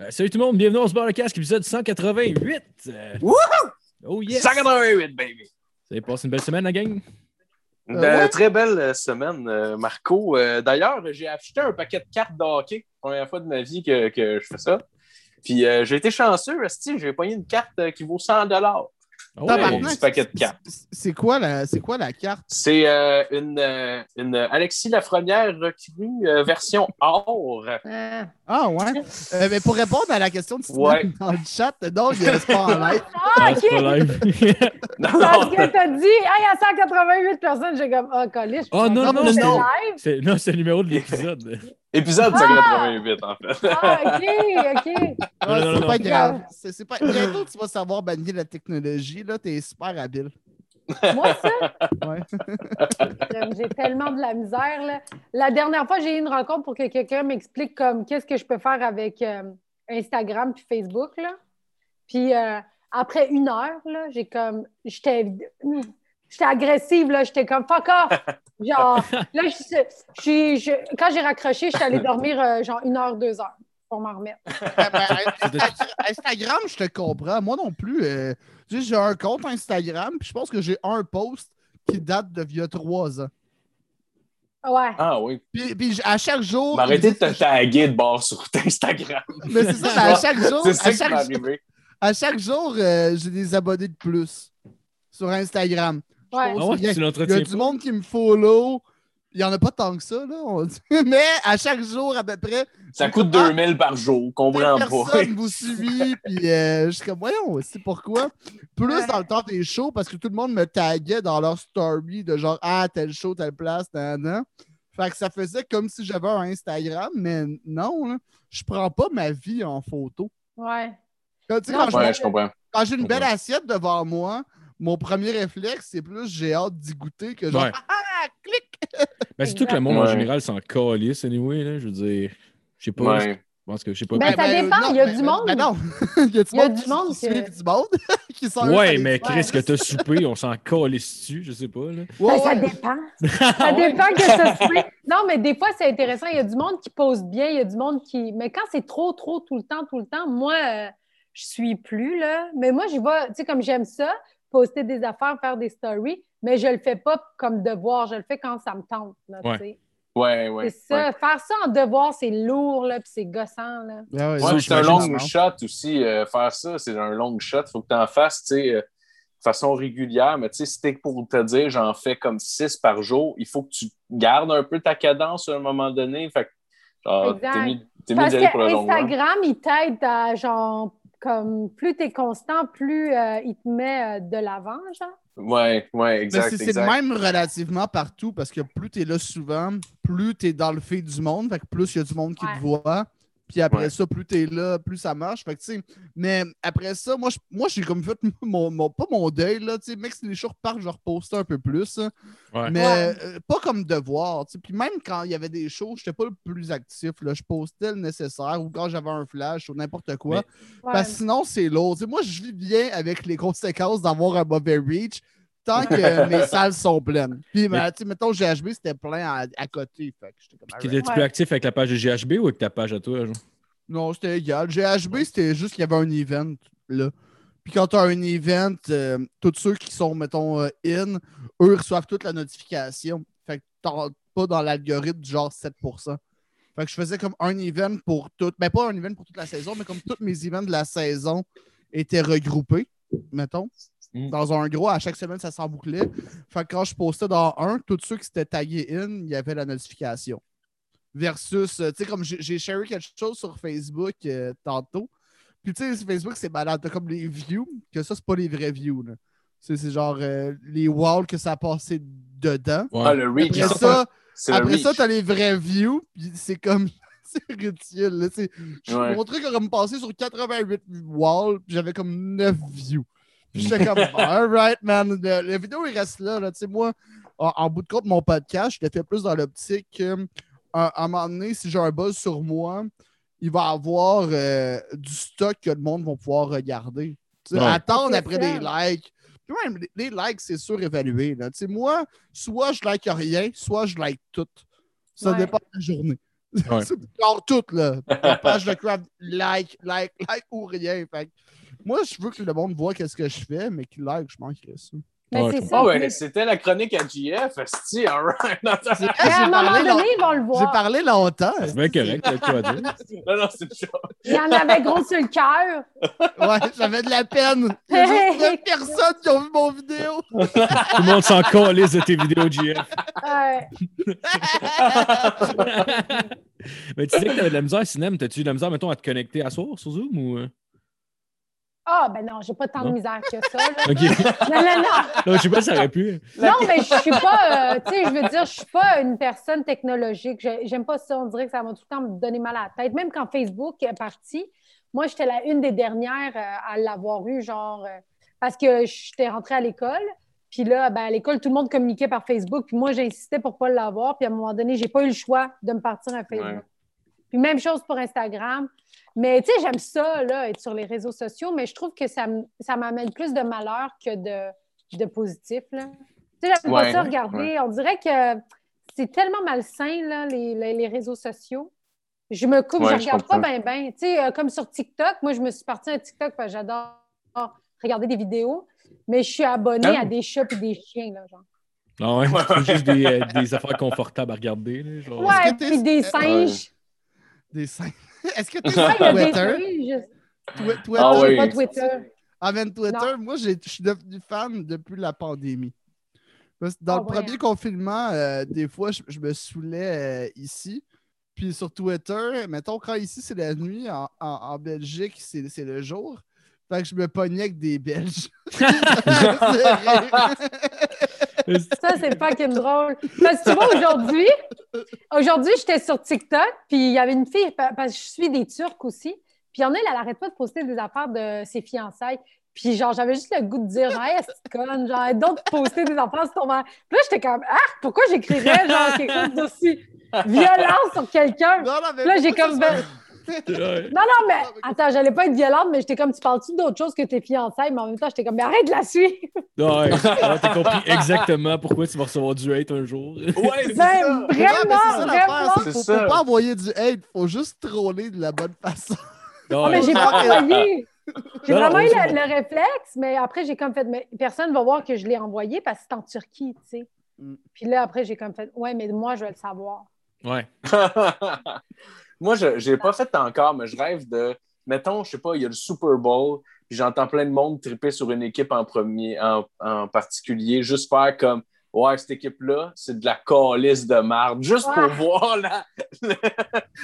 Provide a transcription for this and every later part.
Euh, salut tout le monde, bienvenue au Sport le Casque, épisode 188. Euh, Wouhou! oh yes! 188, baby! Vous avez passé une belle semaine, la gang? Une Très belle euh, semaine, euh, Marco. Euh, D'ailleurs, j'ai acheté un paquet de cartes de hockey. Première fois de ma vie que, que je fais ça. Puis euh, j'ai été chanceux, esti, j'ai pogné une carte euh, qui vaut 100 Oh, Tabarnak. ouais. mon petit paquet de cartes. c'est- C'est quoi, la- c'est quoi la carte? C'est euh, une, euh, une Alexis Lafrenière recrue euh, version or. Ah ouais. Euh, mais pour répondre à la question de Sylvain Ouais. dans le chat, non, il reste pas en live. Ah, Ah, c'est ok! pas live. Non, Parce non, que t'as dit, hey, à 188 personnes, j'ai comme, ah, collé, je Oh, non, pensais non, que c'était non. live. C'est- non, c'est le numéro de l'épisode. épisode 188, en fait. Ah, ok, ok. Non, non, non, Ah, c'est non. pas grave. C'est c'est pas... Bientôt, tu vas savoir manier la technologie. Là, t'es super habile. Moi, ça, Ouais. comme j'ai tellement de la misère. Là. La dernière fois, j'ai eu une rencontre pour que quelqu'un m'explique comme qu'est-ce que je peux faire avec euh, Instagram puis Facebook. Là. Puis euh, après une heure, là, j'ai comme j'étais hum, j'étais agressive, là, j'étais comme fuck off. Genre, là, je, je suis- je- quand j'ai raccroché, je suis allée dormir euh, genre une heure, deux heures pour m'en remettre. Ben, ben, Instagram- Instagram, je te comprends. Moi non plus. euh, tu sais, j'ai un compte Instagram, puis je pense que j'ai un post qui date de vieux trois ans. Ouais. Ah oui. Puis, puis j- à chaque jour. Mais Arrêtez de Oh, il me te dit- taguer de bord sur Instagram. Mais c'est ça, mais à chaque jour. C'est ça qui à m'est chaque, arrivé. à chaque jour, euh, j'ai des abonnés de plus sur Instagram. ouais. Ah ouais, Il y tu a- Il y a l'entretiens du pas. monde qui me follow. Il n'y en a pas tant que ça, là. on- Mais à chaque jour, à peu près, Ça coûte 2000 par jour, comprends pas. personne vous suivit. Puis euh, je suis comme, voyons, c'est pourquoi. Plus dans le temps des shows, parce que tout le monde me taguait dans leur story de genre, ah, tel show, telle place, nan, nan. Fait que ça faisait comme si j'avais un Instagram, mais non, là, je prends pas ma vie en photo. ouais. Quand, tu sais, Non, quand je Ouais, je comprends. quand j'ai une belle assiette devant moi, mon premier réflexe, c'est plus j'ai hâte d'y goûter que genre Ouais. Ah, ah, clic! Ben, surtout que le monde en Ouais. général s'en calisse, anyway. Là, je veux dire, je sais pas. Ouais. Je pense que je sais pas. Ben, ça euh, dépend, il y a du monde. Ben, non, il y a du Il y a monde du qui, monde qui que- suivent du monde. qui sont ouais, mais Ouais. Chris, que t'as soupé, on s'en calisse-tu, je sais pas. Là. Ouais, Ben, ouais. ça Ah dépend. Ça dépend que ça se fait. Non, mais des fois, c'est intéressant. Il y a du monde qui pose bien, il y a du monde qui. Mais quand c'est trop, trop, tout le temps, tout le temps, moi, euh, je suis plus, là. Mais moi, je vais, tu sais, comme j'aime ça, poster des affaires, faire des stories, mais je le fais pas comme devoir. Je le fais quand ça me tente, là, tu Ouais. sais. Ouais, ouais. c'est ça. Faire ça en devoir, c'est lourd, là, puis c'est gossant, là. Ouais, ouais, Ouais, Ça, puis c'est un j'imagine, long shot aussi. euh, faire ça, c'est un long shot. Faut que tu en fasses, tu sais, euh, de façon régulière. Mais tu sais, si t'es pour te dire, j'en fais comme six par jour, il faut que tu gardes un peu ta cadence à un moment donné. Fait que, genre, Exact. t'es mis, t'es mis Parce d'y que aller pour hein. le long run. Instagram, il t'aide à genre comme plus t'es constant, plus euh, il te met euh, de l'avant, genre. Ouais, ouais, Mais exact. Ben, c'est c'est le exact. même relativement partout parce que plus t'es là souvent, plus t'es dans le fait du monde, fait que plus il y a du monde qui Ouais. te voit. Puis après Ouais. ça, plus t'es là, plus ça marche. Fait que, tu sais, mais après ça, moi, je- moi j'ai comme fait mon, mon- pas mon deuil, là, tu sais, mec, si les jours repartent, je vais reposter un peu plus. hein. Ouais. Mais Ouais. euh, pas comme devoir. tu sais. Puis même quand il y avait des shows, j'étais pas le plus actif. Là. Je postais le nécessaire ou quand j'avais un flash ou n'importe quoi. Mais- Ouais. Parce que sinon, c'est lourd. Tu sais, moi, je vis bien avec les conséquences d'avoir un mauvais reach tant que mes salles sont pleines. Puis, ben, tu sais, mettons, GHB, c'était plein à, à côté. Fait que j'étais comme, T'étais-tu alright. plus actif avec la page de GHB ou avec ta page à toi? genre? Non, c'était égal. GHB, c'était juste qu'il y avait un event, là. Puis quand tu as un event, euh, tous ceux qui sont, mettons, euh, in, eux reçoivent toute la notification. Fait que t'en- pas dans l'algorithme du genre 7%. Fait que je faisais comme un event pour tout. Ben, pas un event pour toute la saison, mais comme tous mes events de la saison étaient regroupés, mettons. Mm. Dans un gros, à chaque semaine, ça s'en bouclait. Fait que quand je postais dans un, tous ceux qui s'étaient tagués in, il y avait la notification versus, euh, tu sais, comme j'ai- j'ai sharé quelque chose sur Facebook euh, tantôt. Puis, tu sais, sur Facebook, c'est malade. T'as comme les views, que ça, c'est pas les vrais views. là. C'est c'est genre euh, les walls que ça a passé dedans. Ouais. Ah, le reach. Après Genre, ça, C'est le après reach. ça, t'as les vrais views, puis c'est comme. C'est ridicule. là, tu sais. Je- Ouais. Mon truc a comme passé sur 88 walls, puis j'avais comme 9 views. Puis j'étais comme, alright, man. Le- la vidéo, il reste là. là. Tu sais, moi, en, en bout de compte, mon podcast, je le fais plus dans l'optique que, à, à un moment donné, si j'ai un buzz sur moi, il va avoir euh, du stock que le monde va pouvoir regarder. Tu sais, Ouais. Attendre C'est après ça. des likes. Puis même, les- les likes, c'est sûr évalué. Là. Tu sais, Moi, soit je like rien, soit je like tout. Ça Ouais. dépend de la journée. Ouais. c'est genre tout, là. La page de craft, like, like, like ou rien. Fait que moi, je veux que le monde voit qu'est-ce que je fais, mais qu'il like, je manque ça. Mais Ouais, c'est je ça. Ah mais- ouais, c'était la chronique à JF, esti, all right. Non, non, Mais Ah, à J'ai un moment parlé long- donné, ils vont le J'ai voir. parlé longtemps. C'est bien correct, t'as de quoi dire. non, non, c'est une chose. Il y en avait gros sur le cœur. Ouais, j'avais de la peine. Il y a juste Hey! deux personnes qui ont vu mon vidéo. Tout le monde s'en calisse de tes vidéos, JF. Ouais. Mais tu disais que t'avais de la misère, Sinem. T'as-tu de la misère, mettons, à te connecter à soir sur Zoom ou. euh? Ah, ben non, j'ai pas tant de Non. misère que ça. là. Ok. Non, non, non. Non, je sais pas si ça aurait pu. Non, mais je suis pas, euh, tu sais, je veux dire, je suis pas une personne technologique. J'ai- J'aime pas ça. On dirait que ça m'a tout le temps me donné mal à la tête. Même quand Facebook est parti, moi, j'étais la une des dernières euh, à l'avoir eu, genre, euh, parce que j'étais rentrée à l'école. Puis là, ben, à l'école, tout le monde communiquait par Facebook. Puis moi, j'insistais pour pas l'avoir. Puis à un moment donné, j'ai pas eu le choix de me partir à Facebook. Ouais. Puis même chose pour Instagram. Mais tu sais, j'aime ça, là, être sur les réseaux sociaux, mais je trouve que ça, m- ça m'amène plus de malheur que de, de positif, là. Tu sais, j'aime pas Ouais, ça regarder. On dirait que c'est tellement malsain, là, les, les- les réseaux sociaux. Je me coupe, Ouais, je je regarde pas comprends. bien, bien. Tu sais, euh, comme sur TikTok, moi, je me suis partie à TikTok parce que j'adore regarder des vidéos, mais je suis abonnée Ah. à des chats et des chiens, là, genre. Non, ouais, c'est juste des, euh, des affaires confortables à regarder. là, genre. Ouais, que t'es- puis des singes. Des scènes. Est-ce que t'es Ah, sur Ouais, il y a des Twitter? singes. Twi- Twitter? Ah J'ai oui. pas Twitter. Avant Ah, Twitter, moi, j'ai- je suis devenu fan depuis la pandémie. Parce que dans Ah, le ouais, premier hein. confinement, euh, des fois, je, je me saoulais euh, ici. Puis sur Twitter, mettons, quand ici, c'est la nuit, en, en- en Belgique, c'est c'est le jour. Fait que je me pognais avec des Belges. Ça, c'est fucking drôle. Parce que tu vois, aujourd'hui, aujourd'hui, j'étais sur TikTok, puis il y avait une fille, pa- parce que je suis des Turcs aussi, puis il y en a, elle n'arrête pas de poster des affaires de ses fiançailles. Puis genre, j'avais juste le goût de dire « Hey, est-ce que tu connes? Genre, arrête donc de poster des affaires sur ton mari. » Puis là, j'étais comme « Ah, pourquoi j'écrirais genre quelque chose d'aussi violent sur quelqu'un? » Non, non, mais Là, j'ai pourquoi comme ben, ça se Ouais. Non, non, mais attends, j'allais pas être violente, mais j'étais comme « Tu parles-tu d'autre chose que tes fiançailles? » Mais en même temps, j'étais comme « Mais arrête de la suivre! Ouais, ouais, t'as compris exactement pourquoi tu vas recevoir du hate un jour. Ouais, » c'est ça. Ben, Ouais, mais c'est vraiment, ça l'affaire, vraiment! c'est qu'il C'est Faut, ça. faut pas envoyer du hate, faut juste troller de la bonne façon. Ah, mais Ouais. j'ai pas envoyé. J'ai Non, vraiment eu non, le, le réflexe, mais après, j'ai comme fait, mais personne va voir que je l'ai envoyé parce que c'est en Turquie, tu sais. Mm. Puis là, après, j'ai comme fait, ouais, mais moi, je vais le savoir. Ouais. Moi, je n'ai pas fait encore, mais je rêve de. Mettons, je sais pas, il y a le Super Bowl, puis j'entends plein de monde triper sur une équipe en premier, en, en particulier, juste faire comme Ouais, cette équipe-là, c'est de la calice de marde. Juste Ouais. pour voir la- le,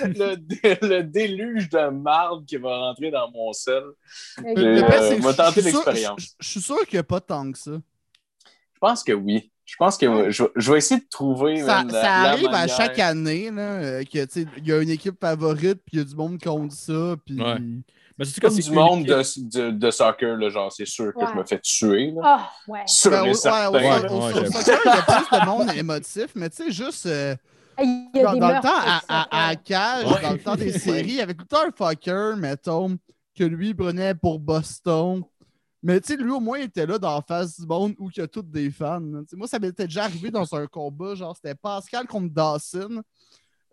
le dé- le déluge de marde qui va rentrer dans mon sel. Fait que, Le- euh, le pire, c'est on va je- tenter je suis sûr- l'expérience. Je je suis sûr qu'il n'y a pas tant que ça. Je pense que oui. Je pense que je, je vais essayer de trouver. Ça, man, la- ça la arrive à manière. chaque année, là, euh, que, tu sais, il y a une équipe favorite, puis il y a du monde qui compte ça, puis... Ben, Ouais. Mais c'est C'est comme du monde de, de, de soccer, là, genre, c'est sûr que Ouais. je me fais tuer. Là. Ah, ouais. Sûr Ben, et au- certain. ouais, au- Ouais, au- ouais, au j'avoue. soccer, il y a plus de monde émotif, mais tu sais, juste euh, Il y a dans, des dans le meurtres temps, comme à, ça, à- à ouais. Cage, Ouais. dans le temps des Ouais. séries, il y avait tout le temps un fucker, mettons, que lui prenait pour Boston. Mais tu sais, lui, au moins, il était là dans la face du monde où il y a toutes des fans. là. Tu sais, Moi, ça m'était déjà arrivé dans un combat, genre, c'était Pascal contre Dawson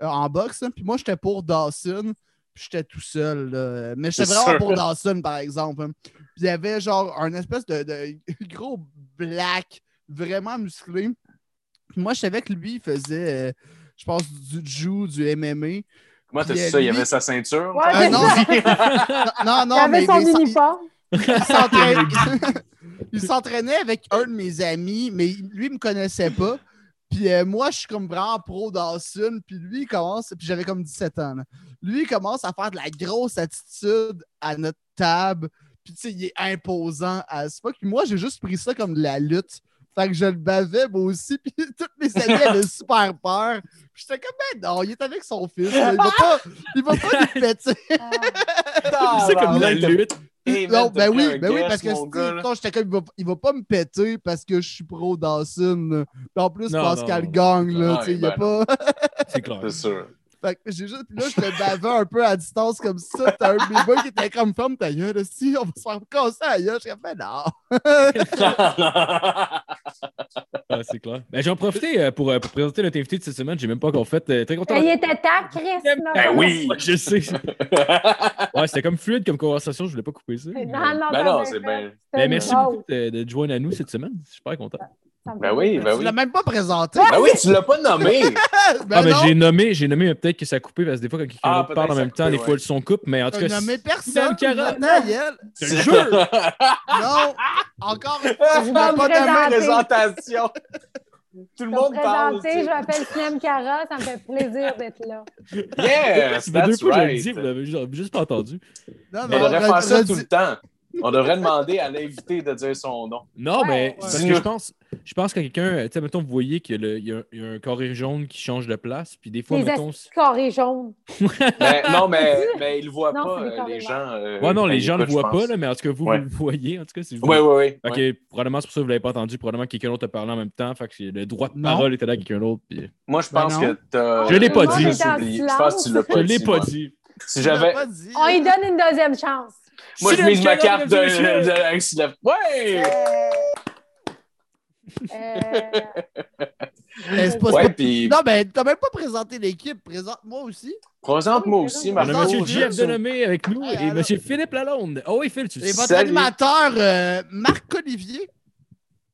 euh, en boxe, hein, puis moi, j'étais pour Dawson. puis J'étais tout seul. là. Mais j'étais C'est vraiment sûr. pour Dawson, par exemple. hein. Puis il y avait genre un espèce de, de gros black vraiment musclé. Puis moi, je savais que lui, il faisait, euh, je pense, du jiu, du MMA. Comment t'as Il y a dit ça? Il y lui- avait sa ceinture? Ouais, Ah, c'est non, ça. non, il non, mais avait son mais il s'en- uniforme. il s'entraînait- il s'entraînait avec un de mes amis, mais il- lui, il me connaissait pas. Puis euh, moi, je suis comme vraiment pro Dawson. Puis lui, il commence, puis j'avais comme 17 ans. là. Lui, il commence à faire de la grosse attitude à notre table. Puis tu sais, il est imposant à ce pas. Puis moi, j'ai juste pris ça comme de la lutte. Fait que je le bavais, moi aussi. Puis toutes mes amis avaient super peur. Puis j'étais comme, ben non, il est avec son fils. là. Il va pas, il va pas nous péter. Ah. C'est comme la Hey, man, lutte. t'as non, ben pris oui, un ben oui, guess, parce que mon si, gars, là. mettons, j'étais comme, il va, il va pas me péter parce que je suis pro Dawson. Puis En plus, Non, Pascal non, non, gagne, là, non, tu sais, il y ben a pas... C'est clair. C'est sûr. fait que j'ai juste, puis là, je le bavais un peu à distance comme ça, t'as un bébé qui était comme femme ta gueule, si, on va se faire casser la gueule, je suis comme, ben non! Ah, c'est clair. Ben, J'en profite pour, euh, pour présenter notre invité de cette semaine. J'ai même pas encore fait. euh, très content. Il était tard, Chris. non? Ben oui! Je sais. Ouais, c'était comme fluide comme conversation. Je voulais pas couper ça. Non, mais- non, Ben t'as non, bien c'est fait. bien- C'est Ben, une merci joke. beaucoup de, de te joindre à nous cette semaine. Je suis super content. Ça me Ben fait oui, plaisir. ben Tu oui. l'as même pas présenté. Ben oui, tu l'as pas nommé! ah, mais Ben, non, j'ai nommé, j'ai nommé mais peut-être que ça a coupé parce que des fois, quand quelqu'un Ah, d'autre parle en peut-être même que ça temps, a des coupé, fois, le son coupe. Mais en tout t'as cas, nommé c'est- personne. Même Carole. Nathaniel. je te le jure. Non, encore. Je vais me pas nommé présenter. présentation! Tout le Je vais monde me parle! présenter, je m'appelle Sinem Cara, ça me fait plaisir d'être là. tu sais. Yes! Ça fait deux That's fois que je le dis, right! vous l'avez juste- juste pas entendu. Non, On devrait faire ça redis- tout le temps. On devrait demander à l'invité de dire son nom. Non, Ouais. mais Ouais. parce que Dis-nous. je pense, je pense que quelqu'un, tu sais, mettons, vous voyez qu'il y, a le- il y a un- il y a un carré jaune qui change de place, puis des fois, Les mettons. estis carrés jaunes. Mais, non, mais, mais ils le voient Non, pas, c'est des euh, les carrés gens. euh, Ouais, non, quand les ils gens ne le écoutent, je voient pas, pense. là, mais en tout cas, vous, Ouais. vous le voyez. En tout cas, si vous... Ouais, ouais, ouais. Ok, ouais. probablement c'est pour ça que vous l'avez pas entendu. Probablement que quelqu'un d'autre a parlé en même temps. Fait que le droit de Non. parole était là à quelqu'un d'autre. Puis... Moi, je Ben pense non. que t'as. Je l'ai pas t'as dit. juste Tout le monde oublié. était en Je pense que tu l'as pas Je dit. l'ai pas ouais. dit. Si Tu l'as j'avais. pas dit. On lui donne une deuxième chance. Moi, je Sylvain mise ma Carole, carte de. mesdames et messieurs. de- de- de- Ouais! Euh, Mais c'est pas- Ouais, puis Non, mais t'as même pas présenté l'équipe. Présente-moi aussi. présente-moi Oui, aussi, c'est On Marco. vrai. a Oh, M. je- JF Denomé avec nous Ah, Ouais, et alors- M. Philippe Lalonde. Oh oui, Phil, tu Et sais. votre Salut. animateur, euh, Marc-Olivier.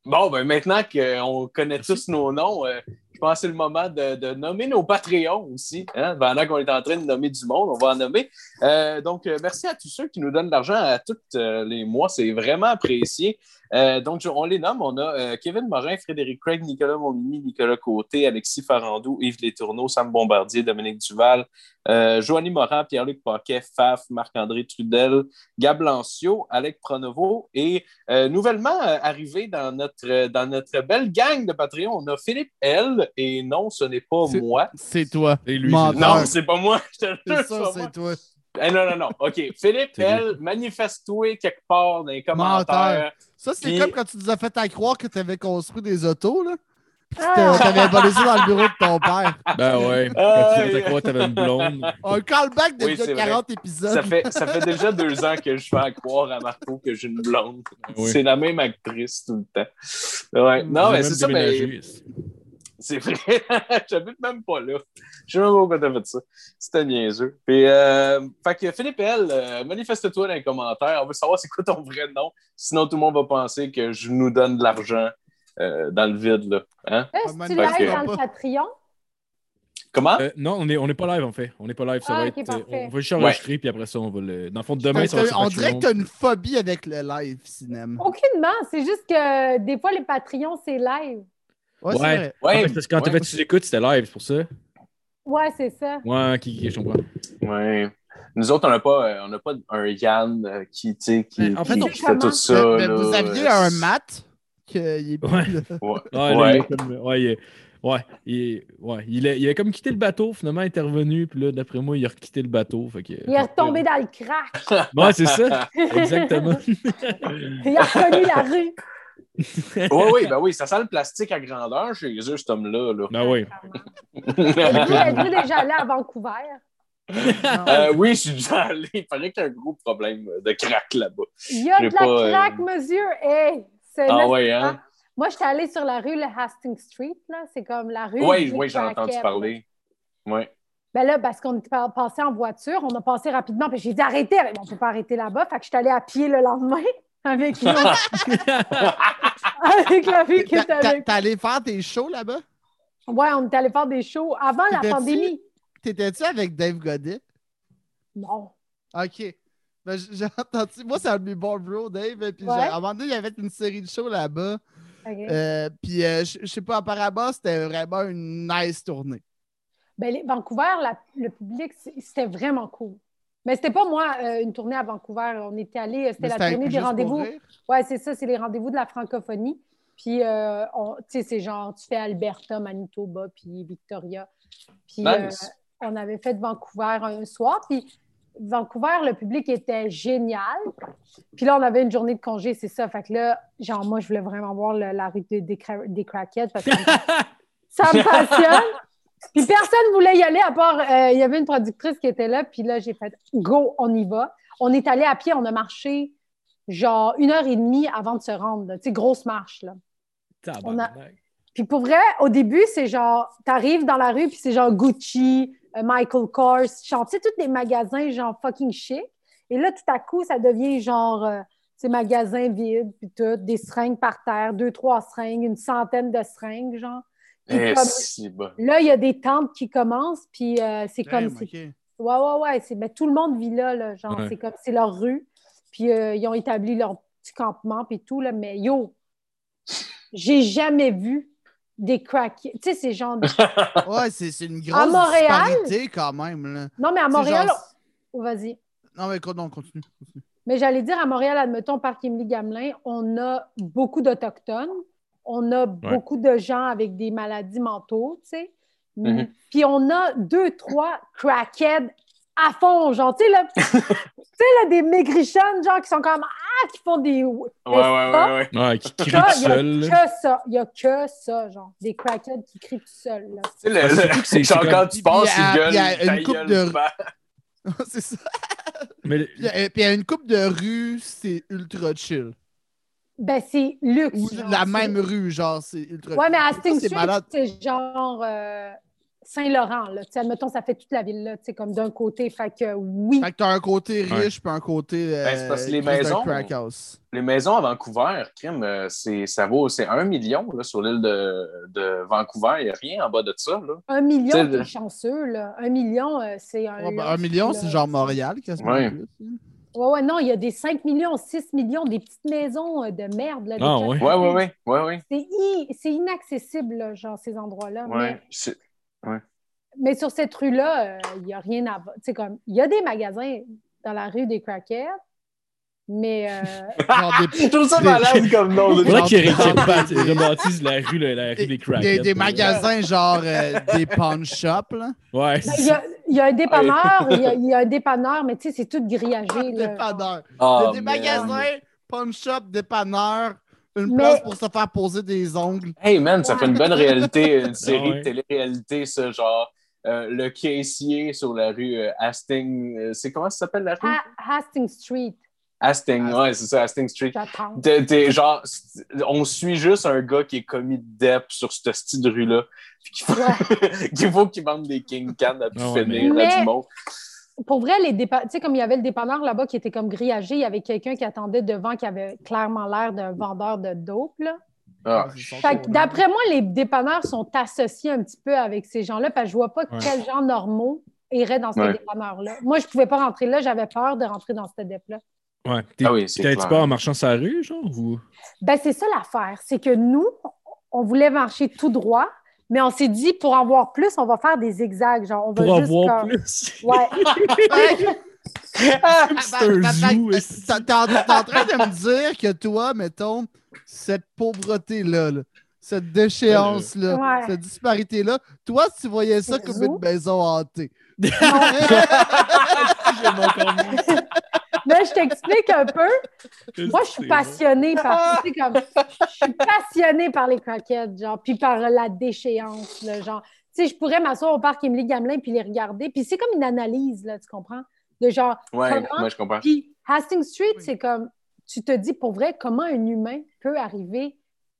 Bon, ben maintenant qu'on connaît tous nos noms, euh, je pense que c'est le moment de, de nommer nos Patreons aussi. Hein? Pendant qu'on est en train de nommer du monde, on va en nommer. Euh, donc, euh, merci à tous ceux qui nous donnent de l'argent à tous euh, les mois. C'est vraiment apprécié. Euh, donc, je- on les nomme. On a euh, Kevin Morin, Frédéric Craig, Nicolas Momini, Nicolas Côté, Alexis Farandou, Yves Letourneau, Sam Bombardier, Dominique Duval, euh, Joanie Morin, Pierre-Luc Paquet, Faf, Marc-André Trudel, Gab Lancio, Alec Pronovo et euh, nouvellement euh, arrivé dans notre, euh, dans notre belle gang de Patreon, on a Philippe L. Et non, ce n'est pas C'est- moi. C'est toi. Et lui, Mon- c'est- Ah. Non, c'est pas moi. Je te le jure, C'est c'est pas moi. ça, c'est toi. Eh, non, non, non. OK. Philippe C'est lui. L, manifeste-toi quelque part dans les commentaires. Ça, c'est Puis- comme quand tu nous as fait à croire que t'avais construit des autos, là. T'as- ah, T'avais volé ça dans le bureau de ton père. Ben ouais. Ah, Quand tu faisais croire que t'avais une blonde. Un callback de Oui, gars de c'est 40 épisodes. Ça fait, ça fait déjà deux ans que je fais à croire à Marco que j'ai une blonde. Oui. C'est la même actrice tout le temps. Ouais. Non, mais Ils ont même c'est ça, mais déménagé, ici. C'est vrai. J'habite même pas là. Je sais même pas pourquoi t'as fait ça. C'était niaiseux. Puis, euh, fait que Philippe L, euh, manifeste-toi dans les commentaires. On veut savoir c'est quoi ton vrai nom. Sinon, tout le monde va penser que je nous donne de l'argent euh, dans le vide. Là. Hein? est-ce que tu Parce l'aides que- dans le Patreon? Comment? Euh, non, on n'est on est pas live en fait. On n'est pas live. Ça Ah, va ok, être. euh, parfait. On va juste enregistrer puis après ça, on va le. Dans le fond, demain, ça va T'as- être on dirait que t'as une phobie avec le live cinéma. Aucunement, c'est juste que euh, des fois, les Patreons, c'est live. Ouais, c'est Ouais. vrai. Ouais, Parce que quand t'avais ouais. tu écoutes, c'était live, c'est pour ça. Ouais, c'est ça. Ouais, qui, qui, je comprends. Ouais. Nous autres, on n'a pas, euh, on n'a pas un Yann euh, qui, tu sais, qui, Mais en qui- fait, on- qui fait tout ça. Mais- mais là. euh, vous aviez un mat que il est plus Ouais. là. Ouais. Ouais, là, il Ouais. est comme- ouais, il est- ouais, il est- ouais, il a- il a comme quitté le bateau, finalement intervenu, puis là, d'après moi, il a requitté le bateau. Fait que... Il est retombé dans le crack. Ouais, c'est ça, exactement. Il a reconnu la rue. Ouais, ouais, ben oui, ça sent le plastique à grandeur chez eux, cet homme-là. là. Ben oui. Êtes-vous êtes-vous déjà allé à Vancouver? Non. Euh, oui, je suis déjà allé. Il fallait qu'il y ait un gros problème de crack là-bas. Il y a J'ai de pas, la euh, crack, monsieur. Hey, c'est Ah là- ouais, hein? Moi, j'étais allée sur la rue, le Hastings Street, là. C'est comme la rue. Oui, du oui, j'ai entendu craquette. parler. Oui. Ben là, parce qu'on était pa- passé en voiture, on a passé rapidement, puis j'ai dit arrêtez, Ben, on ne peut pas arrêter là-bas. Fait que je suis allée à pied le lendemain avec une autre- avec la fille qui T'as- était t'as- avec. T'es allé faire tes shows là-bas? Ouais, on est allé faire des shows avant la T'étais-tu? pandémie. T'étais-tu avec Dave Godet? Non. OK. Ben, j- j'ai entendu. Moi, c'est un de mes bons bros, Dave. Puis j'ai- Ouais. à un moment donné, il y avait une série de shows là-bas. OK. Euh, puis, euh, je je sais pas, apparemment, c'était vraiment une nice tournée. Ben, les- Vancouver, la- le public, c- c'était vraiment cool. Mais c'était pas moi, euh, une tournée à Vancouver. On était allé, c'était Mais la c'était tournée juste des pour rendez-vous. rire. Ouais, c'est ça, c'est les rendez-vous de la francophonie. Puis, euh, on- tu sais, c'est genre, tu fais Alberta, Manitoba, puis Victoria. Puis, Nice. euh, on avait fait Vancouver un soir. Puis, Vancouver, le public était génial. Puis là, on avait une journée de congé, c'est ça. Fait que là, genre, moi, je voulais vraiment voir le- la rue de- des, cra- des craquettes parce que ça me passionne. Puis personne voulait y aller, à part, euh, il y avait une productrice qui était là. Puis là, j'ai fait go, on y va. On est allé à pied, on a marché genre une heure et demie avant de se rendre. là. Tu sais, grosse marche. Là. Tabarnak. Puis pour vrai, au début, c'est genre, t'arrives dans la rue, puis c'est genre Gucci, euh, Michael Kors, genre, tu sais, tous des magasins genre fucking chic. Et là, tout à coup, ça devient genre, euh, ces magasins vides, puis tout, des seringues par terre, deux, trois seringues, une centaine de seringues, genre. Puis Eh, comme- si, bah. là, il y a des tentes qui commencent, puis euh, c'est comme, Damn, c'est ok. Ouais, ouais, ouais. C'est, ben, tout le monde vit là, là. Genre, Ouais. c'est comme c'est leur rue. Puis euh, ils ont établi leur petit campement puis tout, là. Mais yo, j'ai jamais vu des crack. Tu sais, ces gens. de- Ouais, c'est c'est une grosse Montréal? disparité quand même. Là. Non, mais à C'est Montréal. genre- oh, vas-y. Non, mais écoute, non, continue. Mais j'allais dire, à Montréal, admettons, Parc Émilie-Gamelin, on a beaucoup d'Autochtones. On a beaucoup de gens avec des maladies mentaux, tu sais. Mm-hmm. Mm. Mhm. Puis on a deux, trois crackheads à fond, genre, tu sais, là, tu sais, là, des maigrichonnes, genre, qui sont comme, ah, qui font des... Ouais, ouais, ouais, ouais. Ouais, qui crie Ça, tout seul. Il y là. a que ça, il y a que ça, genre, des crackheads qui crient tout seuls, là. Tu sais, le- Ouais, surtout que c'est- c'est le- genre, comme- quand tu passes, Puis il y a- il gueule. il y a une ta coupe gueule, de- bah. c'est ça. Mais le- Puis euh, puis il y a une coupe de rue, c'est ultra chill. Ben, c'est luxe, Ou genre, la c'est- même rue, genre, c'est ultra Ouais, mais à Ça, Sting c'est malade. c'est genre euh, Saint-Laurent, là, tu sais, admettons, ça fait toute la ville, là, tu sais, comme d'un côté, fait que oui, Fait que t'as un côté Ouais. riche, puis un côté. Euh, Ben, c'est parce que les crise d'un maisons- crack house. Les maisons à Vancouver, crime, euh, c'est, ça vaut, c'est un million là, sur l'île de, de Vancouver. Il n'y a rien en bas de ça. Là. un million, T'sais, t'es le- chanceux, là, un million, euh, c'est un... Ouais, ben, un luxe, million, là. c'est genre Montréal, quasiment. Ouais. plus, hein. Ouais, ouais, non, il y a des 5 millions, 6 millions, des petites maisons euh, de merde. Là, des Ah, gens- ouais. Ouais, ouais, ouais, ouais, ouais. C'est i- c'est inaccessible, là, genre, ces endroits-là. ouais. Mais, C'est- mais sur cette rue-là, euh, il n'y a rien à voir. Tu sais, comme, il y a des magasins dans la rue des crackheads, mais euh, Genre des, Je trouve ça Des- malade comme nom. de- Faudrait Genre- qu'ils ré- qu'ils rebat- rebâtissent la rue, la, la rue des- des des- crackheads. des magasins, genre euh, des pawn shops, là. Ouais. ben, il y, a- il y a un dépanneur, il y a- il y, a un dépanneur, mais tu sais, c'est tout grillagé. Des là, genre. dépanneurs. Ah, Des- des man. magasins, pawn shop, dépanneurs, une Mais- place pour se faire poser des ongles. Hey man, ça fait une bonne réalité, une série ouais. de télé-réalité, ça, genre euh, le caissier sur la rue euh, Hastings. euh, c'est comment ça s'appelle la rue? Ha- Hastings Street, Hastings, Hastings. ouais, c'est ça, Hastings Street. j'attends. T'es- t'es genre, c'est- on suit juste un gars qui est commis de dep sur cette style de rue-là. Puis qu'il faut qu'il faut qu'il vende des King Can à plus Ah ouais, finir mais- à du monde. Pour vrai, les dépa- tu sais, comme il y avait le dépanneur là-bas qui était comme grillagé, il y avait quelqu'un qui attendait devant qui avait clairement l'air d'un vendeur de dope, là. Ah. Fait que d'après moi, les dépanneurs sont associés un petit peu avec ces gens-là, parce que je vois pas Ouais. quels gens normaux iraient dans ces Ouais. dépanneurs-là. Moi, je pouvais pas rentrer là, j'avais peur de rentrer dans cette dép-là. Ouais. T'es- Ah oui, c'est T'étais-tu clair. pas en marchant sur la rue, genre? Ou... Ben, c'est ça l'affaire, c'est que nous, on voulait marcher tout droit, mais on s'est dit, pour en voir plus, on va faire des zigzags, genre, on va Pour juste... avoir comme- plus. Ouais. bah, c'est un zoo, est-ce Euh, T'es en t'es en train de me dire que toi, mettons, cette pauvreté-là, là, cette déchéance-là, Ouais. cette disparité-là, toi, tu voyais ça Un comme zoo? une maison hantée. J'ai mon combo. Mais je t'explique un peu. Moi, je C'est suis bon. passionnée par. tu sais, comme, je suis passionnée par les croquettes, genre, puis par la déchéance, là, genre. Tu sais, je pourrais m'asseoir au parc Émilie Gamelin puis les regarder. Puis c'est comme une analyse, là, tu comprends? De genre, Ouais, Comment? moi je comprends. puis Hastings Street, Oui. c'est comme, tu te dis pour vrai, comment un humain peut arriver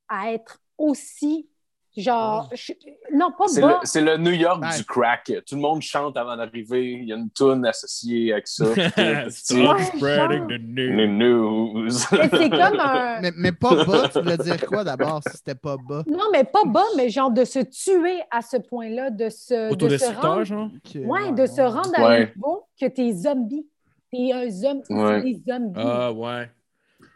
à être aussi, genre, Ah. je- non, pas C'est le, bon. c'est le New York Ouais. du crack. Tout le monde chante avant d'arriver. Il y a une toune associée avec ça. euh, Stop Ouais, spreading genre. euh, the Les news. news. Mais C'est comme un. Mais, mais pas bas, tu voulais dire quoi d'abord si c'était pas bas? Non, mais pas bas, mais genre de se tuer à ce point-là, de se, de se rendre Autodestructeur, genre? Ok, Ouais, de se rendre à un Ouais. niveau que t'es zombie. T'es un zombie, Ouais. c'est des zombies. Ah, ouais.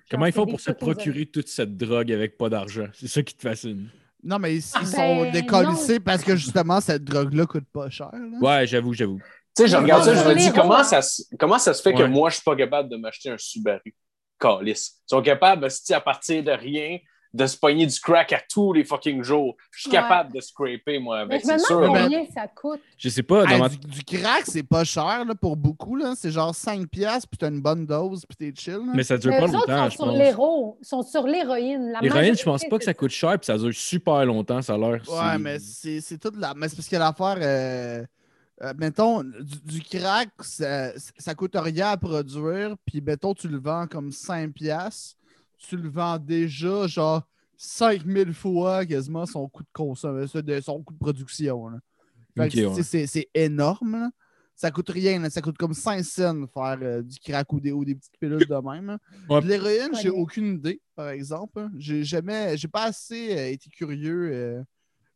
Comment ils c'est font des euh, pour se trucs aux procurer toute cette drogue avec pas d'argent? C'est ça qui te fascine. Non, mais ils, ils Ah, sont ben, décollissés parce que justement, cette drogue-là coûte pas cher. Hmm. là. Ouais, j'avoue, j'avoue. Tu sais, je regarde ça, je me dis, Ouais. comment ça, se- comment ça se fait que Ouais. moi, je suis pas capable de m'acheter un Subaru? Calice. Ils sont capables, si à partir de rien, de se pogner du crack à tous les fucking jours. Je suis Ouais. capable de scraper, moi, Mais avec, je me Ben, c'est demande sûr. mais- combien ça coûte. Je sais Ah, pas. Hey, Dans ma... du, du crack, c'est pas cher là, pour beaucoup. là. C'est genre 5$, piastres, puis t'as une bonne dose, puis t'es chill. là. Mais ça dure Mais pas eux autres longtemps, sont je sur, pense. l'héro- sont sur l'héroïne. La L'héroïne, majorité, je pense pas que ça coûte cher, puis ça dure super longtemps, ça a l'air. Ouais, c'est- mais c'est c'est toute la. Mais c'est parce que l'affaire. euh, euh, mettons, du, du crack, ça, ça coûte rien à produire. Puis, mettons, tu le vends comme 5$. piastres, Tu le vends déjà, genre 5000 fois quasiment son coût de consommation, de son coût de production. là. Fait que Ok, c'est- ouais. c'est- C'est énorme. là. Ça coûte rien, là. ça coûte comme 5 cents faire euh, du crack ou des, ou des petites pilules de même. hein. Ouais. De l'héroïne, j'ai aucune idée, par exemple. hein. J'ai jamais, j'ai pas assez euh, été curieux. euh,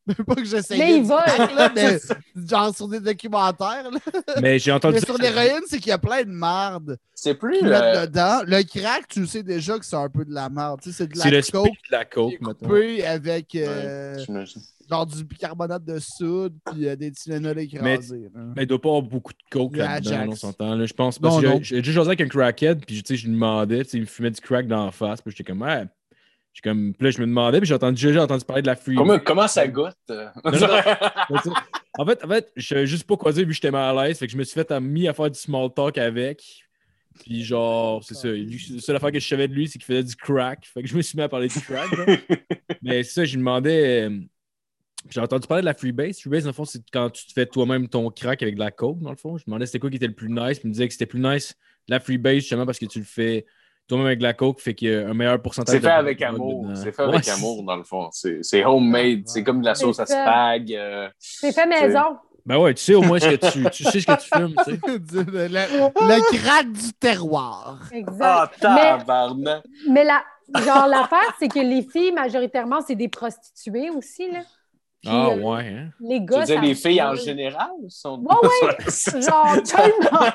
même pas que Mais j'essayais. il du va. crack, là, mais genre sur des documentaires. là. Mais j'ai entendu Mais ça. sur l'héroïne, c'est qu'il y a plein de merde C'est plus. qu'ils euh, mettent dedans. Le crack, tu sais déjà que c'est un peu de la merde. Tu sais, c'est de C'est la le speed coke de la qui est coke, maintenant. coupée avec euh, j'imagine. genre du bicarbonate de soude puis euh, des Tylenol écrasés. hein. Mais il doit pas avoir beaucoup de coke Le là-dedans, Ajax. on s'entend. là. Je pense Non, parce que non. j'ai- j'ai déjà jasé avec un crackhead, puis tu sais, je lui demandais, tu sais, il me fumait du crack dans la face, puis j'étais comme, ouais. J'étais comme, puis là, je me demandais, puis j'ai entendu, j'ai déjà entendu parler de la free. Comment, comment ça goûte? Non, non, en fait, en fait, je savais juste pas quoi dire, vu que j'étais mal à l'aise, fait que je me suis fait mis à faire du small talk avec. Puis genre, c'est ça. lui- La seule affaire que je savais de lui, c'est qu'il faisait du crack. Fait que je me suis mis à parler du crack. genre. Mais c'est ça, je lui demandais. euh, J'ai entendu parler de la freebase. Freebase, dans le fond, c'est quand tu te fais toi-même ton crack avec de la coke, dans le fond. Je lui demandais c'était quoi qui était le plus nice. Puis il me disait que c'était plus nice la freebase, justement, parce que tu le fais toi-même avec de la coke, fait qu'il y a un meilleur pourcentage C'est de fait avec drogue amour. dedans. C'est fait avec Ouais, amour, dans le fond. C'est c'est homemade. C'est comme de la C'est sauce à ça. spag. euh, C'est fait maison. Ben ouais, tu sais au moins ce que tu, tu sais ce que tu fumes, tu sais. Du- le, le crack du terroir. Ah, Exact. mais, tabarnak! mais la, genre, l'affaire, c'est que les filles, majoritairement, c'est des prostituées aussi, là. Puis, Ah euh, ouais, hein? Les Tu gars. veux dire, ça- les filles en général sont. Ouais, Genre, tellement.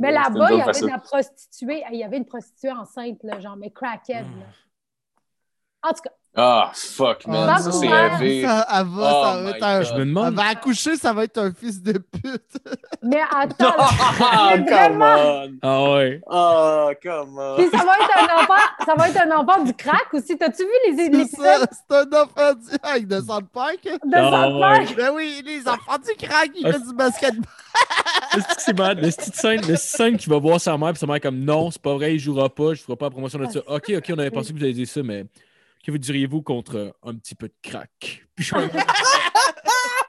Mais là-bas, il y avait de la prostituée. Il y avait une prostituée enceinte, là, genre, mais crackhead. là. Hmm. En tout cas, Ah, fuck, man. Ah, ça, non. c'est Ouais. la vie. Ça, elle va, Oh ça va my être un. Ah, Je me Elle demande. va accoucher, ça va être un fils de pute. mais attends. là. Ah, Mais come vraiment. on! Ah ouais. Ah, come Puis on! ça va être un enfant, ça va être un enfant du crack aussi. T'as-tu vu les C'est épisodes ça, c'est un enfant du avec de South Park. de Ah, South ouais. Park? Ben oui, les enfants du crack, ils font du basketball. Est-ce que c'est bad? Le petit scène, le petit scène qui va voir sa mère, puis sa mère est comme non, c'est pas vrai, il jouera pas, je ferai pas la promotion de ça. Ok, ok, on avait pensé que vous avez dit ça, mais que vous diriez-vous contre euh, un petit peu de crack? Puis je suis comme,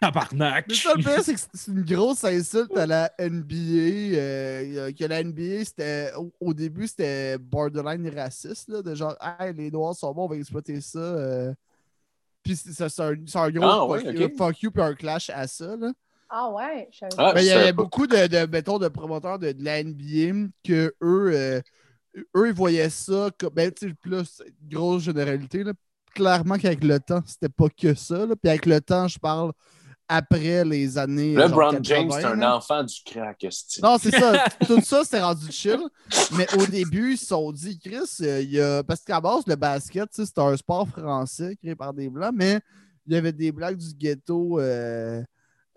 Tabarnak! Euh, Mais ça, le pire, c'est que c'est une grosse insulte à la NBA. euh, que la NBA, c'était au, au début, c'était borderline raciste, là, de genre, hey, les Noirs sont bons, on va exploiter ça. euh. Puis c'est c'est- c'est un, c'est un gros Ah, fuck, ouais, you, ok. fuck you, puis un clash à ça. Là. Ah ouais, je savais pas. Ah, Ben, il y je avait savais pas. beaucoup de, de, mettons, de promoteurs de, de la NBA que eux, euh, eux ils voyaient ça comme. Ben, tu sais, plus grosse généralité. Là. Clairement qu'avec le temps, c'était pas que ça. là. Puis avec le temps, je parle après les années. euh, genre LeBron James, 80, c'est un là. enfant du crack, esti. Non, c'est ça. Tout ça, c'était rendu chill. Mais au début, ils se sont dit, Chris, euh, il y a... parce qu'à base, le basket, tu sais, c'était un sport français créé par des Blancs, mais il y avait des Blacks du ghetto euh,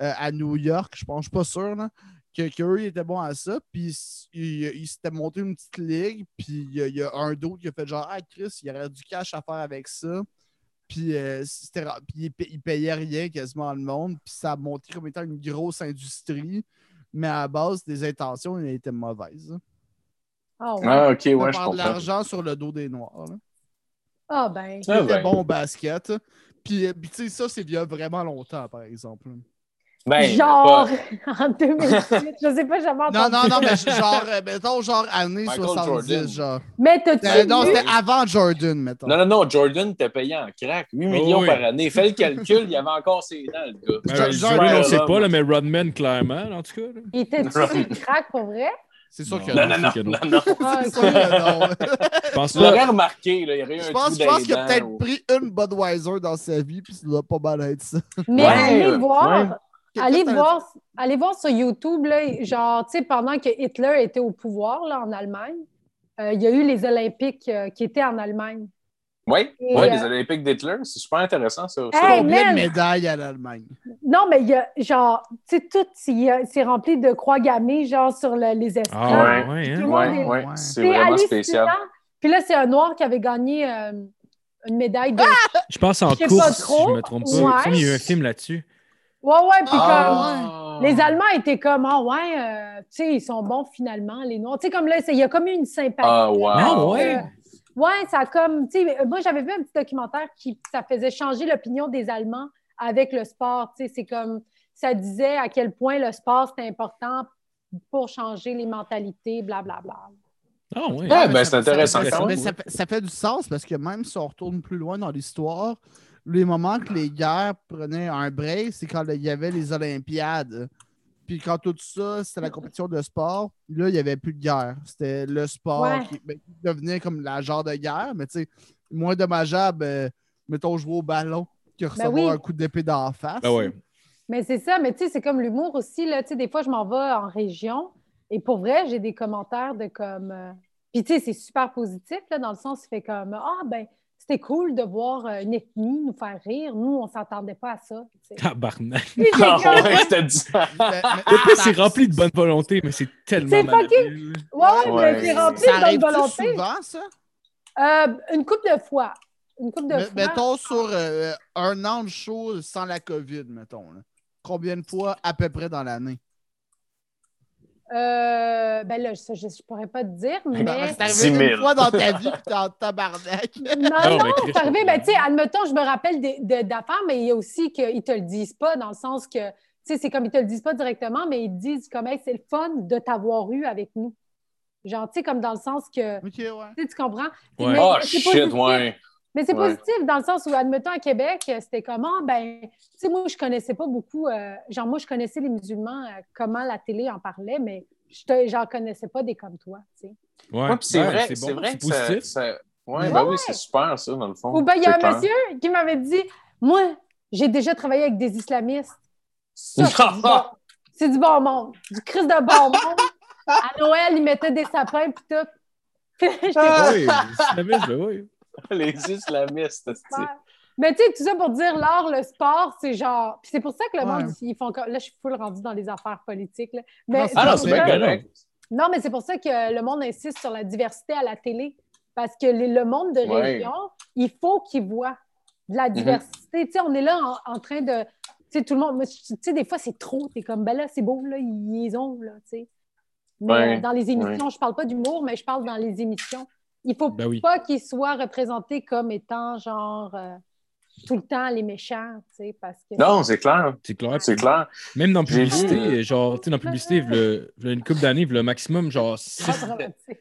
euh, à New York, je pense, je suis pas sûr, là, que, que eux, ils étaient bons à ça. Puis ils ils s'étaient montés une petite ligue, puis il y, a- il y a un d'autre qui a fait genre, ah, Chris, il y aurait du cash à faire avec ça. Puis, euh, c'était ra- puis ils pa- ils payaient rien quasiment à le monde. Puis ça a monté comme étant une grosse industrie. Mais à la base, des intentions elles étaient mauvaises. Ah ouais. Ah, ok, On ouais, je faire de comprends. l'argent sur le dos des Noirs. là. Ah ben. Ah, C'était ben. bon au basket. Puis, euh, puis tu sais, ça, c'est il y a vraiment longtemps, par exemple. Ben, genre, pas- en 2008, je sais pas, j'ai jamais entendu. Non, non, non, mais j- genre, euh, mettons, genre, années Michael 70, Jordan. genre. Mais t'as-tu Euh, non, vu? c'était avant Jordan, mettons. Non, non, non, Jordan était payé en crack, 8 millions Ah oui. par année. Fais le calcul, il avait encore ses dents, le gars. Ben, Genre- je- genre- ouais, on sait pas, là, mais Rodman, clairement, en tout cas. là. Il était-tu sur le crack pour vrai? C'est sûr Non. que Non, non. non, non, C'est que non. non, non. Ah, C'est ok. sûr que non. Je pense Tu l'aurais là. remarqué, là, il y aurait eu un je trou pense, je dans pense les qu'il dents, a peut-être ou- pris une Budweiser dans sa vie, puis ça doit pas mal être ça. Mais Ouais, allez ouais. voir, allez Peut-être un- voir, allez voir sur YouTube, là, genre, tu sais, pendant que Hitler était au pouvoir là, en Allemagne, euh, il y a eu les Olympiques euh, qui étaient en Allemagne. Oui, Et, ouais, euh, les Olympiques d'Hitler, c'est super intéressant, ça. aussi. Hey, Combien man! de médailles à l'Allemagne? Non, mais il y a, genre, tu sais, tout, il y a- c'est rempli de croix gammées, genre, sur le- les estrades. Ah ouais, hein? monde Ouais, est- ouais, Ouais. c'est C'est vraiment hallucinant. spécial. Puis là, c'est un noir qui avait gagné euh, une médaille de. Ah! Je pense en Je sais course, pas si trop. je me trompe pas. Ouais. Il me semble qu'il y a eu un film là-dessus. Ouais, ouais, puis Ah, comme. Les Allemands étaient comme, ah ouais, euh, tu sais, ils sont bons finalement, les Noirs. Tu sais, comme là, c'est- il y a comme eu une sympathie. Ah, wow. Ah ouais? ouais? Ouais, ça a comme. Tu sais, moi, j'avais vu un petit documentaire qui ça faisait changer l'opinion des Allemands avec le sport. Tu sais, c'est comme. Ça disait à quel point le sport c'était important pour changer les mentalités, blablabla. Ah oui. Ouais, ben, mais c'est ça- intéressant ça- quand mais même, ça, fait- ça fait du sens parce que même si on retourne plus loin dans l'histoire, les moments que les guerres prenaient un break, c'est quand il y avait les Olympiades. Puis quand tout ça, c'était la compétition de sport, là, il n'y avait plus de guerre. C'était le sport Ouais. qui, ben, qui devenait comme la genre de guerre, mais tu sais, moins dommageable, euh, mettons, jouer au ballon que recevoir oui. un coup d'épée d'en face. Ben ouais. Mais c'est ça, mais tu sais, c'est comme l'humour aussi, là. Tu sais, des fois, je m'en vais en région et pour vrai, j'ai des commentaires de comme. euh, Puis, tu sais, c'est super positif, là, dans le sens, il fait comme Ah, ben, c'était cool de voir euh, une ethnie nous faire rire. Nous, on s'attendait pas à ça. tu sais. Tabarnak. Puis j'ai Ah comme- ouais, Ah, je te dis. Mais- mais- Le plus, c'est rempli de bonne volonté, mais c'est tellement. Ah, C'est mal fucking- habile. Ouais, ouais, Ouais. mais c'est rempli Ça de bonne arrive volonté. souvent, ça? Euh, une coupe de fois. Une coupe de Me- fois. mettons sur euh, un an de show sans la COVID, mettons. là. Combien de fois à peu près dans l'année? Euh, ben là, ça, je ne pourrais pas te dire, mais. Ben, c'est arrivé 10 000. une fois dans ta vie, puis t'es en tabarnak. Non, non, mais Chris, c'est arrivé. Ben, tu sais, admettons, je me rappelle des- de- d'affaires, mais il y a aussi qu'ils te le disent pas, dans le sens que, tu sais, c'est comme ils te le disent pas directement, mais ils te disent comme, Hey, c'est le fun de t'avoir eu avec nous. Genre, tu sais, comme dans le sens que, Ok, ouais. tu sais, tu comprends? Ouais. Mais Oh c'est shit, positif. ouais. Mais c'est Ouais. positif dans le sens où, admettons, à Québec, euh, c'était comment? Ben, tu sais, moi, je connaissais pas beaucoup. euh, genre, moi, je connaissais les musulmans, euh, comment la télé en parlait, mais je te- j'en connaissais pas des comme toi, tu sais. Ouais, Ouais, puis c'est ben, vrai, bon, c'est vrai que ça. positif. ça- Ouais, Ouais. ben oui, c'est super ça, dans le fond. Ou bien, il y a C'est un clair. monsieur qui m'avait dit Moi, j'ai déjà travaillé avec des islamistes. Ça, Ah, c'est du bon- c'est du bon monde. Du Christ de bon monde. À Noël, ils mettaient des sapins, puis tout. J'étais Ah, Oui, islamiste, ben oui. Les islamistes, c'est- super. Mais tu sais, tout ça pour dire l'art, le sport, c'est genre. Puis c'est pour ça que le Ouais. monde, ils font comme. Là, je suis full rendue dans les affaires politiques. là. Mais Non, c'est Ah non, pour c'est ça- bien Ben non. correct. Non, mais c'est pour ça que le monde insiste sur la diversité à la télé. Parce que les- le monde de Ouais. Mhm. région, il faut qu'il voit de la diversité. Tu sais, on est là en, en train de. Tu sais, tout le monde. moi, je- Tu sais, des fois, c'est trop. T'es comme, ben là, c'est beau, là, ils ils ont, là, tu sais. Mais Ouais. euh, dans les émissions, je parle pas d'humour, mais je parle dans les émissions. Il faut Ben oui. pas qu'ils soient représentés comme étant, genre, euh, tout le temps les méchants, tu sais, parce que. Non, c'est clair. C'est clair. C'est clair. Même dans la J'ai vu, publicité, euh, genre, tu sais, dans la publicité, v'là- v'là une couple d'années, le maximum, genre, c'est six- pas dramatique.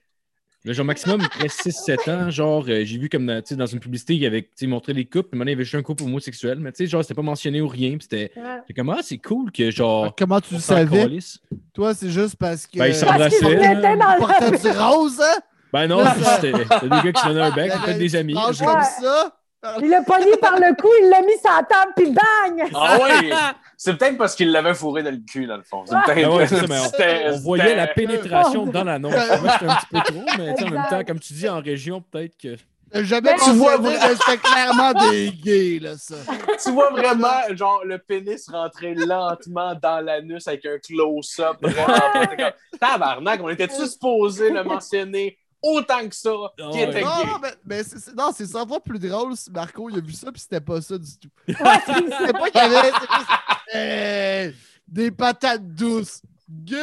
le genre maximum, 6-7 ans, genre, euh, j'ai vu comme dans, tu sais, dans une publicité, il y avait, tu sais, montré les couples, puis maintenant, il y avait juste un couple homosexuel, mais tu sais, genre, c'était pas mentionné ou rien, puis c'était, Ouais. j'étais comme, ah, c'est cool que, genre, Comment tu on le s'en savais? calisse. Toi, c'est juste parce que. Ben, ils Parce qu'ils s'embrassaient. se mettaient dans Tu portais le. du rose, hein? Ben non, Là, ça- c'était c'était des gars qui se donnaient un bec, T'avais peut-être des amis. Range je- comme ça. Il l'a pogné par le cou, il l'a mis sur la table, puis bang! Ah oui! C'est peut-être parce qu'il l'avait fourré dans le cul, dans le fond. C'est peut-être- Ah ouais, c'est ça, mais c'était- On voyait la c'était- pénétration Oh. dans l'annonce. Moi, c'était un petit peu trop, mais tu sais, en même Exact. temps, comme tu dis, en région, peut-être que. T'as Jamais Ben, tu tu vois vois que c'était clairement des gays, là, ça. Tu vois vraiment, genre, le pénis rentrer lentement dans l'anus avec un close-up. vraiment pas. T'es comme, Tabarnak, on était-tu supposé le mentionner autant que ça qui Ah ouais. était Non, gay? non, mais, mais c'est- c'est- non, c'est 100 fois plus drôle si Marco il a vu ça, puis c'était pas ça du tout. Ouais, c'est ça. C'est pas qu'il y avait. c'est juste, euh, des patates douces. Gay!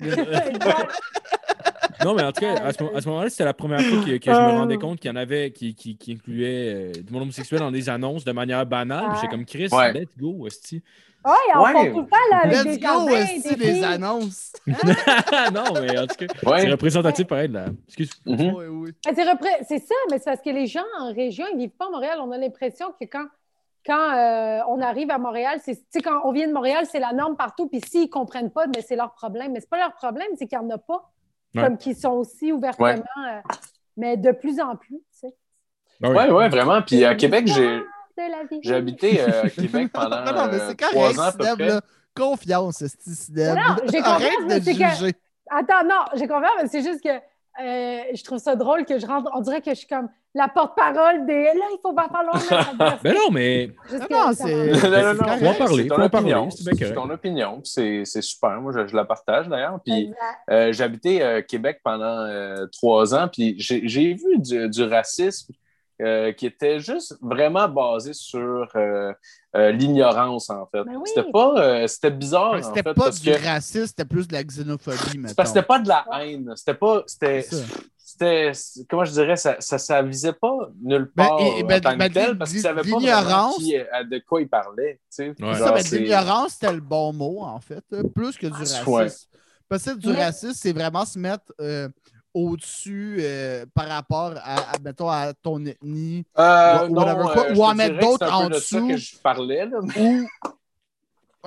Exact. Non, mais en tout cas, à ce, mo- à ce moment-là, c'était la première fois que, que je me rendais compte qu'il y en avait qui, qui, qui incluait euh, du monde homosexuel dans des annonces de manière banale. Puis J'étais comme Chris, Ouais. let's go, hostie. Ouais, ils en Ouais. font tout le temps, là, avec des Let's go, jardins, esti, des les filles. annonces. Ah non, mais en tout cas, c'est Ouais. représentatif pareil de la. Excuse. Mhm. Oui, oui. Mais C'est repré- c'est ça, mais c'est parce que les gens en région, ils vivent pas à Montréal. On a l'impression que quand, quand euh, on arrive à Montréal, c'est tu sais, quand on vient de Montréal, c'est la norme partout. Puis s'ils comprennent pas, ben, c'est leur problème. Mais c'est pas leur problème, c'est qu'il y en a pas. Ouais. Comme qu'ils sont aussi ouvertement, Ouais. euh, mais de plus en plus, tu sais. Ah oui. Ouais, ouais, vraiment. Puis à Québec, j'ai De la vie. j'ai habité euh, à Québec pendant Non, non, mais euh, c'est trois correct, ans à peu Sinem, près. là. Confiance, c'est Sinem. Non, j'ai confiance, Arrête mais de c'est que- juger. Attends, non, j'ai confiance, mais c'est juste que euh, je trouve ça drôle que je rentre. On dirait que je suis comme la porte-parole des. Là, il faut pas falloir. Ben non, mais. Jusque- Non, non, c'est- non, non, non. On va en parler, C'est on va ton en parler, opinion. c'est bien correct. C'est ton opinion. puis C'est c'est super. Moi, je, je la partage d'ailleurs. Ben Puis Exact. euh, j'ai habité euh, Québec pendant euh, trois ans. Puis j'ai j'ai vu du, du racisme euh, qui était juste vraiment basé sur euh, euh, l'ignorance, en fait. Ben oui. C'était pas. euh, c'était bizarre. en C'était fait, pas parce du que- racisme, c'était plus de la xénophobie, c'est parce que mettons. c'était pas de la haine. C'était pas. C'était. C'est ça. C'était. c'est- Comment je dirais, ça, ça, ça visait pas nulle Ben, part et- et ben, en tant que ben, tel parce qu'ils savaient pas vraiment l'ignorance- qui- à de quoi ils parlaient. tu sais. Ouais. Ça, Genre, mais c'est- l'ignorance, c'était le bon mot, en fait, hein, plus que du Ah, racisme. ouais. Parce que du Mais- racisme, c'est vraiment se mettre euh, au-dessus euh, par rapport à, à, mettons, à ton ethnie Euh, Ou- ou non, whatever quoi, euh, ou je en te mettre dirais que d'autres c'est un peu en de ça dessous. que je parlais. là, mais ou. Ok,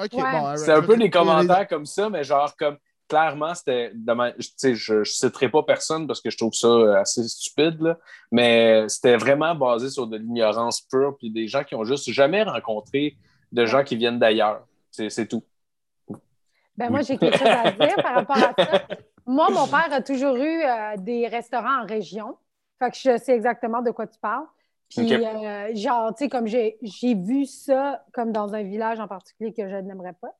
Ouais. bon, alright, C'est un je peu vais des te- commentaires comme ça, mais genre comme clairement, c'était. de ma- Je tu sais, je- je citerai pas personne parce que je trouve ça euh, assez stupide, là, mais c'était vraiment basé sur de l'ignorance pure, puis des gens qui ont juste jamais rencontré de gens qui viennent d'ailleurs. C'est c'est tout. Ben moi, j'ai quelque chose à dire par rapport à ça. Moi, mon père a toujours eu euh, des restaurants en région. Fait que je sais exactement de quoi tu parles. Puis, Ok. euh, genre, tu sais, comme j'ai j'ai vu ça, comme dans un village en particulier que je n'aimerais pas.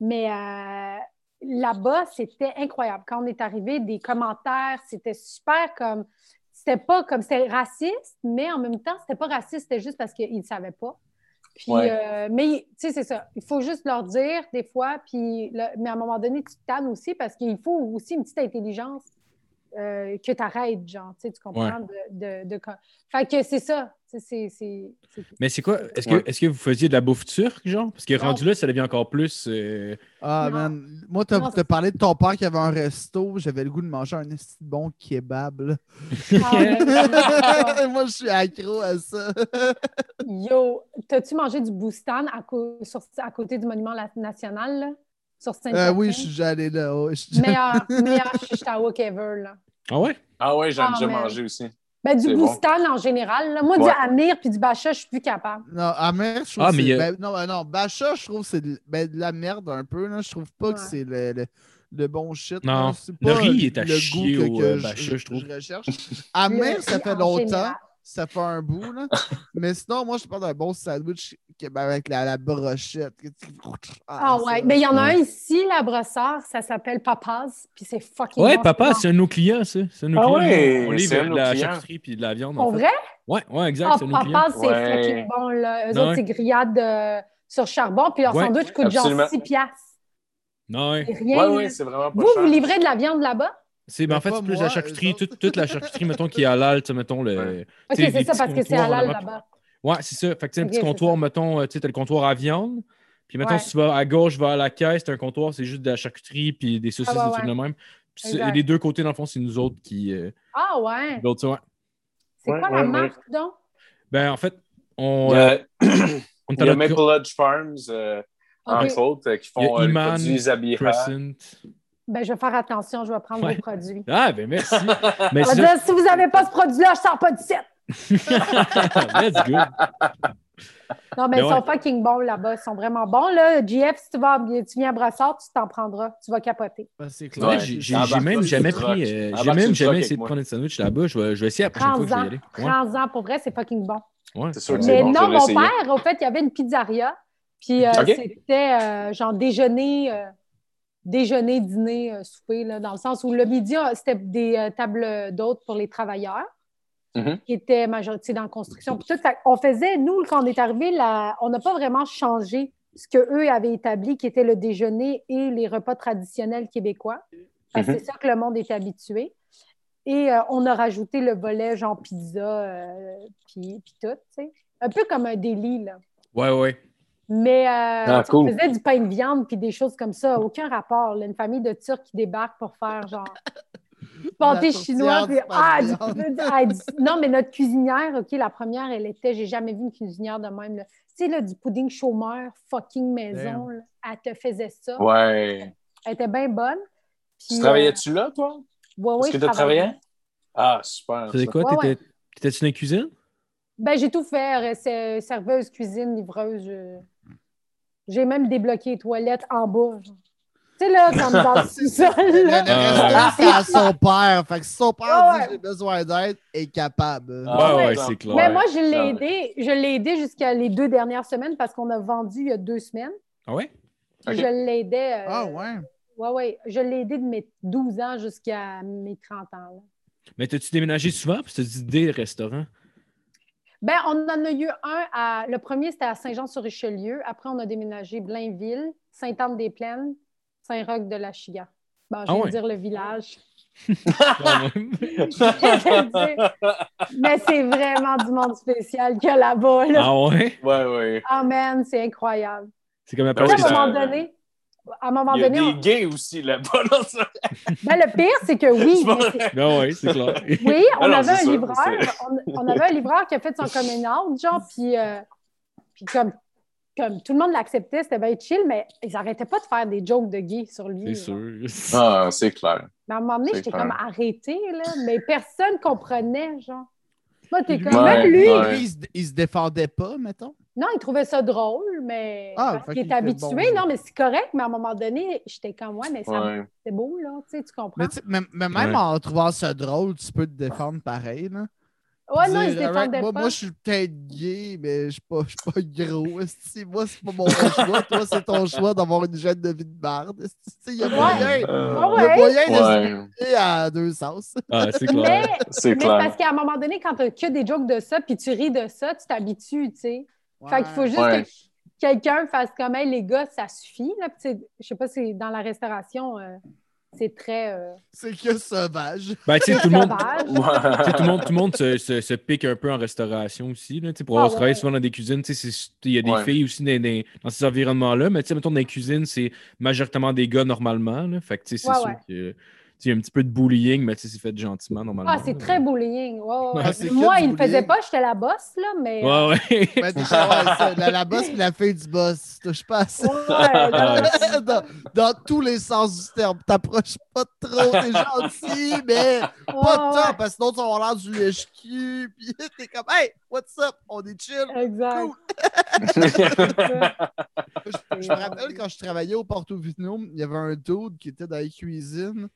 Mais euh, là-bas, c'était incroyable. Quand on est arrivé, des commentaires, c'était super comme. C'était pas comme. C'était raciste, mais en même temps, c'était pas raciste, c'était juste parce qu'ils ne savaient pas. Puis, Ouais. euh, mais, tu sais, c'est ça. Il faut juste leur dire des fois, puis, le- mais à un moment donné, tu te tannes aussi parce qu'il faut aussi une petite intelligence euh, que tu arrêtes, genre, tu sais, tu comprends? De, de, de co- Fait que c'est ça. Tu sais, C'est, c'est, c'est- Mais c'est quoi? Est-ce Ouais. que, est-ce que vous faisiez de la bouffe turque, genre? Parce que Non. rendu là, ça devient encore plus. euh, Ah, Non. man. Moi, t'as Non, t'as parlé de ton père qui avait un resto. J'avais le goût de manger un esti de bon kebab. là. Ah ouais, c'est bon. Moi, je suis accro à ça. Yo, t'as-tu mangé du boustan à, co- sur- à côté du monument la- national, là, sur saint Euh, oui, je suis déjà allé là. ouais, je suis déjà- Meilleur, meilleur shishtaouk ever, là. Ah ouais? Ah ouais, j'en ai Ah, déjà mais- mangé aussi. Ben, du C'est boustan en général, là. Moi, du Ouais. Amir puis du Bacha, je suis plus capable. Non, Amir, je trouve Ah, que mais il c'est- y a- ben, non, ben non, Bacha, je trouve que c'est de, ben, de la merde un peu. Là. Je trouve pas que Ouais. c'est le, le- le bon shit. Non. là. C'est Le pas riz est à le chier goût que- au, que euh, je- Bacha, je trouve. recherche. Amir, Le ça riz fait en longtemps. général. Ça fait un bout, là. Mais sinon, moi, je parle d'un bon sandwich que- ben, avec la, la brochette. Ah ça, ouais, mais il y en a Ouais. un ici, la brossard, ça s'appelle Papa's, puis c'est fucking Ouais, bon, papa, c'est c'est un de nos clients, ça. C'est un de nos Ah clients. on ouais, c'est un livre de de nos la clients. charcuterie puis de la viande. bon. En En fait. vrai? Ouais, ouais, exact, Ah, c'est un de nos clients. Papa's, c'est Ouais. fucking bon, là. Eux Non, autres, c'est grillade euh, sur charbon, puis leur Ouais. sandwich coûte Absolument. genre 6 piastres. Non, ouais. C'est rien. Ouais, là. ouais, c'est vraiment pas vous, cher. vous livrez de la viande là-bas? C'est, mais en Mais fait, pas c'est plus moi, la eux charcuterie, autres. toute, toute la charcuterie, mettons, qui est halal, tu sais, mettons, le. OK, T'sais, c'est les ça, petits parce que c'est comptoirs halal là-bas. là-bas. Ouais, c'est ça. Fait que, tu sais, un Ok, petit c'est comptoir, ça. mettons, euh, tu sais, t'as le comptoir à viande. Puis, mettons, Ouais. si tu vas à gauche, vas à la caisse, t'as un comptoir, c'est juste de la charcuterie, puis des saucisses, Ah, ouais, des trucs ouais. de même. Puis, c'est- Exact. les deux côtés, dans le fond, c'est nous autres qui. euh, Ah ouais? l'autre, tu vois. C'est Ouais, quoi ouais, la ouais. marque, donc? Ben, en fait, on. Il y euh, a, on il est y à a notre- Maple Lodge Farms, euh, Ok. entre autres, euh, qui Il y a font euh, les Iman, produits Zabiha. Crescent. Ben, je vais faire attention, je vais prendre Ouais. vos produits. Ah, ben merci. Mais On va c'est ça. dire, si vous n'avez pas ce produit-là, je sors pas du site. Let's go. Non, mais Mais ils ouais. sont fucking bons là-bas. Ils sont vraiment bons, là. GF, si tu, vas, tu viens à Brassard, tu t'en prendras. Tu vas capoter. Ben, c'est C'est vrai clair. que j'ai- j'ai- J'ai Embarque même sur jamais le truck. pris. euh, J'ai Embarque sur même le truck jamais avec essayé de moi. prendre un sandwich là-bas. Je vais je vais essayer la prochaine fois que je vais Prends-en. y aller. Ouais, Prends-en. Pour vrai, c'est fucking bon. ouais. C'est sûr que c'est Mais bon, je non, vais mon l'essayer. père, au fait, il y avait une pizzeria. Puis euh, Ok. c'était euh, genre déjeuner, euh, déjeuner, dîner, euh, souper, là, dans le sens où le midi, euh, c'était des euh, tables d'hôtes pour les travailleurs Mhm. qui étaient majorité dans la construction. Puis tout, Fait qu'on faisait, nous, quand on est arrivé, là, on n'a pas vraiment changé ce qu'eux avaient établi, qui était le déjeuner et les repas traditionnels québécois. Parce que Mhm. C'est ça que le monde est habitué. Et euh, on a rajouté le volet genre pizza, euh, puis puis tout, tu sais. Un peu comme un délit, là. Ouais, ouais. Mais euh, tu sais, Ah, cool. on faisait du pain de viande puis des choses comme ça. Aucun rapport. là. Une famille de Turcs qui débarque pour faire genre du pâté La chinois. tourtière, puis- du ah, pain de du- ah, du- non, mais notre cuisinière, OK, la première, elle était, j'ai jamais vu une cuisinière de même. là. Tu sais, là, du pudding chômeur, fucking maison, là. elle te faisait ça. Ouais. Elle était bien bonne. Puis, Tu euh, travaillais-tu là, toi? ouais, ouais, Est-ce que je tu travaillais. travaillais? Ah, super. Tu faisais ça. quoi? Ouais, T'étais- T'étais-tu dans la cuisine? Ben, j'ai tout fait. euh, c'est- Serveuse, cuisine, livreuse. je- J'ai même débloqué les toilettes en bas. genre. Tu sais, là, comme dans le Le, sous-sol. le là. Euh, restaurant, c'est à son père. Fait que si son père Ah, Ouais, dit j'ai besoin d'aide, est capable. Ah, Ouais, ouais, c'est clair. Mais Ouais. moi, je Non, l'ai mais- aidé. Je l'ai aidé jusqu'à les deux dernières semaines parce qu'on a vendu il y a deux semaines. Ah ouais? Puis Ok. Je l'aidais. euh, Ah ouais. Ouais, ouais. Je l'ai aidé de mes 12 ans jusqu'à mes 30 ans. là. Mais t'as-tu déménagé souvent? Puis t'as dit des restaurants. Ben, on en a eu un à. Le premier, c'était à Saint-Jean-sur-Richelieu. Après, on a déménagé Blainville, Sainte-Anne-des-Plaines, Saint-Roch-de-la-Chiga. Bon, Ah je viens ouais. de dire le village. Quand même. Mais c'est vraiment du monde spécial qu'il y a là-bas. Là. ah ouais? Ouais, ouais. Ah, man, c'est incroyable. C'est comme la Ben oui, place Puis que à un tu- ça- moment donné, à un moment Il y a donné, des on- gays aussi là-bas. dans ça. ben, le pire, c'est que oui. C'est pas vrai. Ben oui, c'est clair. Oui, on Ah non, avait c'est un sûr, livreur. On, on avait un livreur qui a fait son coming out, genre, puis, euh, puis comme, comme tout le monde l'acceptait, c'était bien chill, mais ils n'arrêtaient pas de faire des jokes de gay sur lui. C'est genre. sûr. Ah, c'est clair. Mais à un moment donné, C'est j'étais clair. comme arrêtée, là, mais personne comprenait, genre. Moi, t'es comme, Ouais, même lui, ouais. il, se, il se défendait pas, mettons. non, il trouvait ça drôle, mais Ah, parce fait qu'il qu'il était était bon, habitué, là. non, mais c'est correct, mais à un moment donné, j'étais comme, ouais, mais ça, Ouais. c'est beau, là, tu sais, tu comprends. Mais, tu sais, même même même Ouais. en trouvant ça drôle, tu peux te défendre pareil. Là. Ouais, non, il se Dire, Alright, défendait moi, pas. moi, je suis peut-être gay, mais je suis pas, je suis pas gros. esti. Moi, c'est pas mon choix. Toi, c'est ton choix d'avoir une jeune de vie de barde. esti. Tu sais, Il y a Ouais. moyen, il y Euh, Ah ouais. a moyen de se ouais, défendre à deux sens. Ah, c'est Mais clair. c'est Mais parce clair. qu'à un moment donné, quand t'as que des jokes de ça, puis tu ris de ça, tu t'habitues, tu sais. Fait qu'il faut juste Ouais. que quelqu'un fasse comme Hey, les gars, ça suffit. Là. Puis, tu sais, Je sais pas si dans la restauration, euh, c'est très euh, C'est que sauvage. Ben, tu sais, tout le monde. sauvage. Tu sais, tout le monde, tout le monde se, se- se pique un peu en restauration aussi. Là, tu sais, pour avoir Ah ouais. travaillé souvent dans des cuisines, tu sais, c'est- il y a des Ouais. filles aussi dans, dans- dans ces environnements-là. Mais tu sais, mettons, dans les cuisines, c'est majoritairement des gars normalement. Là, fait que tu sais, c'est Ouais, sûr ouais. que, tu sais, il y a un petit peu de bullying, mais tu sais, c'est fait gentiment normalement. Ah, c'est très bullying. Ouais, ouais, ouais. Ah, c'est que Moi, du il ne faisait bullying. pas, j'étais la bosse, là, mais. euh, Ouais, ouais. Mais tu sais, ouais, ça, la, la boss et la fille du boss, tu touches pas à ça. euh, ouais, non, dans, dans tous les sens du terme. T'approches pas trop, t'es gentil, mais pas ouais, de temps, parce que sinon, tu vas avoir l'air du lèche-cul, pis t'es comme, hey, what's up, on est chill. ouais, Exact. Cool. C'est ça. Je me rappelle quand je travaillais au Porto Vino, il y avait un dude qui était dans les cuisines,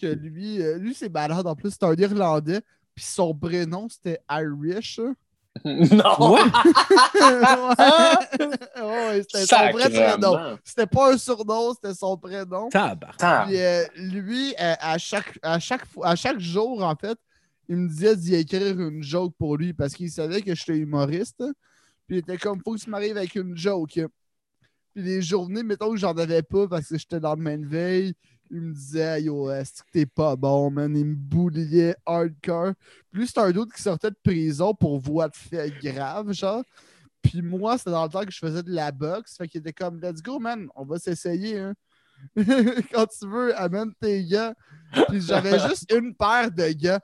que lui, euh, lui, c'est malade, en plus, c'est un Irlandais, puis son prénom, c'était Irish. hein. Non! Quoi? ouais, ouais, c'était son vrai prénom. Sacrément. C'était pas un surnom, c'était son prénom. Tabar. Tab. Puis euh, lui, euh, à, chaque, à, chaque, fois- à chaque jour, en fait, il me disait d'y écrire une joke pour lui parce qu'il savait que j'étais humoriste. hein. Puis il était comme, faut que tu m'arrives avec une joke. Puis les journées, mettons que j'en avais pas parce que j'étais dans le main veille, il me disait, yo, est-ce que t'es pas bon, man? Il me bouillait hardcore. Plus c'était un autre qui sortait de prison pour voix de fait grave, genre. Puis moi, c'était dans le temps que je faisais de la boxe. Fait qu'il était comme, let's go, man, on va s'essayer, hein. Quand tu veux, amène tes gants. Puis j'avais juste une paire de gants.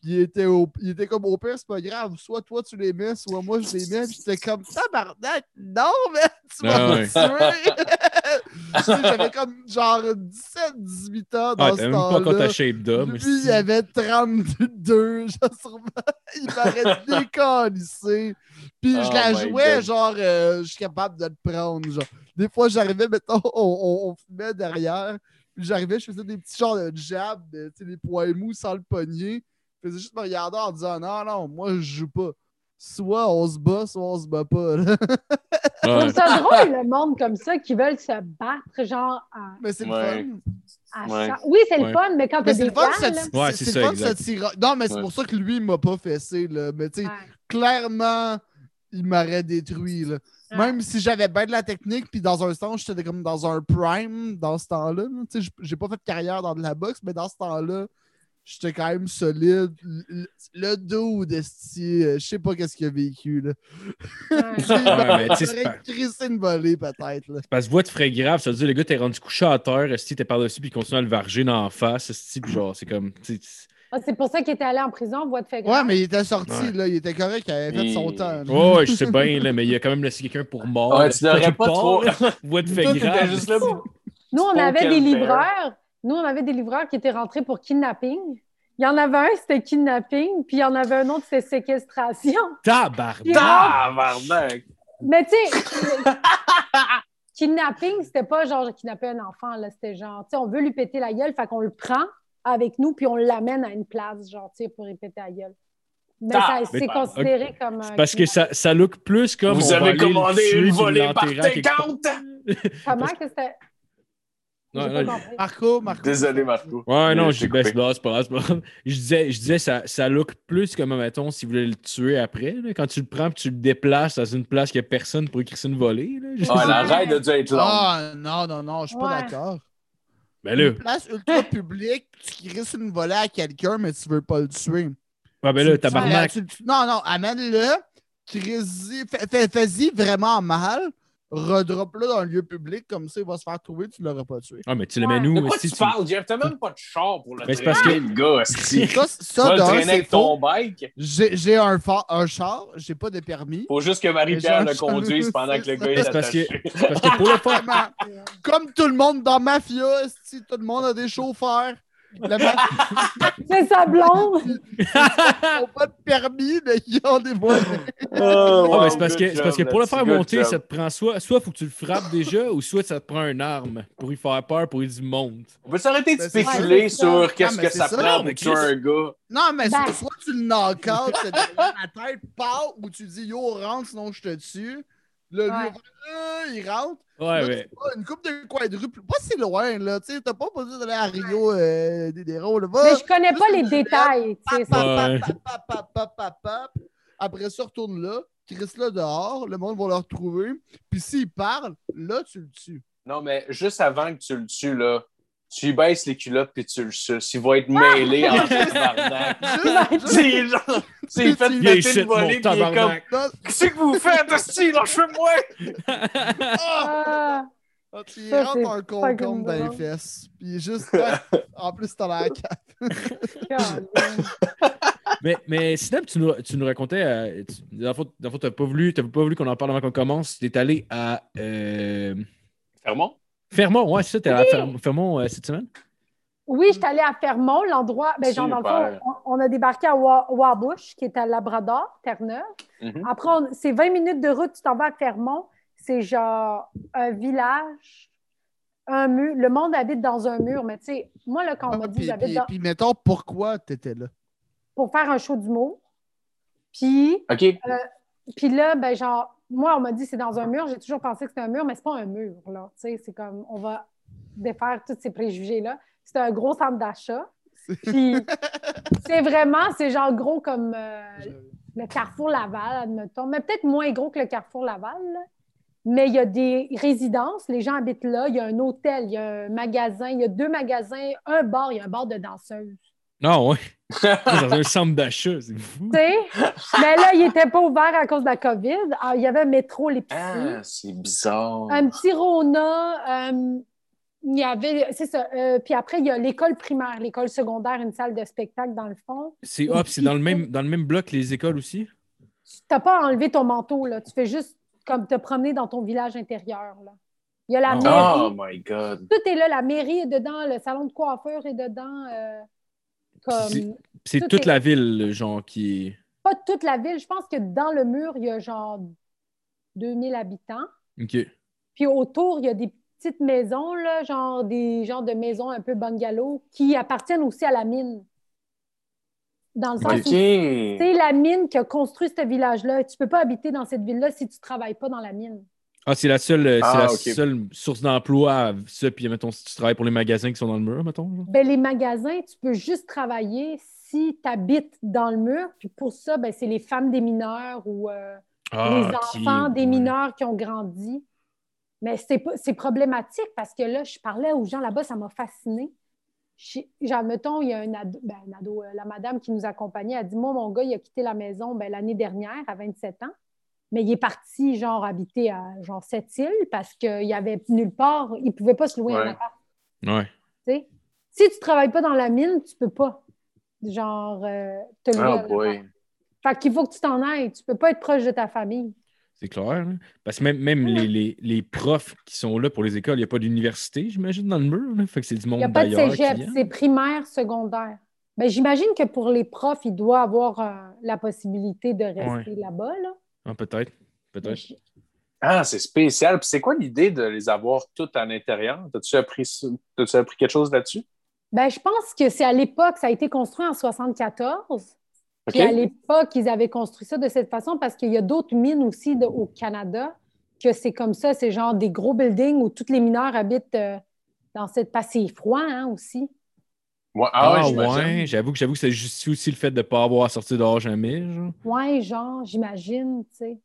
Puis il était, au- il était comme, au pire, c'est pas grave. Soit toi, tu les mets, soit moi, je les mets. Puis j'étais comme, tabarnak, non, mais tu vas Ah me ouais. tuer. Tu sais, J'avais comme genre 17-18 ans dans Ah, ce t'as même pas encore ta temps-là. shape d'homme. Lui, esti. il avait 32, genre, sûrement. Il m'arrête décalissé. Puis Oh je la my jouais, God. genre, euh, je suis capable de le prendre. Genre. Des fois, j'arrivais, mettons, on, on, on fumait derrière. Puis j'arrivais, je faisais des petits genres de jab, de, tu sais, des poings mous sans le pogner. Je faisais juste me regarder en disant, non, non, moi, je joue pas. Soit on se bat, soit on se bat pas. là. Je Ouais. trouve ça drôle, le monde comme ça, qui veulent se battre, genre, à, Mais c'est Ouais. le fun. à Ouais. chan- Oui, c'est le Ouais. fun, mais Mais Ah, quand t'as ben, c'est des le fun fans, que là, ça- Ouais, c'est- c'est c'est ça, le fun que exact. ça tira- Non, mais c'est Ouais. pour ça que lui, il m'a pas fessé. Là. Mais tu sais, ouais. clairement, il m'aurait détruit. Là. Ouais. Même si j'avais bien de la technique, puis dans un sens, j'étais comme dans un prime dans ce temps-là. là. Tu sais, j- j'ai pas fait de carrière dans de la boxe, mais dans ce temps-là, j'étais quand même solide. Le, le dude, esti, euh, je sais pas qu'est-ce qu'il a vécu. Là. Ouais. Il mais tu sais, c'est pas- m'aurait crissé une volée, peut-être. là. Parce que voix de frais grave, ça veut dire le gars t'es rendu couché à terre, esti, t'es par-dessus, puis il continue à le varger dans la face, esti, puis genre, c'est comme. tu sais, Ah, C'est pour ça qu'il était allé en prison, voie de fait grave. Ouais, mais il était sorti, Ouais. là, il était correct, il avait fait son Et- temps. là. Ouais, ouais, je sais bien, là, mais il a quand même laissé quelqu'un pour mort. Ouais, tu devrais pas trop. What fait Toi, t'étais grave. juste là pour- Nous, on Spoken avait des bear. livreurs. Nous, on avait des livreurs qui étaient rentrés pour kidnapping. Il y en avait un, c'était kidnapping, puis il y en avait un autre, c'était séquestration. Tabarnak! Ah! Tabarnak! Mais tu sais, le- kidnapping, c'était pas genre kidnapper un enfant, là. C'était genre, tu sais, on veut lui péter la gueule, fait qu'on le prend avec nous, puis on l'amène à une place, genre, tu sais, pour lui péter la gueule. Mais Ah, ça, mais- c'est considéré comme. euh, un Parce que kidnapping. ça, ça look plus comme. Vous on va avez aller le commandé tuer, une puis volée par l'enterrer à quelque part. T40! Comment que c'était. Non, J'ai non, pas je- compris. Marco, Marco. Désolé, Marco. Ouais, non, Euh, je dis, t'ai ben, coupé. c'est pas grave, c'est pas grave, c'est pas grave. Je disais, je disais ça, ça look plus comme, mettons, si vous voulez le tuer après, là, quand tu le prends et tu le déplaces dans une place qu'il n'y a personne pour écrire une volée. Là, je sais Ouais, la pas. ride a dû être longue. Ah, non, non, non, je suis pas Ouais. d'accord. Ben là, Une place ultra publique, tu risques une volée à quelqu'un, mais tu veux pas le tuer. ouais, ben Tu- là, tu- tabarnak. tu- tu- non, non, amène-le. crise-y, fais- fais- Fais-y vraiment mal. redrop-le dans un lieu public, comme ça, il va se faire trouver, tu l'auras pas tué. Ah, mais tu le mets Ouais. De nous. quoi si tu parles, Jeff? T'as même pas de char pour le Mais c'est traîner, parce que- le gars, esti. Ça, Tu ça vas le de un, traîner c'est avec ton faux. bike. J'ai j'ai un, fa- un char, j'ai pas de permis. Faut juste que Marie-Pierre Mais le genre, conduise pendant que le gars est C'est parce que- attaché. Parce que pour le faire. Vraiment. Comme tout le monde dans Mafia, esti, tout le monde a des chauffeurs. La mafia C'est sa blonde. n'a pas de permis, mais ils ont des voitures. Oh, Ah, mais c'est parce, que, c'est parce que pour le faire monter, ça te prend soit, soit faut que tu le frappes déjà ou soit ça te prend une arme pour lui faire peur, pour lui dire monte. On peut s'arrêter de Ben, c'est spéculer ça. Ouais, sur qu'est-ce mais que c'est ça ça, prend mais pour tuer un gars. Non, mais Ben. c'est soit tu le knock-out, c'est derrière la tête, pas, ou tu dis yo, rentre, sinon je te tue. Là, lui, Ouais. euh, il rentre. Ouais, Là, ouais. tu vois, Une coupe de quadruple, pas si loin, là. Tu sais, t'as pas besoin d'aller à Rio euh, des Dédéro, là. Va, Mais je connais pas les détails. tu sais, Pap, ça. Ouais. pap, pap, pap, pap, pap, pap, pap. Après ça, retourne là, Chris là dehors, le monde va le retrouver. Puis s'il parle, là, tu le tues. Non, mais juste avant que tu le tues, là, tu lui baisses les culottes puis tu le suces. Il va être Ah! mêlé en tabarnak. Juste- juste- C'est genre, c'est fait Il Il est péter shit, le mon volet puis il est comme tabarnak. non, Qu'est-ce que vous faites, Asti? Lâchez-moi! ah! Ah, Tu lui Ça, c'est rentres un concombre dans les drôle. fesses. Puis juste, ouais, en plus, t'as la carte. God. Mais, mais Snap, tu nous, tu nous racontais, euh, tu, dans le fond, dans le fond, t'as pas voulu, t'as pas voulu qu'on en parle avant qu'on commence. T'es allé à euh, Fermont? Fermont, ouais, c'est ça, t'es allé à Ferm- Fermont euh, cette semaine. Oui, je suis allée à Fermont, l'endroit. Ben, genre, dans le Super. fond, on, on a débarqué à Wa- Wabush, qui est à Labrador, Terre-Neuve. Mhm. Après, on- c'est 20 minutes de route, tu t'en vas à Fermont. C'est genre un village, un mur. Le monde habite dans un mur, mais tu sais, moi, là, quand on m'a dit Ah, Puis, j'habite puis- dans- puis mettons, pourquoi t'étais là? pour faire un show d'humour. Puis, OK. puis là, ben, genre, moi, on m'a dit c'est dans un mur. J'ai toujours pensé que c'était un mur, mais c'est pas un mur, là. Tu sais, c'est comme, on va défaire tous ces préjugés-là. C'est un gros centre d'achat. Puis, c'est vraiment, c'est genre gros comme euh, le Carrefour Laval, admettons, mais peut-être moins gros que le Carrefour Laval. là. Mais il y a des résidences, les gens habitent là, il y a un hôtel, il y a un magasin, il y a deux magasins, un bar, il y a un bar de danseuses. Non, ouais. dans un centre d'achat, c'est fou. Tu sais? Mais là, il n'était pas ouvert à cause de la COVID. Ah, il y avait un métro, l'épicerie. Ah, c'est bizarre. Un petit Rona. euh, il y avait, c'est ça. euh, puis après, il y a l'école primaire, l'école secondaire, une salle de spectacle dans le fond. C'est hop, c'est dans le même dans le même bloc que les écoles aussi. Tu n'as pas enlevé ton manteau, là. Tu fais juste comme te promener dans ton village intérieur, là. Il y a la Oh. Oh mairie. my God. Tout est là. La mairie est dedans. Le salon de coiffure est dedans. euh, comme... C'est Tout toute est- la ville, genre, qui est. Pas toute la ville. Je pense que dans le mur, il y a genre 2000 habitants. OK. Puis autour, il y a des petites maisons, là, genre des genres de maisons un peu bungalow qui appartiennent aussi à la mine. Dans le sens OK. où c'est la mine qui a construit ce village-là. Tu peux pas habiter dans cette ville-là si tu ne travailles pas dans la mine. Ah, c'est la seule, euh, c'est Ah, la ok. seule source d'emploi, ça, puis mettons, si tu travailles pour les magasins qui sont dans le mur, mettons. genre. Ben, les magasins, tu peux juste travailler si tu habites dans le mur. Puis pour ça, ben, c'est les femmes des mineurs ou euh, les Ah, ok, enfants des ouais. mineurs qui ont grandi. Mais c'est pas- c'est problématique parce que là, je parlais aux gens là-bas, ça m'a fascinée. Je- Genre, mettons, il y a un ado, ben, un ado, euh, la madame qui nous accompagnait, elle dit Moi, mon gars, il a quitté la maison ben, l'année dernière, à 27 ans, mais il est parti, genre, habiter à genre cette île parce qu'il n'y avait nulle part, il ne pouvait pas se louer un Ouais. appart. Ouais. tu sais. Si tu ne travailles pas dans la mine, tu peux pas, genre, euh, te Ah, louer. un Oh appart. boy. Fait qu'il faut que tu t'en ailles. Tu peux pas être proche de ta famille. C'est clair. là. Parce que même, même les, les, les profs qui sont là pour les écoles, il n'y a pas d'université, j'imagine, dans le mur. là. Fait que c'est du Il n'y a monde pas de d'ailleurs. qui cégep, vient. c'est primaire, secondaire. Ben, J'imagine que pour les profs, il doit avoir euh, la possibilité de rester là-bas. Là. Ah, peut-être. Peut-être. Je- Ah, c'est spécial. Puis c'est quoi l'idée de les avoir toutes à l'intérieur? T'as-tu appris, ça- t'as-tu appris quelque chose là-dessus? Ben, je pense que c'est à l'époque, ça a été construit en 74. OK. Puis à l'époque, ils avaient construit ça de cette façon parce qu'il y a d'autres mines aussi de- au Canada que c'est comme ça. C'est genre des gros buildings où tous les mineurs habitent euh, dans cette... Parce que c'est froid hein, aussi. Ouais, Ah, ah, ouais, j'imagine. ouais, j'avoue que j'avoue que ça justifie aussi le fait de ne pas avoir sorti dehors jamais. Genre. Ouais, genre, j'imagine, tu sais,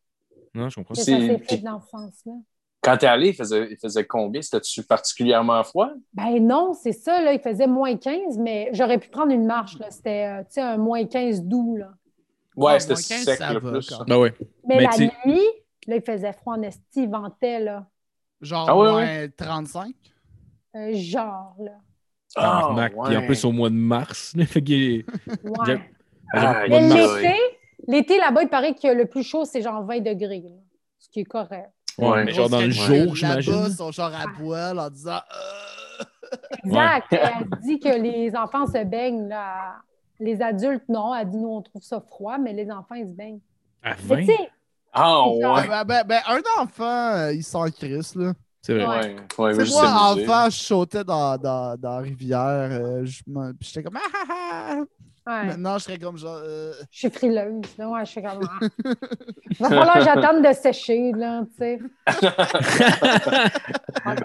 Non, je comprends. que ça C'est- s'est fait dans ce sens-là. Quand t'es allé, il faisait, il faisait combien? C'était-tu particulièrement froid? Ah, Ben non, c'est ça, là, il faisait moins 15, mais j'aurais pu prendre une marche, là. C'était, euh, tu sais, un moins 15 doux, là. Ouais, Ouais, c'était moins 15, sec ça le va plus. quand Ah ouais. Mais, Mais la tu sais- nuit, Là, il faisait froid en esti, il ventait, là. Genre Ah ouais, moins 35. Euh, genre, là. Tabarnak. Ah, Puis en ouais. plus, au mois de mars, là, fait qu'il- Ouais. J'aime- Ah, Aïe, j'aime Mais pas le aïe. l'été, l'été là-bas, il paraît que le plus chaud, c'est genre 20 degrés, là. ce qui est correct. Ouais, mais genre dans le Parce que jour, Là-bas, j'imagine. ils sont genre à poil en disant. Euh... Exact. Elle dit que les enfants se baignent, là. Les adultes, non. Elle dit, nous, on trouve ça froid, mais les enfants, ils se baignent. À Mais 20? tu sais, Ah, Ouais. ouais. Ben, ben, ben, un enfant, euh, il s'en crisse, là. C'est vrai. Ouais. Ouais, ouais, Tu mais sais, je moi, sais amuser. enfant, je sautais dans, dans, dans la rivière. euh, je me- puis j'étais comme. Ah, ah, ah. ouais, Maintenant, je serais comme genre. euh, je suis frileuse. là. Ouais, je suis comme... Ah. Il va falloir que j'attende de sécher, là, tu sais.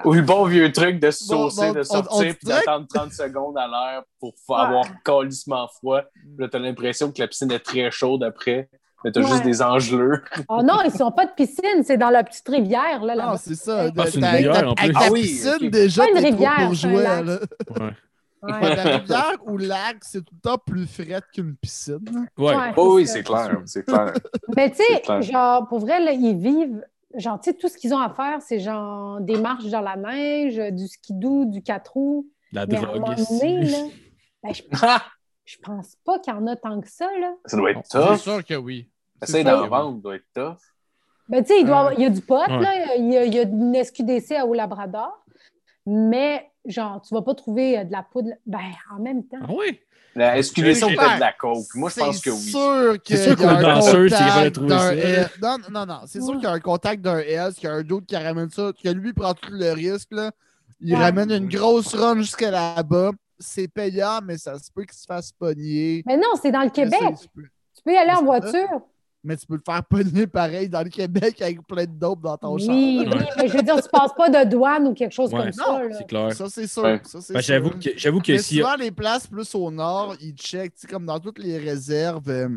Ou le bon vieux truc de se Bon, saucer, bon, on- de on sortir dirait puis d'attendre 30 secondes à l'air pour fa- Ouais. avoir calissement froid. Puis Là, t'as l'impression que la piscine est très chaude après, mais t'as Ouais. juste des engeleux. Oh non, ils sont pas de piscine, c'est dans la petite rivière, là. Non, là-bas. c'est ça. Ah, c'est une T'as- rivière, t'as- en plus. Avec ta Ah oui, piscine, ok. déjà, Pas une t'es trop rivière, pour c'est un jouer. lac. Là. Ouais. Ouais. Ouais, la rivière ou lac, c'est tout le temps plus frais qu'une piscine. Ouais. Ouais. Oh oui, ça. c'est clair, c'est clair. Mais tu C'est sais, clair. genre, pour vrai, là, ils vivent. Genre, tu sais, tout ce qu'ils ont à faire, c'est genre des marches dans la neige, du skidoo, du quatre roues. La Mais à un moment drogue donné, là, ici. ben, je, Ah! je pense pas qu'il y en a tant que ça, là. ça doit être C'est Ah. tough. sûr que oui. Essaye sûr. d'en vendre, ça doit être tough. Ben, tu sais, il, doit- il y a du pot, Ouais. là. Il y, a, il y a une SQDC à Haut-Labrador. Mais, genre, tu vas pas trouver euh, de la poudre. Ben, en même temps. Ah ouais? La SQDC, on J'ai- peut être de la coke. Moi, je pense que C'est oui. sûr que. C'est sûr y a qu'aux un danseurs, c'est contact capable de trouver d'un ça, là. S. Non, non, non, non. C'est sûr qu'il y a un contact d'un S, qu'il y a un d'autre qui ramène ça, que lui prend tout le risque. Là. Il Ouais. ramène une grosse run jusqu'à là-bas. C'est payant, mais ça se peut qu'il se fasse pogner. Mais Ben non, c'est dans le Mais Québec. ça, tu peux- Tu peux y aller en Mais c'est voiture. Mais tu peux le faire pogner pareil dans le Québec avec plein de dope dans ton char. Oui, oui. Mais je veux dire, tu passes pas de douane ou quelque chose Ouais. comme Non, ça, là. C'est clair. Ça, c'est sûr. Ouais. Ça, c'est Ben, J'avoue sûr. que, j'avoue que Mais si. souvent, les places plus au nord, ils checkent, tu sais, comme dans toutes les réserves euh,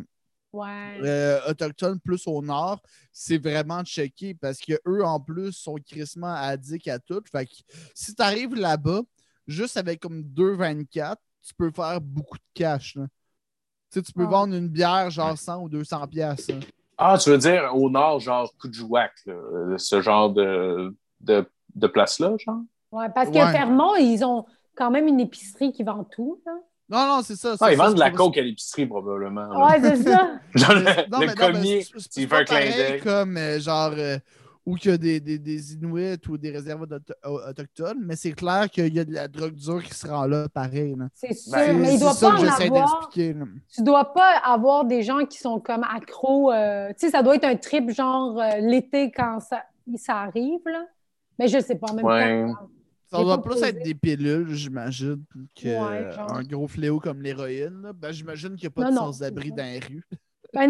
Ouais. euh, autochtones plus au nord, c'est vraiment checké parce que eux en plus, sont crissement addicts à tout. Fait que si tu arrives là-bas, juste avec comme 2,24, tu peux faire beaucoup de cash. là. Tu sais, tu peux Ah. vendre une bière genre 100 ou 200 pièces. Ah, tu veux dire au nord, genre Coudjouac, là, euh, ce genre de, de, de place-là, genre? Ouais, parce que Ouais. Fermont, ils ont quand même une épicerie qui vend tout. Là. Non, non, c'est ça. ça, Ah, ils ça, vendent de c'est la pas- coke à l'épicerie, probablement. Ah là. Ouais, c'est ça. Genre, le, Mais- le non, mais non, mais commis, c'est- c'est s'il veut pas un clin pareil d'œil. Comme euh, genre, euh, ou qu'il y a des, des, des Inuits ou des réserves auto- au- autochtones, mais c'est clair qu'il y a de la drogue dure qui se rend là, pareil. là. C'est sûr. Ben, mais C'est il doit ça pas que en j'essaie avoir. d'expliquer. là. Tu dois pas avoir des gens qui sont comme accros. euh, tu sais, ça doit être un trip genre euh, l'été quand ça, ça arrive. Là. Mais je sais pas en même Ouais. temps. Ça J'ai doit pas plus posé. être des pilules, j'imagine, que euh, Ouais, genre. un gros fléau comme l'héroïne. là. Ben, j'imagine qu'il n'y a pas Non, de non, sans-abri dans c'est les rues. Ben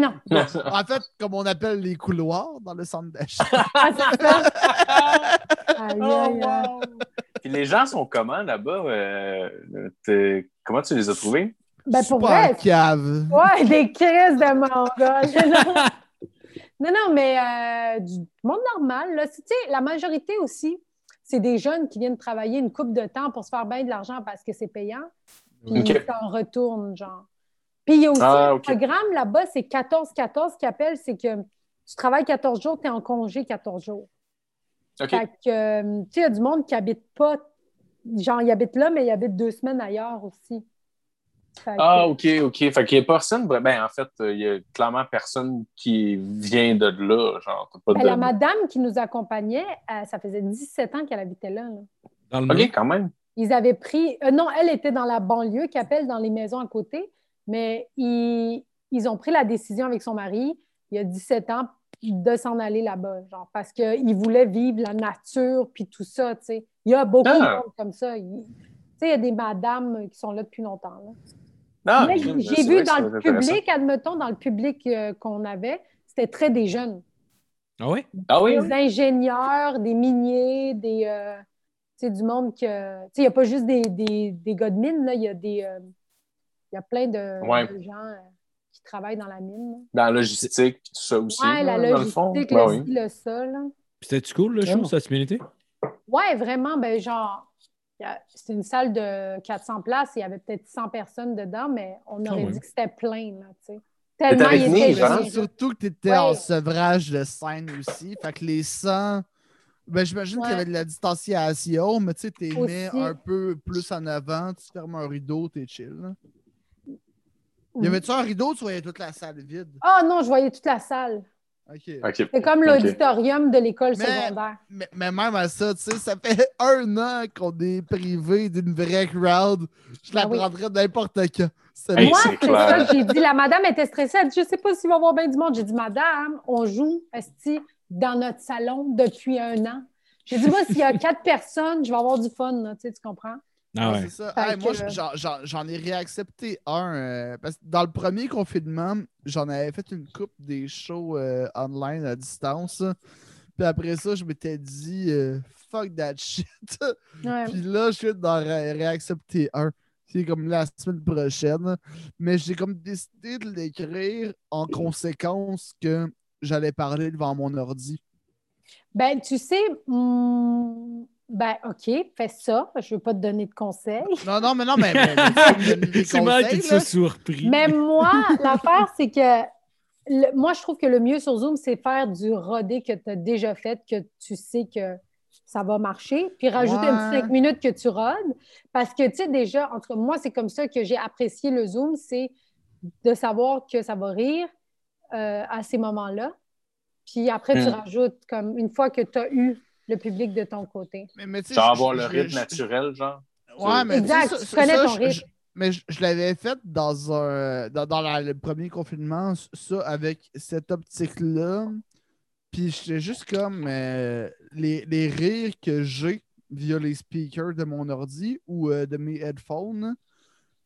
non. En fait, comme on appelle les couloirs dans le centre d'achat. Ah, c'est ça. Aïe, Oh, aïe, aïe. Puis les gens sont comment là-bas? Euh, t'es- comment tu les as trouvés? Ben Super pour vrai, cave. Ouais, des crises de mongols. non, non, mais euh, du monde normal. Là, C'est- tu sais, la majorité aussi, c'est des jeunes qui viennent travailler une coupe de temps pour se faire bien de l'argent parce que c'est payant. Puis Ok. ils s'en retournent, genre. Puis il y a aussi Ah, un ok. programme là-bas, c'est 14-14 qui appelle, c'est que tu travailles 14 jours, tu es en congé 14 jours. OK. Fait que, euh, tu sais, il y a du monde qui habite pas, genre, ils habitent là, mais ils habitent deux semaines ailleurs aussi. Fait que- Ah, OK, OK. Fait qu'il n'y a personne. Ben, en fait, euh, il n'y a clairement personne qui vient de là. Genre, t'as pas Ben, de. la madame qui nous accompagnait, euh, ça faisait 17 ans qu'elle habitait là. là. Dans le OK, mur. quand même. Ils avaient pris. euh, non, elle était dans la banlieue, qui appelle dans les maisons à côté, mais ils, ils ont pris la décision avec son mari, il y a 17 ans, de s'en aller là-bas, genre, parce qu'ils voulaient vivre la nature, puis tout ça, tu sais. Il y a beaucoup de Ah. monde comme ça. Il- Tu sais, il y a des madames qui sont là depuis longtemps. là. Non, Mais crime, j'ai Ah, c'est vu vrai que dans ça le doit être intéressant. public, admettons, dans le public euh, qu'on avait, c'était très des jeunes. Ah ouais? Ah oui, des oui. ingénieurs, des miniers, des, euh, tu sais, du monde que. Tu sais, il n'y a pas juste des, des, des gars de mine, là. Il y a des. euh, il y a plein de, Ouais. de gens euh, qui travaillent dans la mine. Dans la logistique, puis tout ça aussi. là. Ouais, la là, dans le logistique, fond. le, Ben oui. ci, le ça, là. C'était-tu cool, le show, Vraiment. ça, cette communauté? Ouais, vraiment, ben genre. il y a- C'était une salle de 400 places, il y avait peut-être 100 personnes dedans, mais on Quand aurait même. dit que c'était plein, là, tu sais. Tellement Ah avec il nous, était Mais Jean? gêné. c'est surtout que tu étais Ouais. en sevrage de scène aussi. Fait que les sangs. Ben, J'imagine qu'il y Ouais. avait de la distanciation, mais tu sais, t'es mis Aussi. un peu plus en avant, tu fermes un rideau, t'es chill. là. Y avait-tu un rideau, tu voyais toute la salle vide? Ah non, je voyais toute la salle. Ok. OK. C'est comme Ok. l'auditorium de l'école Mais- secondaire. Mais, mais même à ça, tu sais, ça fait un an qu'on est privé d'une vraie crowd. Je la Ah oui. prendrais n'importe quand. C'est Hey, Moi, c'est c'est clair. ça que j'ai dit. La madame était stressée. Elle dit, je sais pas s'il va y avoir bien du monde. J'ai dit, madame, on joue esti, dans notre salon depuis un an. J'ai dit, moi, s'il y a quatre personnes, je vais avoir du fun, là, tu sais, tu comprends? Ah ouais. C'est ça. Fait Hey, moi, que- j'en- j'en j'en ai réaccepté un. euh, parce que dans le premier confinement, j'en avais fait une coupe des shows euh, online à distance. là. Puis après ça, je m'étais dit euh, fuck that shit. Ouais. Puis là, je suis d'en ré- réaccepter un. C'est comme la semaine prochaine. Mais j'ai comme décidé de l'écrire en conséquence que j'allais parler devant mon ordi. Ben, tu sais, hmm, ben, OK, fais ça. Je ne veux pas te donner de conseils. Non, non, mais non, mais. mais- mais- mais- mais- C'est mal conseils, qu'il là. soit surpris. Mais moi, l'affaire, c'est que le- moi, je trouve que le mieux sur Zoom, c'est faire du rodé que tu as déjà fait, que tu sais que ça va marcher, puis rajouter Ouais. un petit cinq minutes que tu rodes. Parce que, tu sais, déjà, en tout cas, moi, c'est comme ça que j'ai apprécié le Zoom, c'est de savoir que ça va rire euh, à ces moments-là. Puis après, tu Hmm. Mm. rajoutes comme une fois que tu as eu le public de ton côté. Mais- mais tu sais, Genre je- avoir je- le je- rythme je- naturel, genre. Ouais, mais Exact, sais, tu connais ton je- je- rythme. mais je, je l'avais fait dans un dans, dans la- le premier confinement, ça, avec cette optique-là. Puis j'étais juste comme euh, les, les rires que j'ai via les speakers de mon ordi ou euh, de mes headphones,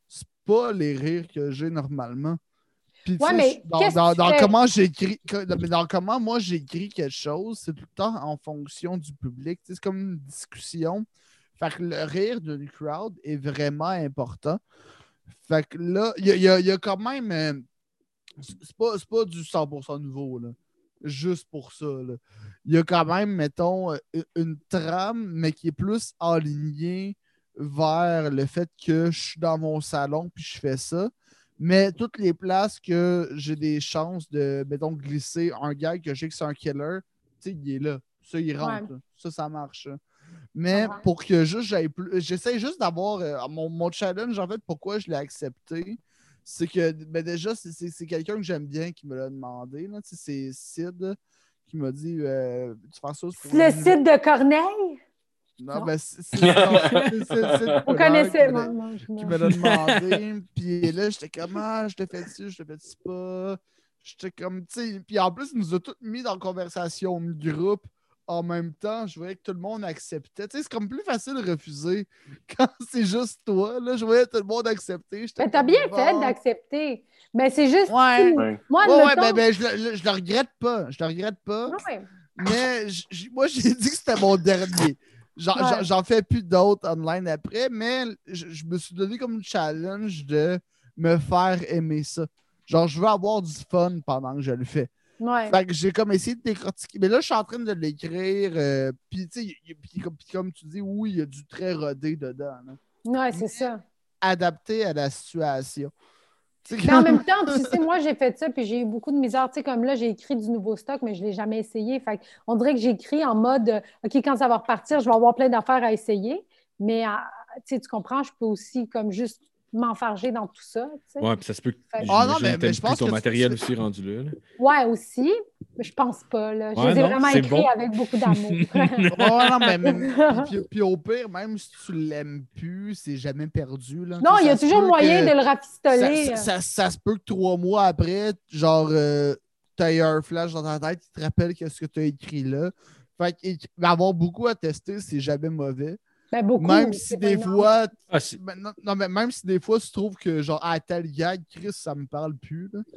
c'est pas les rires que j'ai normalement. Puis tu Ouais, sais, mais je- dans, qu'est-ce dans- que tu dans fais? comment j'écris que- dans- mais dans comment moi j'écris quelque chose, c'est tout le temps en fonction du public. Tu sais, C'est comme une discussion. Fait que le rire d'une crowd est vraiment important. Fait que là, il y a, il y a- il y a quand même. euh, c'est c'est pas, c'est pas du 100% nouveau, là. Juste pour ça, là. Il y a quand même, mettons, euh, une trame, mais qui est plus alignée vers le fait que je suis dans mon salon puis je fais ça. Mais toutes les places que j'ai des chances de, mettons, glisser un gars que j'ai que c'est un killer, tu sais, il est là. Ça, il rentre. Ouais. là. Ça, ça marche. là. Mais Ouais. pour que juste j'aille plus. J'essaie juste d'avoir. euh, mon, mon challenge, en fait, pourquoi je l'ai accepté, c'est que ben déjà, c'est- c'est c'est quelqu'un que j'aime bien qui me l'a demandé. là. Tu sais, C'est Sid qui m'a dit euh, Tu fais ça c'est pour Le une- site de Corneille, Non, Non. ben, c'est c'est- non, c'est- c'est- c'est- vous c'est- connaissez. qui me l'a- Moi, moi, je me- Qui me l'a demandé. Puis là, j'étais comme Ah, je te fais-tu, je te fais-tu pas. J'étais comme, tu sais. Puis en plus, il nous a tous mis dans la conversation de groupe. En même temps, je voyais que tout le monde acceptait. Tu sais, c'est comme plus facile de refuser quand c'est juste toi. Là, je voyais tout le monde accepter. J'étais Mais Ben, t'as comme, bien fait Bon. d'accepter. Mais c'est juste. Ouais. Ouais. Moi, Ouais, ouais, admettons- ben, ben, je, le, le- je le regrette pas. Je le regrette pas. Ouais. Mais j- j- moi, j'ai dit que c'était mon dernier. J'en Ouais. j'en- j'en fais plus d'autres online après, mais je, je me suis donné comme challenge de me faire aimer ça. Genre, je veux avoir du fun pendant que je le fais. Ouais. Fait que j'ai comme essayé de décortiquer. Mais là, je suis en train de l'écrire. euh, Puis, tu sais, y- y- puis comme, puis comme tu dis, oui, il y a du très rodé dedans. là. Ouais, c'est ça. Adapté à la situation. Tu sais, Mais en même temps, tu sais, moi, j'ai fait ça, puis j'ai eu beaucoup de misère. Tu sais, comme là, j'ai écrit du nouveau stock, mais je ne l'ai jamais essayé. Fait que on dirait que j'écris en mode euh, OK, quand ça va repartir, je vais avoir plein d'affaires à essayer. Mais à- tu sais, tu comprends, je peux aussi comme juste m'enfarger dans tout ça. tu sais. Ouais. Ouais, puis ça se peut que Ah, non, j'imagine mais- que mais t'aimes je pense plus ton que tu- matériel tu- aussi rendu là, là. aussi, mais je pense pas. Là. Je Ouais, les ai non, vraiment c'est écrits bon. avec beaucoup d'amour. Ouais, non, mais, mais- puis, puis- puis au pire, même si tu l'aimes plus, c'est jamais perdu. Là. non, il y Ça a se toujours peut moyen que- de le euh. rafistoler. Ça, ça, ça- ça se peut que trois mois après, genre, euh, t'as eu un flash dans ta tête qui te rappelle qu'est-ce que tu as écrit là. Fait que éc- mais avoir beaucoup à tester, c'est jamais mauvais. Ben, beaucoup, même c'est si pas des énorme. fois, Ah, c'est- ben, non, non, mais même si des fois tu trouves que genre à tel gag, Chris, ça me parle plus. là. Tu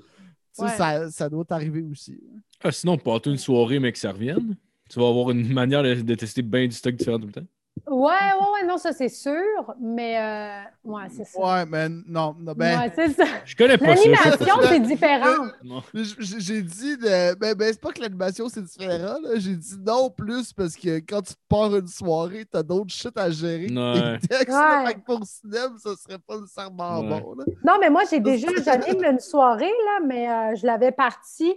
sais, Ouais. ça, ça doit t'arriver aussi. ah, sinon, pas une soirée, mais que ça revienne. Tu vas avoir une manière de, de tester bien du stock différent tout le temps. Ouais, ouais, ouais, non, ça c'est sûr, mais euh, ouais, c'est ça. Ouais, mais non. non, ben, Ouais, c'est ça. Je connais pas ça. je sais pas L'animation, ça. c'est différent. Non. J- j- J'ai dit, de- ben, ben, c'est pas que l'animation c'est différent, là. j'ai dit non plus parce que quand tu pars une soirée, t'as d'autres shit à gérer. que Ouais. tes textes, là. Ouais. Fait que pour le cinéma, ça serait pas nécessairement Mm. Ouais. bon. Là. Non, mais moi, j'ai déjà, j'anime une soirée, là, mais euh, je l'avais partie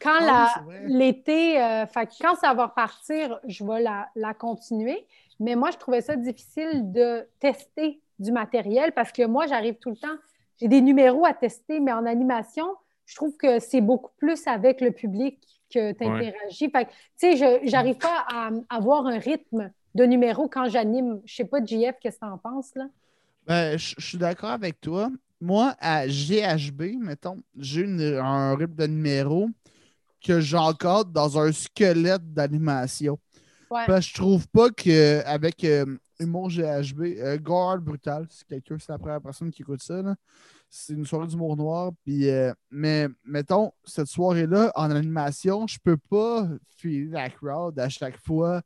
quand Ah oui, la- c'est vrai. l'été, euh, fait que quand ça va repartir, je vais la, la continuer. Mais moi, je trouvais ça difficile de tester du matériel parce que moi, j'arrive tout le temps, j'ai des numéros à tester, mais en animation, je trouve que c'est beaucoup plus avec le public que tu interagis. Fait que, tu sais, je- j'arrive pas à à avoir un rythme de numéro quand j'anime. Je sais pas, JF, qu'est-ce que t'en penses, là? Ben, je je suis d'accord avec toi. Moi, à GHB, mettons, j'ai une- un rythme de numéro que j'encadre dans un squelette d'animation. Ouais. Parce que je trouve pas que avec euh, Humour GHB, euh, Gore Brutal, si quelqu'un, c'est la première personne qui écoute ça, là, c'est une soirée d'humour noir. Puis, euh, mais mettons, cette soirée-là, en animation, je peux pas filer la crowd à chaque fois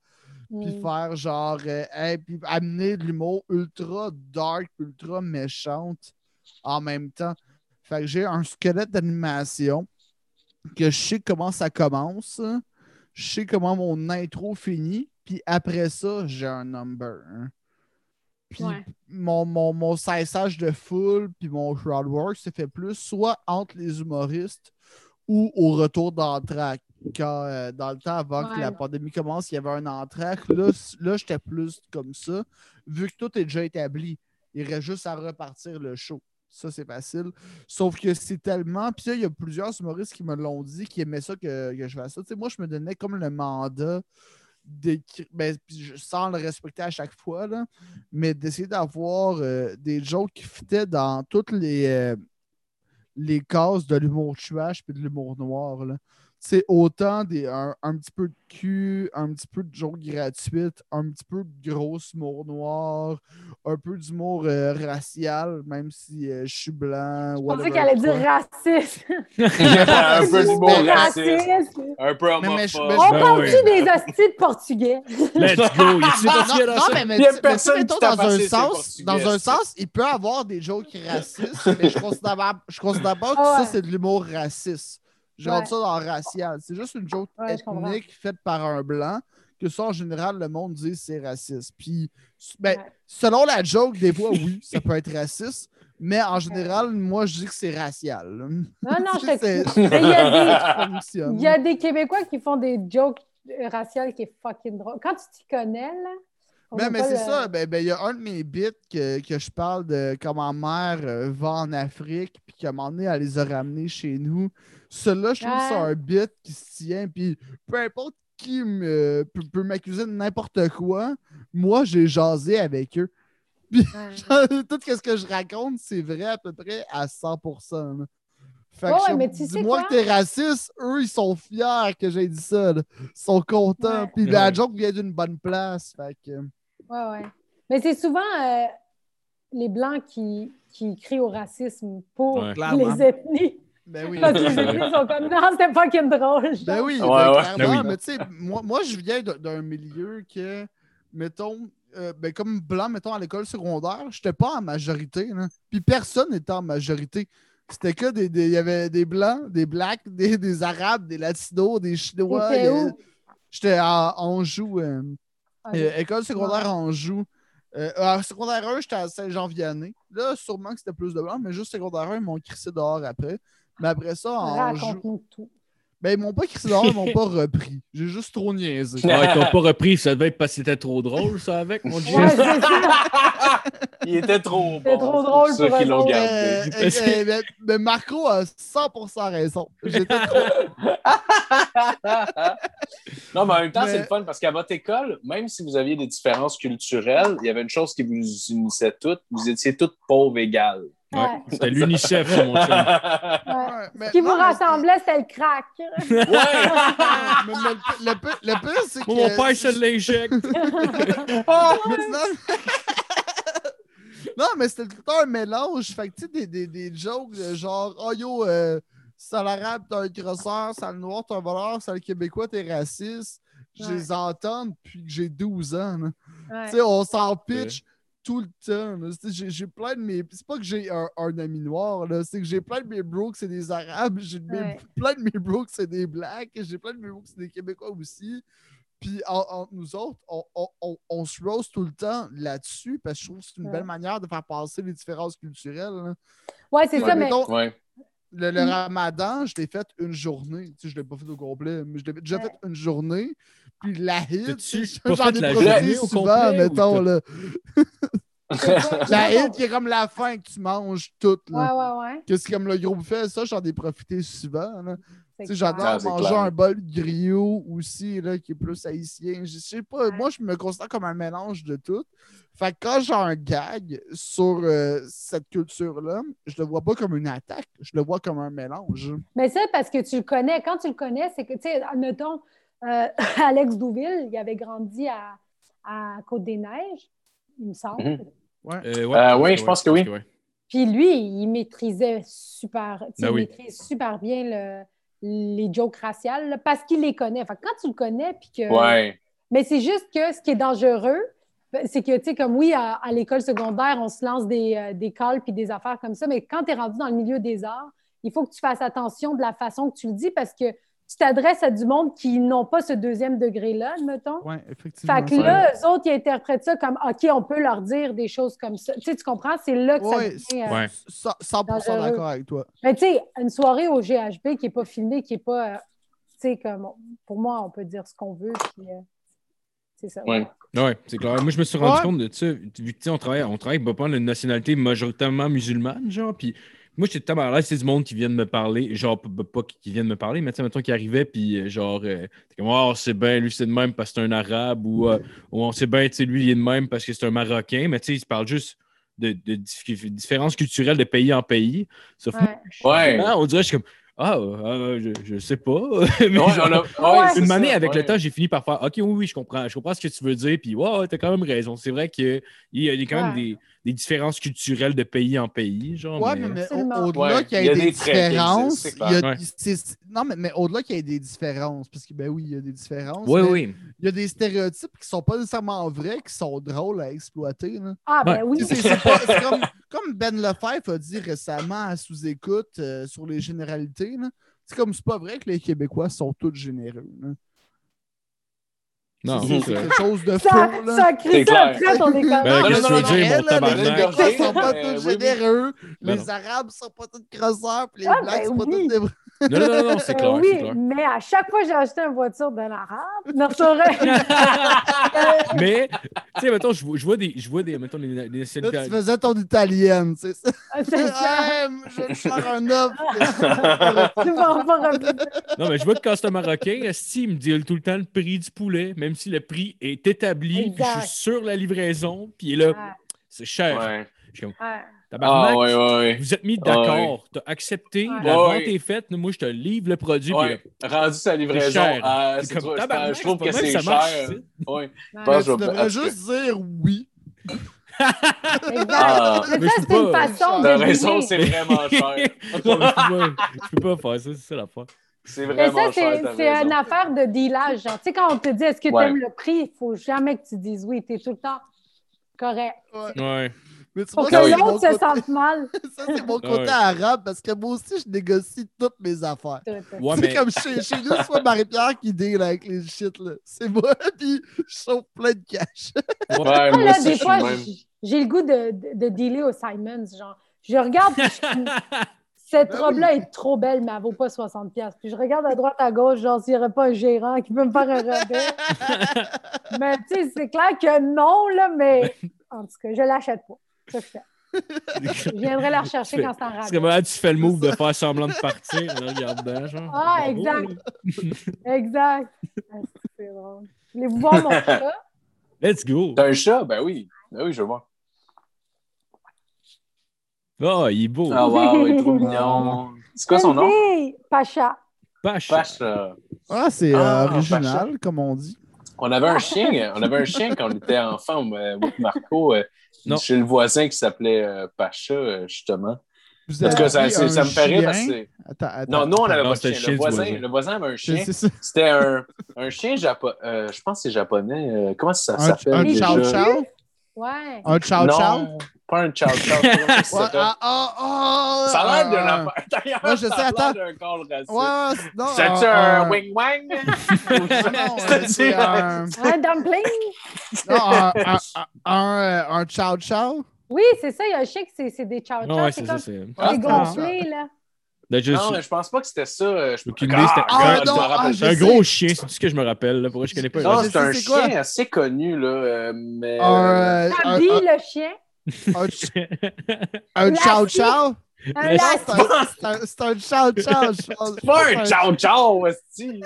puis Hmm. faire genre euh, hey, puis amener de l'humour ultra dark, ultra méchante en même temps. Fait que j'ai un squelette d'animation que je sais comment ça commence, hein. je sais comment mon intro finit, puis après ça, j'ai un number. hein. Puis Ouais. mon, mon, mon saissage de foule puis mon crowd work se fait plus soit entre les humoristes ou au retour d'entraque. Quand, euh, dans le temps, avant que Ouais. la pandémie commence, il y avait un entraque. Là, c- là j'étais plus comme ça. Vu que tout est déjà établi, il reste juste à repartir le show. Ça, c'est facile. Sauf que c'est tellement. Puis là, il y a plusieurs humoristes qui me l'ont dit, qui aimaient ça que, que je fasse ça. Tu sais, moi, je me donnais comme le mandat d'écri- ben, puis je- sans le respecter à chaque fois, là, mais d'essayer d'avoir euh, des jokes qui fitaient dans toutes les, euh, les cases de l'humour trash puis de l'humour noir. là. C'est autant des, un, un petit peu de cul, un petit peu de jokes gratuites, un petit peu de gros humour noir, un peu d'humour euh, racial, même si euh, je suis blanc. Je pensais whatever, qu'elle allait dire quoi. raciste. un peu d'humour raciste, Ben Raciste. un peu oh! Mais- mais je- homophobe. mais On Ben parle-tu oui. des hosties de portugais? Let's go. Il s'est parti à la Ah, non, mais, mais, Il y a mais personne ça, mettons, qui dans tape un assez, c'est sens, portugais, dans un ça. sens, il peut avoir des jokes racistes, mais je considère, je considère pas que Ah ouais. ça, c'est de l'humour raciste. Je Ouais. rentre ça dans racial. C'est juste une joke Ouais, je comprends. ethnique faite par un blanc que ça, en général, le monde dit c'est raciste. Puis, ben, Ouais. selon la joke, des fois, oui, ça peut être raciste, mais en général, moi, je dis que c'est racial. Ah, Non, non, je C'est- t'explique. Mais il y a Ça des- fonctionne. il y, a des Québécois qui font des jokes raciales qui est fucking drôle. Quand tu t'y connais, là. on Ben, veut mais pas c'est le- ça. Ben, ben, il y a un de mes bits que, que je parle de comment ma mère euh, va en Afrique, puis qu'à un moment donné, elle les a ramenés chez nous. Celui-là, je trouve que c'est Ah. un bit qui se tient, puis peu importe qui me, peut, peut m'accuser de n'importe quoi, moi, j'ai jasé avec eux. Ouais. Tout ce que je raconte, c'est vrai à peu près à 100%. là. Fait Ouais, je suis mais comme, tu sais dis-moi quoi? que t'es raciste, eux, ils sont fiers que j'ai dit ça. là. Ils sont contents. Ouais. Puis la Ouais. joke vient d'une bonne place. Fait que... Ouais, ouais. Mais c'est souvent euh, les Blancs qui, qui crient au racisme pour Ouais. Clairement. les ethnies. Ben oui. Parce que les ethnies sont comme non, c'était fucking drôle. Ben Ouais, oui, ben ouais. clairement, Ben oui. mais tu sais, moi, moi, je viens d'un- d'un milieu que, mettons, euh, ben comme blanc, mettons, à l'école secondaire, j'étais pas en majorité. là. Puis personne n'était en majorité. C'était que des. des- Il y avait des blancs, des blacks, des, des arabes, des latinos, des chinois. T'étais il y où? Ah, a- J'étais à Anjou. euh, euh, école secondaire Ouais. Anjou. Euh, alors, secondaire 1, j'étais à Saint-Jean-Vianney. Là, sûrement que c'était plus de blanc, mais juste secondaire 1, ils m'ont crissé dehors après. Mais après ça, à Anjou. Ah, Raconte-nous tout. Ben, ils m'ont pas crissé dehors, ils m'ont pas repris. J'ai juste trop niaisé. Ouais, Ah, ils t'ont pas repris, ça devait être parce que c'était trop drôle, ça, avec mon Ouais, Jeff. c'est ça. Il était trop bon. C'est trop drôle ceux pour qui eux l'ont autres. gardé. Euh, euh, euh, mais, mais Marco a 100% raison. J'étais trop. non, mais en même temps, Mais- c'est le fun parce qu'à votre école, même si vous aviez des différences culturelles, il y avait une chose qui vous unissait toutes. Vous étiez toutes pauvres égales. Ouais, C'était l'UNICEF, ça, mon chum. ouais! Ouais. Ouais, mais- Ce qui non, vous mais- rassemblait, c'était le crack. Mais- mais le, le peu- le peu, c'est que. Moi, mon père, ça l'injecte. Ah! Non, non, mais c'était tout le temps un mélange. Fait que, tu sais, des, des, des jokes de genre, oh yo, euh, sale arabe, t'es un crosseur, sale noir, t'es un voleur, sale québécois, t'es raciste. Je Ouais. les entends depuis que j'ai 12 ans. là. Ouais. Tu sais, on s'en pitch tout le temps. là. C'est- J'ai j'ai plein de mes. C'est pas que j'ai un, un ami noir, là. C'est que j'ai plein de mes bros que c'est des Arabes. J'ai de mes- Ouais. plein de mes bros que c'est des Blacks. J'ai plein de mes bros que c'est des Québécois aussi. Puis en- entre nous autres, on, on- on- on se rose tout le temps là-dessus parce que je trouve que c'est une Ouais. belle manière de faire passer les différences culturelles. là. Ouais, c'est Ouais, ça, mais. Mettons, Ouais. le, le Mm. ramadan, je l'ai fait une journée. Tu sais, je l'ai pas fait au complet, mais je l'ai déjà Ouais. fait une journée. Puis la hit, T'as-tu tu sais, pas j'en fait ai la profité journée au souvent, complet, ou mettons. t'as- Là. La Ouais, hit qui est comme la fin que tu manges toute. ouais, Là. ouais. Que c'est comme le gros buffet, ça, j'en ai profité souvent. là. C'est Tu sais, clair. J'adore Ah, c'est manger clair. un bol de griot aussi, là, qui est plus haïtien. Je sais pas, Ouais. moi, je me considère comme un mélange de tout. Fait que quand j'ai un gag sur euh, cette culture-là, je le vois pas comme une attaque, je le vois comme un mélange. Mais ça, parce que tu le connais. Quand tu le connais, c'est que, tu sais, admettons, euh, Alex Douville, il avait grandi à, à Côte-des-Neiges, il me semble. Mhm. Euh, Euh, oui, je pense que oui. ouais. Puis lui, il maîtrisait super, tu sais, Ben il oui. maîtrise super bien le- les jokes raciales là, parce qu'il les connaît. Fait que quand tu le connais, puis que. Ouais. Mais c'est juste que ce qui est dangereux, ben, c'est que, tu sais, comme oui, à, à l'école secondaire, on se lance des, euh, des calls puis des affaires comme ça, mais quand tu es rendu dans le milieu des arts, il faut que tu fasses attention de la façon que tu le dis parce que tu t'adresses à du monde qui n'ont pas ce deuxième degré-là, mettons. Oui, effectivement. Fait que là, eux autres, ils interprètent ça comme OK, on peut leur dire des choses comme ça. Tu sais, tu comprends? C'est là que Ouais, ça devient. euh, Ouais. Ça- 100% Dangereux. d'accord avec toi. mais tu sais, une soirée au GHB qui n'est pas filmée, qui n'est pas. euh, tu sais, comme. Pour moi, on peut dire ce qu'on veut. puis, euh, c'est ça. Ouais. Ouais, c'est clair. Moi, je me suis rendu Ouais. compte de ça. Vu que, tu sais, on travaille, on travaille avec pas mal de nationalités majoritairement musulmanes, genre. Puis moi, j'étais tellement à l'aise, c'est du monde qui vient de me parler. Genre, p- p- pas qui qui vient de me parler, mais tu sais, mettons, qui arrivait, puis euh, genre, euh, t'es comme, oh, c'est bien, lui, c'est de même parce que c'est un arabe, ou, euh, ou on sait bien, tu sais, lui, il est de même parce que c'est un marocain, mais tu sais, il se parle juste de, de dif- différences culturelles de pays en pays. Sauf que Ouais. moi, Ouais. hein, on dirait, je suis comme, ah, euh, je, je sais pas. Mais Ouais, genre- on a- Ouais. c'est une ça, année, avec ouais. le temps, j'ai fini par faire OK, oui, oui, je comprends. Je comprends ce que tu veux dire. Puis, ouais, ouais, t'as quand même raison. C'est vrai qu'il y a il y a quand même Ouais. des, des différences culturelles de pays en pays. Genre, Ouais, mais, mais- mais Absolument. au- au-delà Ouais, qu'il y il y ait a des, des traits qui différences, existent, c'est il y a- clair. c'est- non, mais, mais au-delà qu'il y ait des différences, parce que ben oui, il y a des différences. Ouais, mais oui. Il y a des stéréotypes qui sont pas nécessairement vrais, qui sont drôles à exploiter. là. Ah, ben Ouais. oui. Tu sais, C'est c'est pas- c'est comme, comme Ben Lefebvre a dit récemment à sous-écoute euh, sur les généralités. là. C'est comme c'est pas vrai que les Québécois sont tous généreux. là. Non, C'est c'est c'est ça. quelque chose de Ça, faux. là. ça C'est crée ça clair. après, on est comme. Ben, Ah, qu'est-ce que tu veux dire, mon Les tabarnak? Gorgés sont pas Euh, tous oui, oui. généreux. Ben les non. Arabes sont pas tous crosseurs. Puis les Ah, Blacks ben sont pas oui. tous des Non, non, non, non, c'est ben clair. oui, c'est clair. mais à chaque fois que j'ai acheté une voiture d'un arabe, non, c'est vrai. euh, Mais, tu sais, mettons, je vois, je vois des, je vois des, mettons, des, des nationalités- Là, tu faisais ton italienne. C'est ça. c'est ça. Hey, je vais te faire un offre. Tu vas pas revenir. Non, mais je vois que quand c'est un Marocain, esti, il me dit tout le temps le prix du poulet, même si le prix est établi, puis je Exact. suis sur la livraison, puis il est là, c'est cher. Ouais. Je suis comme, Ouais. tabarnak, Ah, ouais, ouais, ouais. vous êtes mis d'accord, t'as accepté, la Ouais, vente ouais. est faite, moi, je te livre le produit, puis là, Ouais, rendu sa livraison, C'est cher. ah, C'est c'est comme trop- tabarnak, je trouve c'est pas que même c'est ça marche, cher. tu sais. Ouais. Ouais. je Tu vais- devrais juste dire oui. Exact. Ah, Mais mais ça, je c'est peux une pas. façon de. T'as raison, dire. c'est vraiment Non, cher. mais je, peux pas, je peux pas faire ça, c'est ça la fois. C'est Mais ça, vraiment cher. c'est t'as c'est raison. une affaire de dealage. genre. Tu sais, quand on te dit est-ce que tu Ouais. aimes le prix, il ne faut jamais que tu dises oui. Tu es tout le temps correct. Ouais. Ouais. Mais tu Pour Ah vois, que ça, c'est mon l'autre se côté- sente mal. ça, c'est mon Ouais. côté arabe parce que moi aussi, je négocie toutes mes affaires. Ouais, c'est mais comme chez, chez nous, c'est pas Marie-Pierre qui deal avec les shit, là. C'est moi, puis je sauve plein de cash. Ouais, Moi, moi Ah, là, aussi, des je suis fois, le même. j- j'ai le goût de, de, de dealer au Simons. Genre, je regarde, puis je- cette Ben robe-là est trop belle, mais elle vaut pas 60$. piastres. Puis je regarde à droite, à gauche, genre, s'il n'y aurait pas un gérant qui peut me faire un rebais. mais tu sais, c'est clair que non, là, mais en tout cas, je l'achète pas. Ça, je fais. Je viendrai la rechercher quand c'est en parce rabais. que là, tu fais le move de faire semblant de partir en regardant, genre. Ah, Bravo, exact. là. Exact. Ah, C'est drôle. Je voulais vous voir mon chat. Let's go. T'as un chat? Ben oui. Ben oui, je vois. Ah, il est beau. Ah, wow, il est trop mignon. C'est quoi son nom? Élevé, Pacha. Pas cher. Pacha. Ah, c'est Ah, original, fashion. comme on dit. euh, On avait un chien, on avait un chien quand on était enfant, euh, moi et Marco, euh, Non. chez le voisin qui s'appelait euh, Pacha, euh, justement. Vous En tout avez cas, ça, c'est- un ça me paraît chien? parce que. c'est- Attends, attends. Non, nous, on n'avait Non, pas de c'était chien. le chien Le du voisin, voisin. le voisin avait un chien. C'est ça. C'était un, un chien japonais. je pense que c'est japonais. euh, comment ça Un, s'appelle? un déjà? chow chow? Ouais. Ah. Un chow chow? Non, pas un chow chow. comment ça Ouais, s'appelle? ah, ah, ah, Ça a l'air ah, d'un ah. affaire. D'ailleurs, Moi, je ça a sais, l'air attends. d'un call raciste. Ouais, ouais, c'est- non, C'est-tu ah, un ah. wing-wang? Ah, non, euh, c'est un- Un dumpling? non, un- un- un, euh, un chow chow? Oui, c'est ça, il y a un chien qui c'est c'est des chow Non, Ah, ouais, Ah, c'est c'est comme ça. C'est... c'est Ah, gonflé, là. Là, je Non, suis- mais je pense pas que c'était ça. euh, Je Aucune idée, c'était- Ah, Ah, je me non, rappelle. ah, C'est un je gros chien, c'est tout ce que je me rappelle. Là. Pour vrai, je connais pas. Non, je Ah, c'est un sais c'est quoi. chien assez connu, là. euh, Mais... Un, euh, un- Abby, le chien. un- un chow chow? Un Mais- Non, lassie. c'est un- c'est un- c'est un chow chow. je pense. C'est pas un chow chow, esti.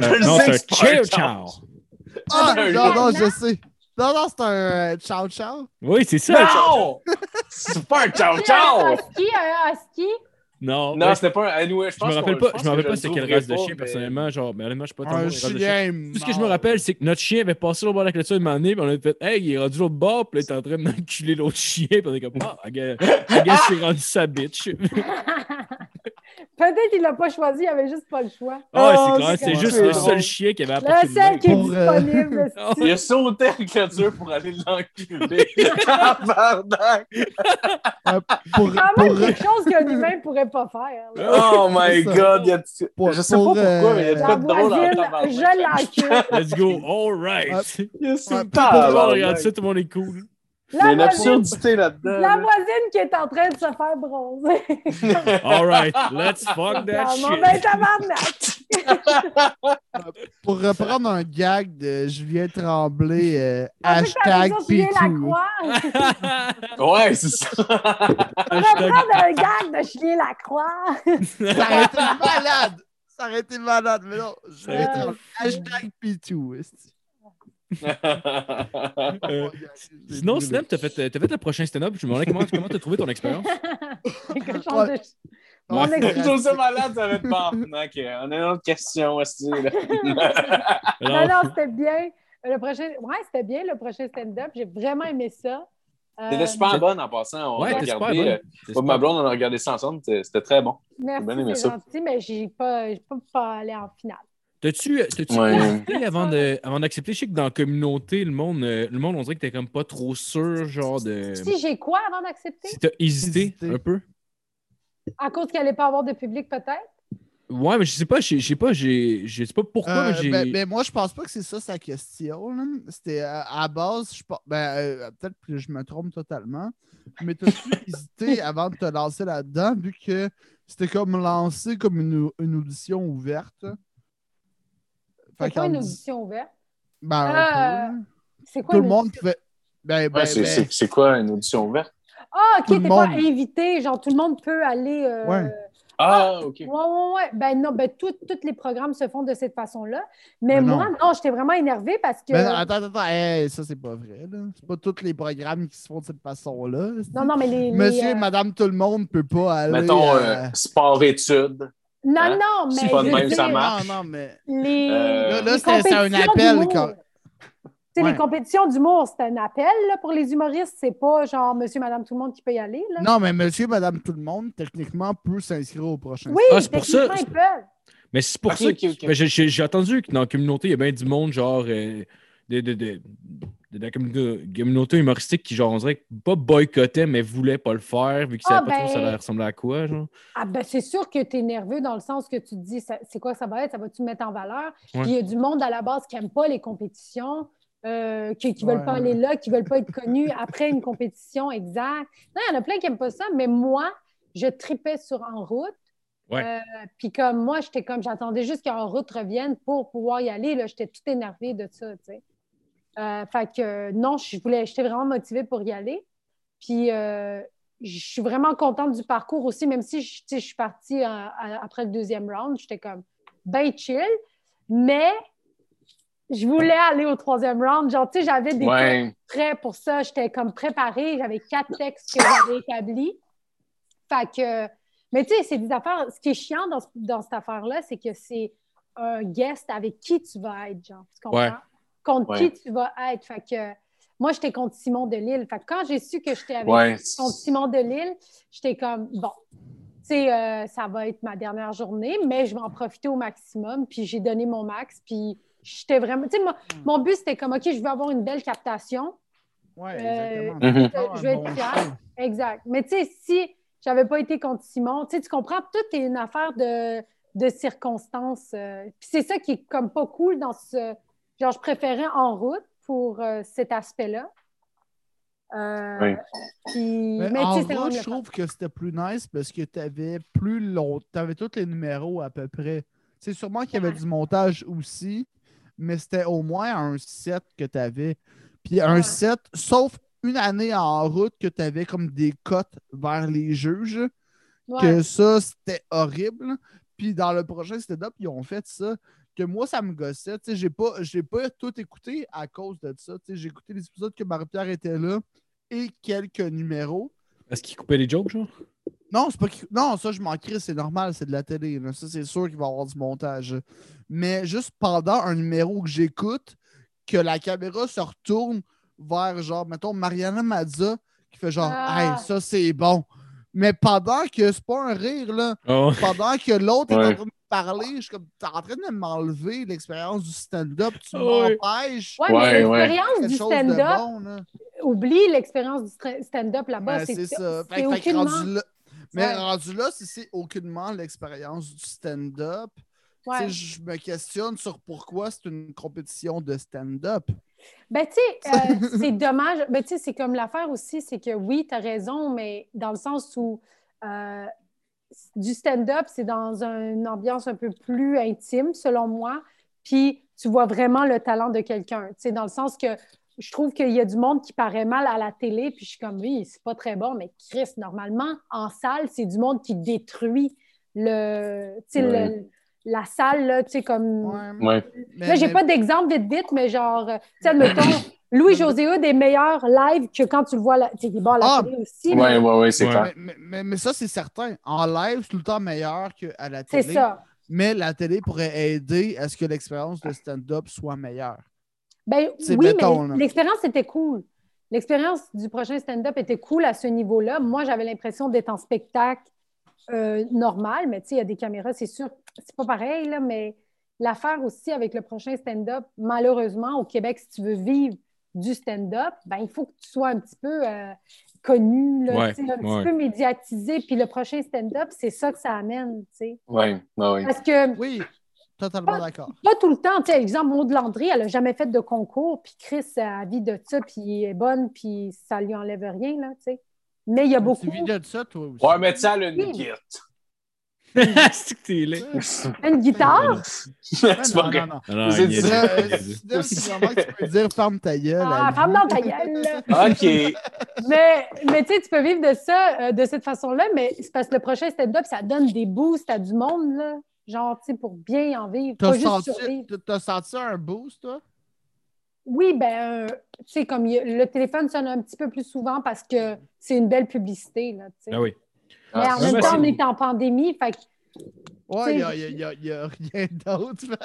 Euh, Je non, sais c'est un que c'est pas un chill chow. chow. Ah, Un non, non, chien. je sais. Non, non, c'est un euh, chow chow. Oui, c'est ça. le chow. Non! C'est pas un chow Un chow! husky, un husky. Non, Non, mais- c'était pas un. Anyway, je je pense me rappelle qu'on- pas, pense je me rappelle que pas le c'est quelle trouverai race de pas, chien, mais- personnellement. Genre, mais honnêtement, je suis pas tombé Un sur les races de chien. chien. Tout ce que je me mort. rappelle, c'est que notre chien avait passé au bord de la clôture une année, puis on avait fait Hey, il est rendu l'autre bord, puis là, il était en train de m'enculer l'autre chien, puis on est comme Ah, la gars, la gars s'est rendu sa bitch. Peut-être qu'il l'a pas choisi, il avait juste pas le choix. Ah, Oh, ouais, c'est clair, c'est c'est drôle. juste le C'est seul drôle. chien qui avait apporté Le de seul même. qui est Pour, euh, disponible. Oh. Il a sauté la clôture pour aller l'enculer. Tabarnak! Euh, pour, C'est quand pour- même quelque chose qu'un humain pourrait pas faire. là. Oh my C'est ça. god! il Y a... Pour- je sais pas pour, pourquoi, euh, mais il y a de La quoi de drôle hein, en voisine, tabarnak. je l'encule. Let's go, all right. Il y a sous Tout le le Ouais, monde tabarnak. regarde ça, tout le monde est cool. Il y a La une voisine, absurdité là-dedans. la là. voisine qui est en train de se faire bronzer. All right, let's fuck that Dans mon shit. bain tabarnak. pour reprendre un gag de Julien Tremblay, euh, hashtag Hashtag PQ. Lacroix. Ouais, c'est ça. Hashtag- Reprendre un gag de Julien Lacroix. Ça aurait été malade! Ça aurait été malade, mais non. Julien aurait été- Tremblay, hashtag PQ. esti. Oh, Euh, Sinon, Snap, t'as fait, t'as fait le prochain stand-up. Je me demandais comment comment t'as trouvé ton expérience. Quelque chose de... Mon Ouais. ex- Je trouve ça malade, ça va être pas. Ok, on a une autre question aussi. là. Non, Alors, non, c'était bien. Le prochain... Ouais, c'était bien le prochain stand-up. J'ai vraiment aimé ça. Euh, T'étais super bonne en passant. On ouais, a t'es super regardé, euh, bonne. T'es Moi, ma super- blonde, on a regardé ça ensemble. C'était c'était très bon. Merci, bien aimé c'est ça. gentil, mais j'ai pas, j'ai pas, pas allé en finale. T'as-tu t'as-tu Ouais. hésité avant de- avant d'accepter? Je sais que dans la communauté, le monde, euh, le monde on dirait que t'es comme pas trop sûr, genre Euh, de. Si j'ai quoi avant d'accepter? Si t'as hésité Hésité. un peu? À cause qu'il n'allait pas avoir de public, peut-être? Ouais, mais je sais pas, je je sais pas, j'ai- je sais pas pourquoi Euh, mais j'ai. ben- ben, moi, je pense pas que c'est ça sa question. là. C'était euh, à la base, je pense- ben, euh, peut-être que je me trompe totalement, mais t'as-tu hésité avant de te lancer là-dedans, vu que c'était comme lancé comme une, une audition ouverte? C'est pas qu'on une dis- audition ouverte. ben, un Euh, peu, là. C'est quoi Tout le une monde audition? pouvait. Ben, ben, Ouais, c'est- ben, c'est c'est quoi une audition ouverte? Ah, tout le ok, t'es pas monde. invité. Genre, tout le monde peut aller. euh, Ouais. Ah, ok. Ouais, ouais, ouais. Ben non, ben tout- tous les programmes se font de cette façon-là. Mais Ben non. moi, non, j'étais vraiment énervée parce que. ben, non, attends, attends, hey, ça, c'est pas vrai. là. C'est pas tous les programmes qui se font de cette façon-là. non, non, mais les. les, Monsieur et euh, madame, tout le monde peut pas aller. Mettons, euh, euh, sport-études. Non, hein? non, mais. C'est pas de je veux même, ça dire, marche. Non, non, mais. Les, Euh, Là, Là, là les c'est c'est un compétitions appel. d'humour. quand- Tu sais, Ouais. Les compétitions d'humour, c'est un appel là, pour les humoristes. C'est pas genre monsieur, madame, tout le monde qui peut y aller. Là. Non, mais monsieur, madame, tout le monde, techniquement, peut s'inscrire au prochain. Oui, Ah, c'est pour ça- techniquement, ils peuvent. Mais c'est pour Ah, ça ok, que ok. ben, j'ai- j'ai j'ai entendu que dans la communauté, il y a bien du monde, genre, euh, de, de, de- de la communauté, communauté humoristique qui, genre, on dirait que pas boycottait, mais voulait pas le faire, vu qu'ils Ah, savaient pas trop ben- ça leur ressemblait à quoi, genre. Ah ben c'est sûr que tu es nerveux dans le sens que tu te dis ça- c'est quoi que ça va être, ça va-tu me mettre en valeur? Ouais. Puis il y a du monde à la base qui n'aime pas les compétitions, euh, qui ne veulent Ouais, pas ouais. aller là, qui ne veulent pas être connus après une compétition, exact. Non, il y en a plein qui n'aiment pas ça, mais moi, je tripais sur En route. Ouais. Euh, puis comme moi, j'étais comme j'attendais juste qu'En route revienne pour pouvoir y aller. là. J'étais tout énervée de ça, tu sais. Euh, fait que euh, non, je voulais, j'étais vraiment motivée pour y aller. Puis euh, je suis vraiment contente du parcours aussi, même si je, tu sais, je suis partie euh, à- après le deuxième round, j'étais comme ben chill, mais je voulais aller au troisième round. Genre, tu sais, j'avais des Ouais. prêt pour ça. J'étais comme préparée. J'avais quatre textes que j'avais établis. Fait que. Mais tu sais, c'est des affaires. Ce qui est chiant dans, ce- dans cette affaire-là, c'est que c'est un guest avec qui tu vas être, genre. Tu comprends? Ouais. Contre Ouais. qui tu vas être. Fait que. Moi, j'étais contre Simon Delille. Fait que quand j'ai su que j'étais avec Ouais. contre Simon Delille, j'étais comme, bon, tu sais, euh, ça va être ma dernière journée, mais je vais en profiter au maximum. Puis j'ai donné mon max. Puis j'étais vraiment. Tu sais, moi, mon but, c'était comme, OK, je veux avoir une belle captation. Ouais, Euh, exactement. Mhm. Ah, je vais être bon fière. show. Exact. Mais tu sais, si j'avais pas été contre Simon, tu sais, tu comprends, tout est une affaire de, de circonstances. euh, Puis c'est ça qui est comme pas cool dans ce. Genre, je préférais en route pour euh, cet aspect-là. Euh, Oui. puis- Mais mais en tu sais, c'est route, vraiment je le fun. trouve que c'était plus nice parce que tu avais plus long... avais tous les numéros à peu près. C'est sûrement qu'il y avait Ouais. du montage aussi, mais c'était au moins un set que tu avais. Puis un Ouais. set, sauf une année en route que tu avais comme des cotes vers les juges, Ouais. que ça, c'était horrible. Puis dans le prochain stand-up, ils ont fait ça. Que moi, ça me gossait. Tu sais, j'ai pas, j'ai pas tout écouté à cause de ça. Tu sais, j'ai écouté les épisodes que Marie-Pierre était là et quelques numéros. Est-ce qu'il coupait les jokes, genre? Non, c'est pas qu'il- Non, ça, je m'en crie, c'est normal, c'est de la télé. là. Ça, c'est sûr qu'il va y avoir du montage. Mais juste pendant un numéro que j'écoute, que la caméra se retourne vers, genre, mettons, Mariana Mazza, qui fait genre, Ah. hey, ça, c'est bon. Mais pendant que c'est pas un rire, là, Oh. pendant que l'autre est en Ouais. train de parler, je suis comme, t'es en train de m'enlever l'expérience du stand-up, tu Ouais. m'empêches. Ouais, mais Ouais, ouais. l'expérience Quelque du chose de stand-up, bon, là. oublie l'expérience du stra- stand-up là-bas. Ben, c'est ça. Fait, que- C'est fait que aucunement. rendu là- mais Ouais. rendu là, si c'est aucunement l'expérience du stand-up, tu sais, Ouais. je me questionne sur pourquoi c'est une compétition de stand-up. Ben, tu sais, euh, c'est dommage. Ben, tu sais, c'est comme l'affaire aussi, c'est que oui, tu as raison, mais dans le sens où euh, du stand-up, c'est dans une ambiance un peu plus intime, selon moi. Puis tu vois vraiment le talent de quelqu'un. Tu sais, dans le sens que je trouve qu'il y a du monde qui paraît mal à la télé, puis je suis comme, oui, c'est pas très bon, mais Chris, normalement, en salle, c'est du monde qui détruit le, tu sais, Ouais. le- la salle, là, tu sais, comme. Ouais. Mais- Là, j'ai mais- pas d'exemple vite vite, mais genre, euh, tu sais, admettons, Louis-José Hood est meilleur live que quand tu le vois, là. tu sais, il est bon à la Ah! télé aussi, Ouais, mais ouais, ouais, c'est Ouais. clair. mais, mais- mais- mais ça, c'est certain. En live, c'est tout le temps meilleur qu'à la c'est télé. ça. Mais la télé pourrait aider à ce que l'expérience de stand-up soit meilleure. Ben C'est oui, béton, là. mais l'expérience était cool. L'expérience du prochain stand-up était cool à ce niveau-là. Moi, j'avais l'impression d'être en spectacle euh, normal, mais tu sais, il y a des caméras, c'est sûr, c'est pas pareil, là, mais l'affaire aussi avec le prochain stand-up, malheureusement, au Québec, si tu veux vivre du stand-up, ben, il faut que tu sois un petit peu euh, connu, là, Ouais, tu sais, un petit ouais. peu médiatisé. Puis le prochain stand-up, c'est ça que ça amène. tu sais. Ouais, ouais, ouais. Parce que Oui, totalement d'accord. pas tout le temps. Tu sais, exemple, Maud Landry, elle n'a jamais fait de concours, puis Chris a vie de ça, puis elle est bonne, puis ça lui enlève rien, là, tu sais. Mais il y a beaucoup. Tu vis de ça, toi aussi. Ouais, mais tu sais, elle a une Oui. guite. c'est que t'es laid. Une guitare? C'est pas non, grave. non, non. Alors, Vous êtes il y a- Là, il y euh, a- c'est vraiment que tu peux dire ferme ta gueule. Ah, Ali. ferme dans ta gueule! OK. Mais, mais tu sais, tu peux vivre de ça euh, de cette façon-là, mais c'est parce que le prochain stand-up, ça donne des boosts à du monde, là. Genre, tu sais, pour bien en vivre. Pas T'as juste senti, survivre. t'as- t'as senti un boost, toi? Oui, ben, euh, tu sais, comme il y a- le téléphone sonne un petit peu plus souvent parce que c'est une belle publicité, là, tu sais. Ben Ah oui. Mais Ah, en c'est même vrai, temps, on c'est- est en pandémie, fait que Ouais, Tu il n'y a, sais, y a- y a rien d'autre. Ouais,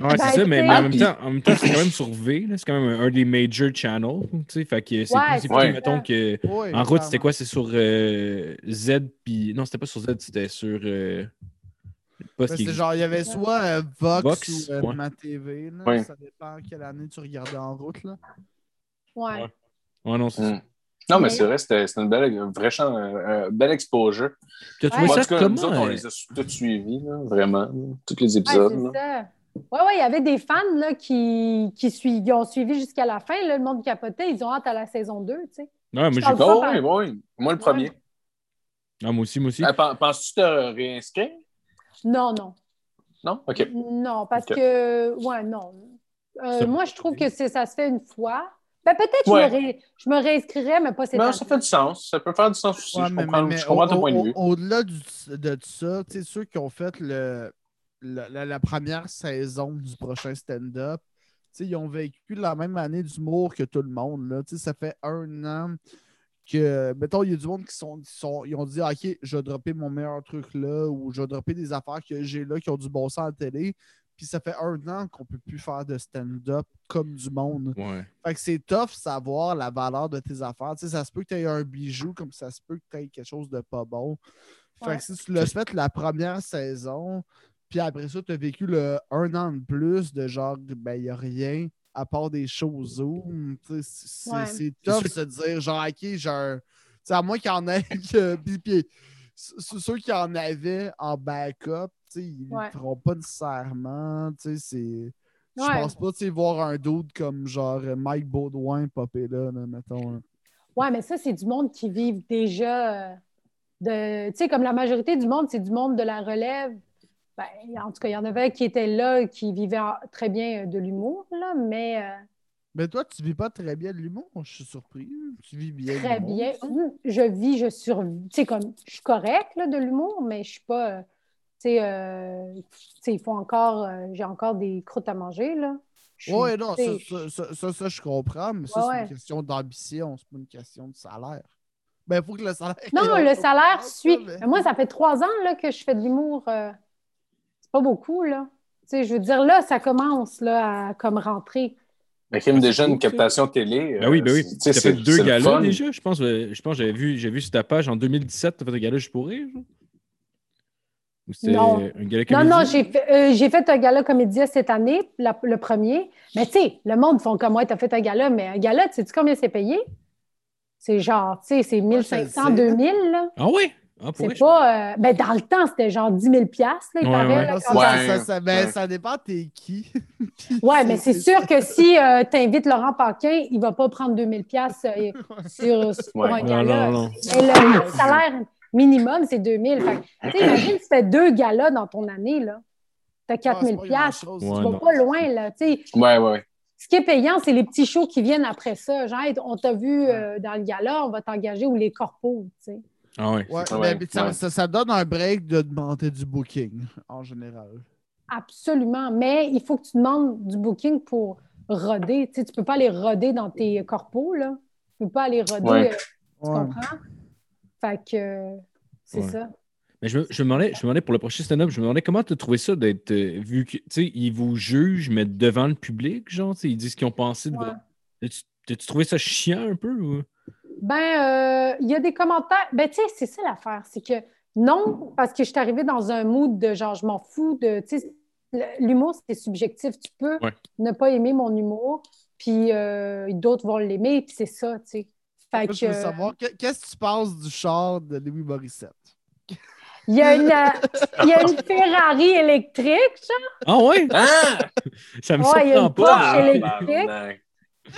Ben, c'est ça, mais, tu sais- mais en, Ah, même puis- temps, en même temps, c'est quand même sur V, là, c'est quand même un, un des major channels. tu sais, Fait que c'est Ouais, plus, c'est plus, Ouais. mettons, que. Ouais, En route, c'était clairement. quoi C'est sur euh, Z, puis. Non, c'était pas sur Z, c'était sur. euh, le poste Ben, qui c'est existe. genre, il y avait soit euh, Vox, Vox, ou euh, ouais. Ma TV. là. Ouais. Ça dépend quelle année tu regardais en route. Là. Ouais. Ouais. Ouais, non, c'est Mm. Hmm. ça. Non, mais c'est vrai, c'était c'était une belle, un vrai champ, un, un bel exposure. Tu as trouvé Ouais. Moi, en ça tout cas, nous autres, comment on euh, les a tous suivis, là, vraiment, là, tous les Ouais, épisodes. c'est là. ça. Ouais, ouais, il y avait des fans là, qui, qui sui- ils ont suivi jusqu'à la fin. Là, le monde capotait. Ils ont hâte à la saison 2. Tu sais. Ouais, moi, Je j'ai- parle- ah, Oh, oui, oui. Moi, le premier. moi aussi, moi aussi. Ah, pen- Penses-tu te réinscrire? Non, non. Non? OK. Non, parce Ok. que. Ouais, non. Euh, Ça- moi, je trouve que c'est- ça se fait une fois. Ben, peut-être que Ouais. je, me ré- je me réinscrirais, mais pas cette Non, année. ça fait du sens. Ça peut faire du sens aussi. Ouais, je mais- comprends, mais- je comprends ton au- point de au- vue. Au-delà du- de ça, tu sais, ceux qui ont fait le, la, la- la première saison du prochain stand-up, tu sais, ils ont vécu la même année d'humour que tout le monde. Là. Tu sais, Ça fait un an que, mettons, il y a du monde qui sont, qui sont- ils ont dit, OK, je vais dropper mon meilleur truc là, ou je vais dropper des affaires que j'ai là qui ont du bon sens à la télé. Puis ça fait un an qu'on peut plus faire de stand-up comme du monde. Ouais. Fait que c'est tough savoir la valeur de tes affaires. Tu sais, ça se peut que tu aies un bijou, comme ça se peut que tu aies quelque chose de pas bon. Fait Ouais. que si tu l'as fait la première saison, puis après ça, tu as vécu le un an de plus de genre, ben, il n'y a rien à part des choses Zoom. Tu sais, c'est- c'est Ouais. c'est tough de se dire, genre, OK, j'ai un- Tu sais, à moins qu'il y en ait que. Puis, puis, c- ceux qui en avaient en backup, tu sais, ils ne Ouais. le feront pas nécessairement. Tu sais, c'est. Je Ouais. pense pas, tu sais, voir un dude comme genre euh, Mike Baudouin popper là, là, mettons. là. Ouais, mais ça, c'est du monde qui vivent déjà euh, de. Tu sais, comme la majorité du monde, c'est du monde de la relève. Ben, en tout cas, il y en avait qui étaient là, qui vivaient en- très bien euh, de l'humour, là, mais euh, Mais toi, tu vis pas très bien de l'humour, je suis surpris. Tu vis bien. de très l'humour. bien. Je vis, je survis. Tu sais, comme, je suis correcte, là, de l'humour, mais je suis pas. euh, tu sais, euh, tu sais, il faut encore. euh, J'ai encore des croûtes à manger, là. Je suis- Ouais, non, tu sais, ça, ça, ça, ça, ça, je comprends, mais ça, Ouais, c'est ouais. une question d'ambition, c'est pas une question de salaire. Ben, il faut que le salaire. Non, le salaire suit. Mais- Mais Moi, ça fait trois ans là, que je fais de l'humour. euh, C'est pas beaucoup, là. Tu sais, je veux dire, là, ça commence là, à comme rentrer. Mais Kim, déjà une captation télé. Ben oui, ben oui. euh, tu sais, T'as c'est- fait deux c'est le galas fun. déjà, je pense. euh, Je pense que j'avais vu, j'ai vu sur ta page en 2017, t'as fait un gala juste pour rire. genre? Ou c'était Non. un gala Non, comédie? non, j'ai fait, euh, j'ai fait un gala comédia cette année, la- le premier. Mais tu sais, le monde font comme moi, t'as fait un gala, mais un gala, tu sais-tu combien c'est payé? C'est genre, tu sais, c'est Ouais, 1500, je le sais. 2000, là. Ah ouais? Ah, pour C'est vrai, je- pas. euh, ben, dans le temps, c'était genre 10 000 là, il Ouais, paraît, ouais. là, Non, ça, quand Ouais. ça, ça- ben, ouais. ça dépend, t'es qui. Puis Ouais, mais c'est sûr que si tu invites Laurent Paquin, il va pas prendre 2000 pièces euh, sur, sur Ouais. un Ah Non, gala. non, non. Mais le, le salaire minimum, c'est 2000. Fait que, tu sais, imagine, tu fais deux galas dans ton année, là. T'as Ah, c'est 4000 pas pièces. grand-chose. Ouais, Tu non. vas pas loin, là. Tu sais, Ouais, ouais, ouais. ce qui est payant, c'est les petits shows qui viennent après ça. Genre, Hey, on t'a vu euh, dans le gala, on va t'engager ou les corpos, tu sais. Ah ouais. Ouais, c'est- mais- ouais, mais ça, ouais. ça- ça donne un break de demander du booking, en général. Absolument. Mais il faut que tu demandes du booking pour roder. Tu sais, tu peux pas aller roder dans tes corpos, là. Tu peux pas aller roder. Ouais. euh, Tu Ouais. comprends? Fait que euh, c'est Ouais. ça. Mais je me, je me demandais, je me demandais pour le prochain stand-up, je me demandais comment tu as trouvé ça d'être euh, vu que tu sais, ils vous jugent, mais devant le public, genre, tu sais, ils disent ce qu'ils ont pensé de Ouais. votre- T'as-tu- T'as-tu trouvé ça chiant un peu? ou- Ben, euh, il y a des commentaires. Ben, tu sais, c'est ça l'affaire. C'est que non, parce que je suis arrivée dans un mood de genre, je m'en fous de. Tu sais, le- l'humour, c'est subjectif. Tu peux Ouais. ne pas aimer mon humour, puis euh, d'autres vont l'aimer, puis c'est ça, tu sais. Fait Moi, je veux que, savoir, que- qu'est-ce que tu penses du char de Louis Morissette? il y, a une, euh, il y a une Ferrari électrique, genre. Ah ouais? Ah! Ça me Ouais, il y a surprend une pas. Porsche électrique. tabarnak.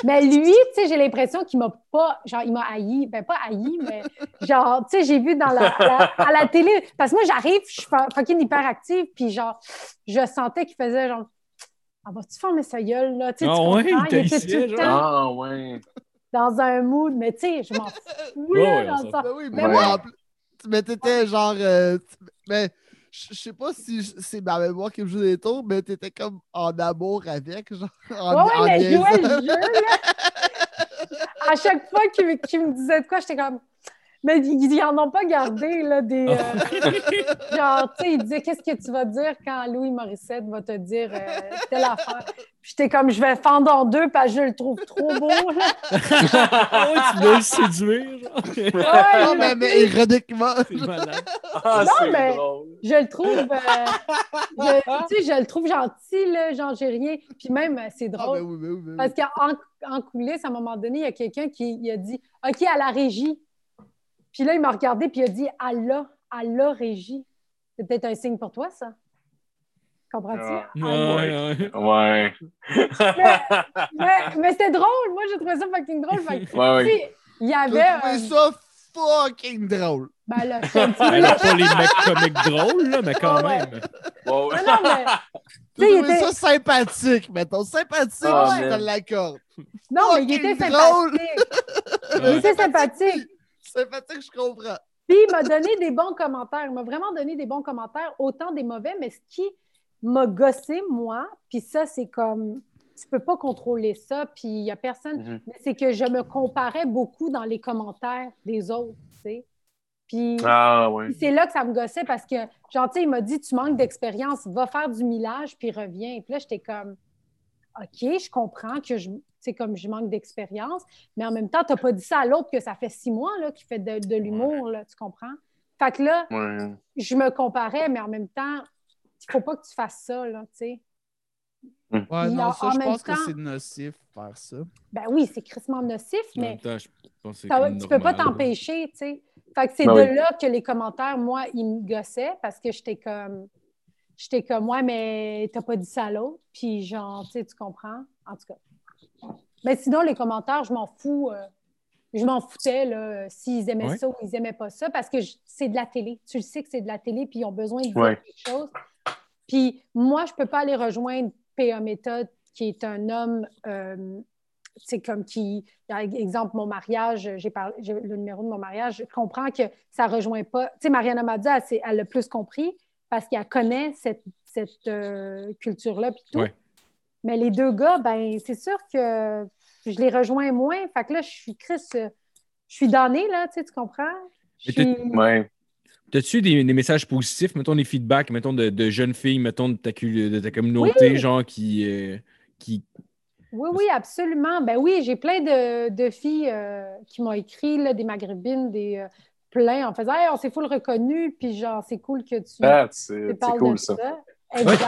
Mais lui, tu sais, j'ai l'impression qu'il m'a pas, genre, il m'a haï. Ben, pas haï, mais genre, tu sais, j'ai vu dans la, à la, à la télé. Parce que moi, j'arrive, je suis fa- fucking hyperactive, puis genre, je sentais qu'il faisait genre, ah, vas-tu fermer sa gueule, là? Tu sais, Ah tu ouais, il comprends? il était t'haïssait, tout le genre. temps Ah, ouais. dans un mood, mais tu sais, je m'en fous, Ouais, là, ouais, dans on le s'en sens. Ben oui, Ouais. mais moi, en plus, mais t'étais genre. euh, tu- mais je je sais pas si j- c'est ma mémoire qui me joue des tours, mais t'étais comme en amour avec, genre. En, Ouais, en ouais, mais je niaisant. jouais le jeu, là. À chaque fois qu'il me- qu'il me disait de quoi, j'étais comme. Mais ils ils en ont pas gardé, là, des. Ah. euh, genre, tu sais, ils disaient qu'est-ce que tu vas dire quand Louis Morissette va te dire euh, telle affaire. Puis j'étais comme, je vais fendre en deux parce que je le trouve trop beau, là. Ah ouais, tu dois le séduire, genre. Ouais, Non, je- Ah, mais, mais ironiquement. C'est malade. Ah, Non, c'est mais- drôle. Je le trouve. euh, je- tu sais, je le trouve gentil, là, genre, j'ai rien. Puis même, euh, c'est Ah, drôle. ben oui, ben oui, ben oui. Parce qu'en en coulisses, à un moment donné, il y a quelqu'un qui il a dit OK, à la régie. Puis là, il m'a regardé, puis il a dit À la, à la régie. C'est peut-être un signe pour toi, ça. Comprends-tu? Ah. Ouais, Ah, ouais. Ouais. Mais, mais c'était drôle. Moi, j'ai trouvé ça fucking drôle. Fait que, Ouais, tu ouais. sais, il y avait. J'ai trouvé euh, ça fucking drôle. ben là, je te le dis, Elle là. a pas les mecs comiques drôles, là, mais quand Ah Ouais. même. Ouais, ouais. Non, non, mais- Tu J'ai sais, trouvé il était- ça sympathique, mettons. Sympathique, Ah, je man. te l'accorde. non, mais il était Fucking drôle. sympathique. Il Ah Ouais. était sympathique. Sympathique, je comprends. Puis il m'a donné des bons commentaires. Il m'a vraiment donné des bons commentaires, autant des mauvais, mais ce qui m'a gossé, moi, puis ça, c'est comme tu peux pas contrôler ça, puis il y a personne. Mhm. Mais c'est que je me comparais beaucoup dans les commentaires des autres, tu sais. Puis Ah ouais. puis c'est là que ça me gossait parce que, genre, tu sais, il m'a dit, tu manques d'expérience, va faire du millage, puis reviens. Puis là, j'étais comme, OK, je comprends que je, tu sais, comme je manque d'expérience, mais en même temps, t'as pas dit ça à l'autre que ça fait six mois, là, qu'il fait de, de l'humour, là, tu comprends? Fait que là, ouais. je me comparais, mais en même temps, il faut pas que tu fasses ça, là, tu sais. Ouais, Puis non, en- ça, en je même pense que temps- c'est nocif faire ça. Ben oui, c'est crissement nocif, En mais même temps, je pense que c'est Ça va- comme Ah tu peux pas normal. t'empêcher, tu sais. Fait que c'est Ben de oui. là que les commentaires, moi, ils me gossaient parce que j'étais comme, j'étais comme, ouais, mais t'as pas dit ça à l'autre, puis genre, tu sais, tu comprends, en tout cas. Mais sinon, les commentaires, je m'en fous, euh, je m'en foutais, là, euh, s'ils aimaient Ouais. ça ou ils aimaient pas ça, parce que je- c'est de la télé. Tu le sais que c'est de la télé, puis ils ont besoin de dire Ouais. quelque chose. Puis moi, je peux pas aller rejoindre PA Méthode, qui est un homme, euh, tu sais, comme qui, par exemple, mon mariage, j'ai parlé, j'ai le numéro de mon mariage, je comprends que ça rejoint pas. Tu sais, Mariana Madza, elle, s'est- elle l'a plus compris parce qu'elle connaît cette, cette, euh, culture-là, puis tout. Ouais. Mais les deux gars, ben, c'est sûr que je les rejoins moins. Fait que là, je suis Chris, euh, je suis donnée, là, tu sais, tu comprends? Je Mais t'es- suis- Ouais. T'as-tu des, des messages positifs, mettons des feedbacks, mettons de, de jeunes filles, mettons de ta, cul- de ta communauté, genre qui, euh, qui. Oui, oui, absolument. Ben oui, j'ai plein de, de filles euh, qui m'ont écrit, là, des maghrébines, des euh, plein, en faisant Hey, on s'est full reconnu, puis genre, c'est cool que tu, Ah, tu c'est c'est parles cool de ça. ça. Exact.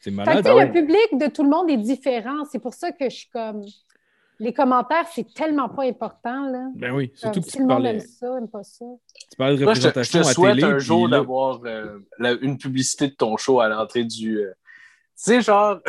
C'est Fait que, malade. tu sais, ouais. le public de tout le monde est différent. C'est pour ça que je suis comme. Les commentaires, c'est tellement pas important, là. Ben oui, surtout Comme, que si tu le monde parlais, aime ça, aime pas ça. tu parlais de Moi, je te, je représentation te à souhaite télé. un puis jour là- d'avoir euh, la- une publicité de ton show à l'entrée du. euh, Tu sais, genre,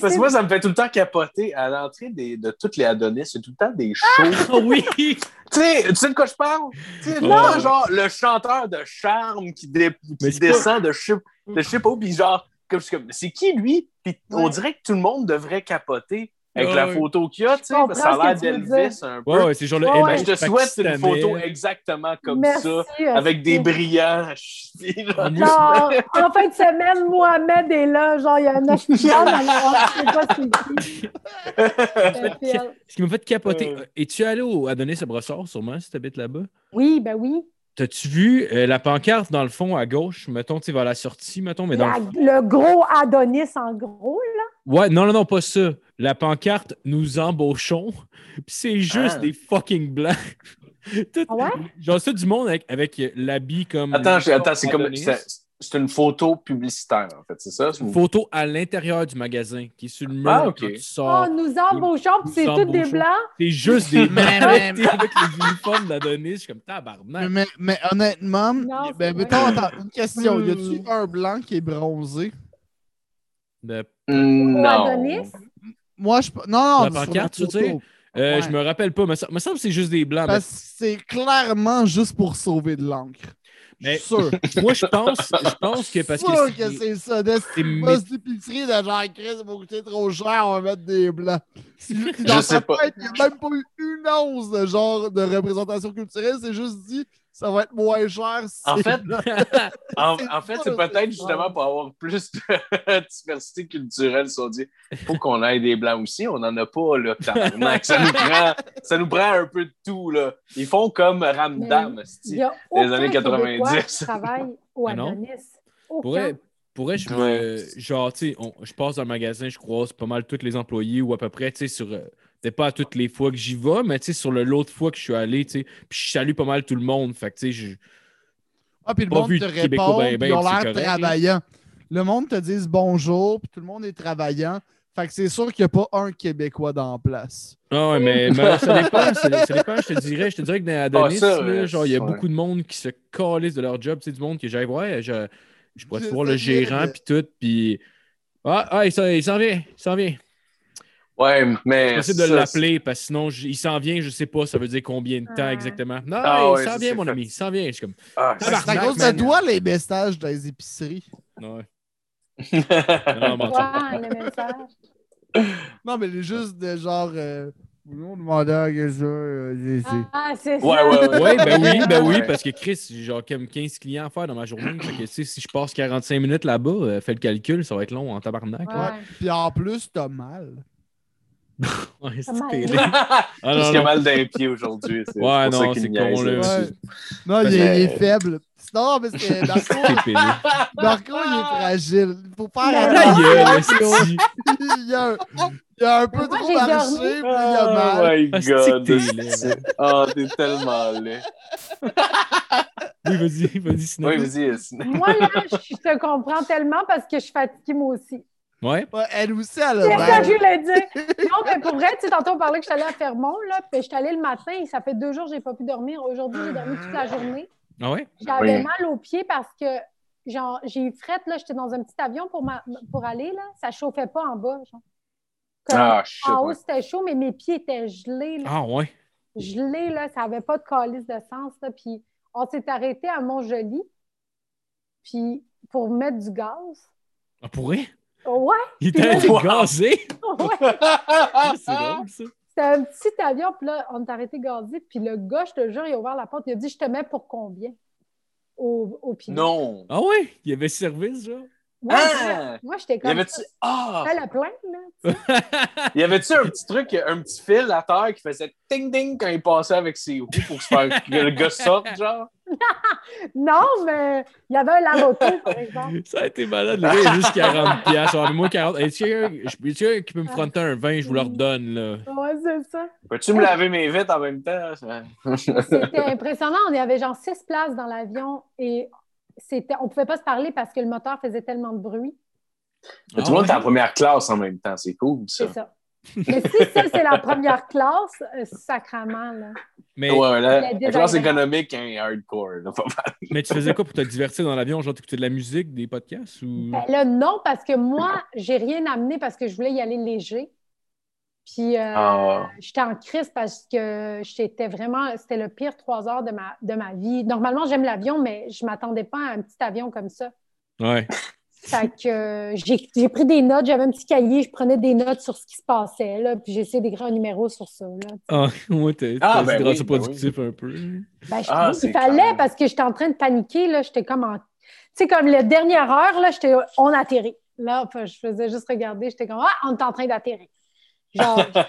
parce que moi, ça me fait tout le temps capoter à l'entrée des- de toutes les Adonis, c'est tout le temps des shows. Ah oui! Tu sais, tu sais de quoi je parle? Tu sais, Ouais. là, genre, le chanteur de charme qui, dé- qui Mais c'est descend de je sais- de je sais pas où, puis genre, comme, je suis comme, c'est qui lui? Puis on Ouais. dirait que tout le monde devrait capoter avec Ouais, la ouais. photo qu'il a, tu sais, comprends parce que ça a l'air ce que tu veux d'Elvis un peu. Ouais, ouais, c'est genre le Ouais, Elvis Ben, je te souhaite une pakistanais. photo exactement comme Merci, ça. euh, avec des c'est- brillants. à chier, là. Moi, Genre, en fin de semaine, Mohamed est là. Genre, il y a un œuf qui rentre, alors on ne sait pas c'est qui. Euh, puis, euh, Ce qui m'a fait capoter. Euh. Es-tu allé au Adonis à Brossard, sûrement, si t'habites là-bas? Oui, ben oui. T'as-tu vu euh, la pancarte dans le fond à gauche, mettons, tu sais, vers la sortie, mettons, mais dans La- le fond- le gros Adonis, en gros, là. Ouais, non, non, non, pas ça. La pancarte Nous embauchons. Puis c'est juste Ah. des fucking blancs. Tout- Ah ouais? Genre, ça du monde avec, avec euh, l'habit comme. Attends, je- attends, c'est comme. Adonis. c'est- C'est une photo publicitaire, en fait, c'est ça? C'est Une une- photo à l'intérieur du magasin qui est sur le mur Ah, ok. quand tu Oh, sors. nous embauchons, puis Nous c'est tous des embauchons. blancs. C'est juste des Mais- blancs, mais- tu sais, avec les uniformes d'Adonis. Je suis comme tabarnak. Mais, mais honnêtement, Non, c'est ben, vrai. mettons, attends, une question. Y Hmm. a-tu un blanc qui est bronzé? De- Mm, Ou Non. Adonis. Moi, je. Non, La non, sur pancarte, tu photo. veux dire? Euh, Ouais. Je me rappelle pas, mais ça me semble que c'est juste des blancs. mais Parce que c'est clairement juste pour sauver de l'encre. Je Mais- suis sûr. Moi, je pense, je pense que parce que sûr que c'est- c'est ça. Des c'est mé- postes d'épicerie de genre Chris, ça va coûter trop cher, on va mettre des blancs. Si- si Je dans sais sa pas. tête, il n'y a même pas eu une once de genre de représentation culturelle, c'est juste dit ça va être moins cher. si En c'est fait, blanc. En, C'est en fait, pas c'est le- peut-être justement pour avoir plus de diversité culturelle, si on dit. Faut qu'on ait des blancs aussi. On n'en a pas, là, tabarnak. Ça nous prend, ça nous prend un peu de tout, là. Ils font comme Ramdam, Il esti. y a Les aucun années 90. Québécois qui travaille au Ah non? Adonis. pour Aucun. vrai, pour vrai, je me- genre, tu sais, on- je passe dans le magasin, je croise pas mal tous les employés ou à peu près, tu sais, sur. euh, Peut-être pas à toutes les fois que j'y vais, mais tu sais, sur le- l'autre fois que je suis allé, tu sais, puis je salue pas mal tout le monde. Fait que, tu sais, je- Ah, puis le Pas monde vu te de Québécois, répond, ben, puis ben, ils ont c'est l'air correct, là. travaillant. Le monde te dit bonjour, puis tout le monde est travaillant. Fait que c'est sûr qu'il n'y a pas un Québécois dans la place. Ah ouais, mais, mais ça dépend, ça, ça dépend, je te dirais, je te dirais que dans Adonis, Ah, ça, là, euh, genre, il y a ouais. beaucoup de monde qui se calisse de leur job, tu sais, du monde que j'aille voir, je, je pourrais Je voir le sais gérant bien, puis tout, puis ah, ah, il s'en il s'en vient, il s'en vient. Ouais, mais. C'est possible de ça, l'appeler parce que sinon, j- il s'en vient, je sais pas, ça veut dire combien de temps Ah. exactement. Non, Ah il ouais, s'en ça, vient, c'est mon fait. ami, il s'en vient. Je suis comme, Ah, C'est à Tabarnak, cause de man. toi, les messages dans les épiceries. non, c'est- non, mentir. Ouais, le message. Non, mais les juste de genre. euh, nous demandant que je euh, j'ai- j'ai- Ah, c'est Ouais, ça. ouais, ouais. Oui, ben oui, ben oui, Ouais. parce que Chris, j'ai genre comme 15 clients à faire dans ma journée. Fait que, tu sais, si je passe 45 minutes là-bas, euh, fais le calcul, ça va être long en tabarnak. là. Ouais. Puis en plus, t'as mal. Ouais, c'est mal. terrible. Ah, Parce non, qu'il a non. mal d'un pied aujourd'hui. c'est Ouais, pour ça non, qu'il c'est niaise, con, là. là-dessus. Euh, Non, il, Parce est- il que- est faible. Non, parce que Marco, T'es pédé. Marco, il est fragile. Il faut faire Ta attention. gueule, esti. il, y a un, il a un peu Mais moi, trop j'ai marché, dormi. puis il a Oh mal. my Ah, c'est god. que t'es laid. Oh, t'es tellement laid. Oui, vas-y, vas-y, sinon. Oui, vas-y. Sinon... Moi, là, je te comprends tellement parce que je suis fatiguée, moi aussi. Ouais. Ouais, elle aussi, elle C'est a ça que je mal. voulais dire. Non, mais pour vrai, tu sais, tantôt, on parlait que je suis allée à Fermont, là, puis je suis allée le matin et ça fait deux jours que je n'ai pas pu dormir. Aujourd'hui, j'ai dormi toute la journée. Ah ouais? J'avais Oui. mal aux pieds parce que genre, j'ai eu frette, là, j'étais dans un petit avion pour, ma- pour aller, là. Ça chauffait pas en bas, genre. Comme, Ah, shit. en haut, ouais. c'était chaud, mais mes pieds étaient gelés, là. Ah ouais. Gelés, là, ça n'avait pas de calice de sens, là. Puis on s'est arrêté à Montjoli, puis pour mettre du gaz. Ah, pour vrai? Ouais, Il t'a été Wow. gazé. ouais. Ah, C'est drôle, ça. C'était un petit avion, puis là, on est arrêté gazé, puis le gars, je te jure, il a ouvert la porte, il a dit Je te mets pour combien au, au pilote. Non. Ah ouais? Il y avait service, genre. Ouais, Ah! Moi, j'étais Y comme. avait-tu ah! Elle a plein, là. Y avait-tu un petit truc, un petit fil à terre qui faisait ting-ding quand il passait avec ses roues pour se faire que le gars sorte, genre? Non, mais il y avait un lave-auto, par exemple. Ça a été malade. Le gars, il a juste 40 piastres. Ouais, mais moi, 40. Est-ce qu'il y a quelqu'un je- est-ce qu'il y a quelqu'un qui peut me fronter un vin? Je vous le redonne, là. Ouais, c'est ça. Peux-tu me laver mes vitres en même temps? Ça- C'était impressionnant. On y avait genre six places dans l'avion et c'était, on pouvait pas se parler parce que le moteur faisait tellement de bruit. Ah Mais tout le monde est ouais? en première classe en même temps, c'est cool, ça. C'est ça. Mais si ça, c'est la première classe, euh, sacrement, là. Mais, Ouais, la, Il y a la classe désagréable. économique hein, est hardcore. là, pas mal. mais tu faisais quoi pour te divertir dans l'avion? Genre, t'écoutais de la musique, des podcasts ou. Ben là, non, parce que moi, j'ai rien amené parce que je voulais y aller léger. Puis euh, Ah. j'étais en crise parce que j'étais vraiment, c'était le pire trois heures de ma, de ma vie. Normalement, j'aime l'avion, mais je m'attendais pas à un petit avion comme ça. Ouais. Fait que euh, j'ai j'ai pris des notes, j'avais un petit cahier, je prenais des notes sur ce qui se passait, là, puis j'ai essayé d'écrire un numéro sur ça. Là. Ah, moi, t'es Ah, ben oui, grâce ben productif un peu. Ben, je Ah, trouvais qu'il c'est fallait clair. parce que j'étais en train de paniquer, là, j'étais comme en... Tu sais, comme la dernière heure, là, j'étais « on atterrit ». Là, enfin, je faisais juste regarder, j'étais comme « ah, on est en train d'atterrir ». Genre... Ah,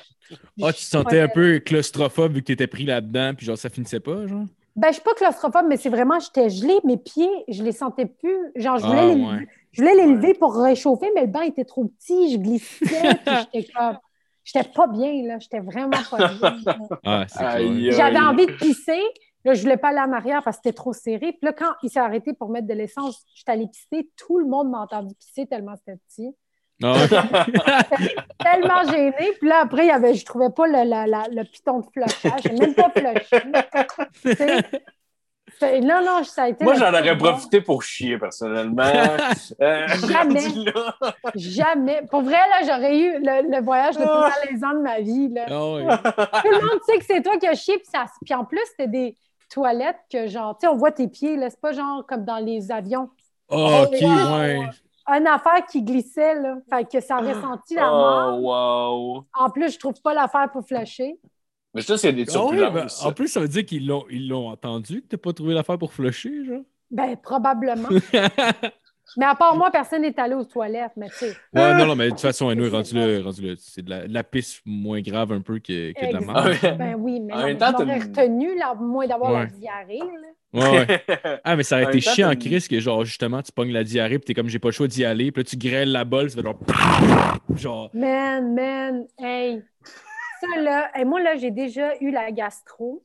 tu te sentais un peu claustrophobe vu que t'étais pris là-dedans, puis genre, ça finissait pas, genre? Ben, je suis pas claustrophobe, mais c'est vraiment, j'étais gelée, mes pieds, je les sentais plus. Genre, je voulais Ah, les, ouais. je voulais les lever pour réchauffer, mais le bain était trop petit, je glissais, puis j'étais comme... J'étais pas bien, là, j'étais vraiment pas bien. là. Ah, c'est Aïe, clair. aïe. J'avais envie de pisser. Là, je voulais pas aller en arrière parce que c'était trop serré. Puis là, quand il s'est arrêté pour mettre de l'essence, je suis allée pisser. Tout le monde m'a entendu pisser tellement c'était petit. Ah, ouais. Tellement gênée. Puis là, après, il y avait, je trouvais pas le, la- la- le piton de flushage. J'ai même pas flushé. Tu sais. C'est- Non, non, ça a été... Moi, le- j'en aurais profité pour chier, personnellement. Euh, Jamais. rendu là. Jamais. Pour vrai, là, j'aurais eu le, le voyage le plus Ah. malaisant de ma vie. Là. Ah, ouais. Tout le monde sait que c'est toi qui as chié, puis ça se- puis en plus, c'était des toilettes que genre, tu sais, on voit tes pieds, là. C'est pas genre comme dans les avions. Ah, ok, Oh, wow. ouais. une affaire qui glissait, là. Fait que ça avait senti la mort. Oh, wow. En plus, je trouve pas l'affaire pour flasher. Mais je sais qu'il y a des Ah ouais, ben, turbulences. en plus, ça veut dire qu'ils l'ont, ils l'ont entendu, que t'as pas trouvé l'affaire pour flusher, genre. Ben, probablement. mais à part moi, personne n'est allé aux toilettes, mais tu sais. Ouais, non, non, mais de toute façon, anyway, rendu là, rendu là, c'est de la, de la pisse moins grave un peu que, que de la Exact. merde. Ben oui, mais Ah En non, même mais temps, je m'aurais t'as une- retenu, là, au moins d'avoir la Ouais. diarrhée, là. Ouais, ouais. Ah, mais ça En aurait été même temps, chiant en t'as- crise que, genre, justement, tu pognes la diarrhée, pis t'es comme, j'ai pas le choix d'y aller, pis là, tu grêles la balle, ça fait genre. Genre. Man, man, hey. Ça, là, hey, moi, là, j'ai déjà eu la gastro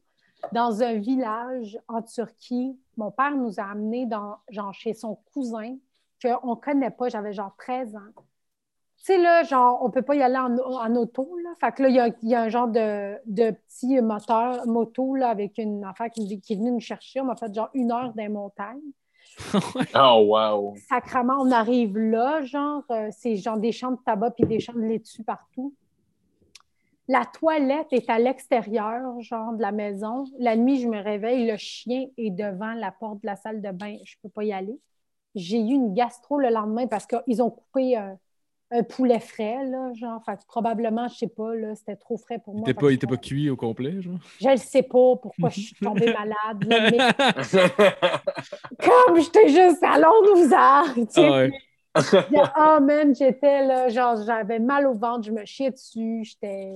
dans un village en Turquie. Mon père nous a amenés dans, genre, chez son cousin qu'on ne connaît pas. J'avais genre 13 ans. Tu sais, là, genre, on ne peut pas y aller en, en auto, là. Fait que là, il y a, il y a un genre de, de petit moteur, moto, là, avec une affaire qui, me dit- qui est venue nous chercher. On m'a fait genre une heure dans les montagnes Oh, wow. sacrement, on arrive là, genre, euh, c'est genre des champs de tabac puis des champs de laitue partout. La toilette est à l'extérieur, genre, de la maison. La nuit, je me réveille, le chien est devant la porte de la salle de bain. Je peux pas y aller. J'ai eu une gastro le lendemain parce qu'ils ont coupé un, un poulet frais, là, genre. Fait que probablement, je sais pas, là, c'était trop frais pour Il moi. était Fait pas, que il était pas cuit au complet, genre. Je ne sais pas pourquoi je suis tombée malade, là, mais Ah, comme j'étais juste à Londres, vous arrêtez. ouais. Yeah, oh man, j'étais là, genre, j'avais mal au ventre, je me chiais dessus, j'étais.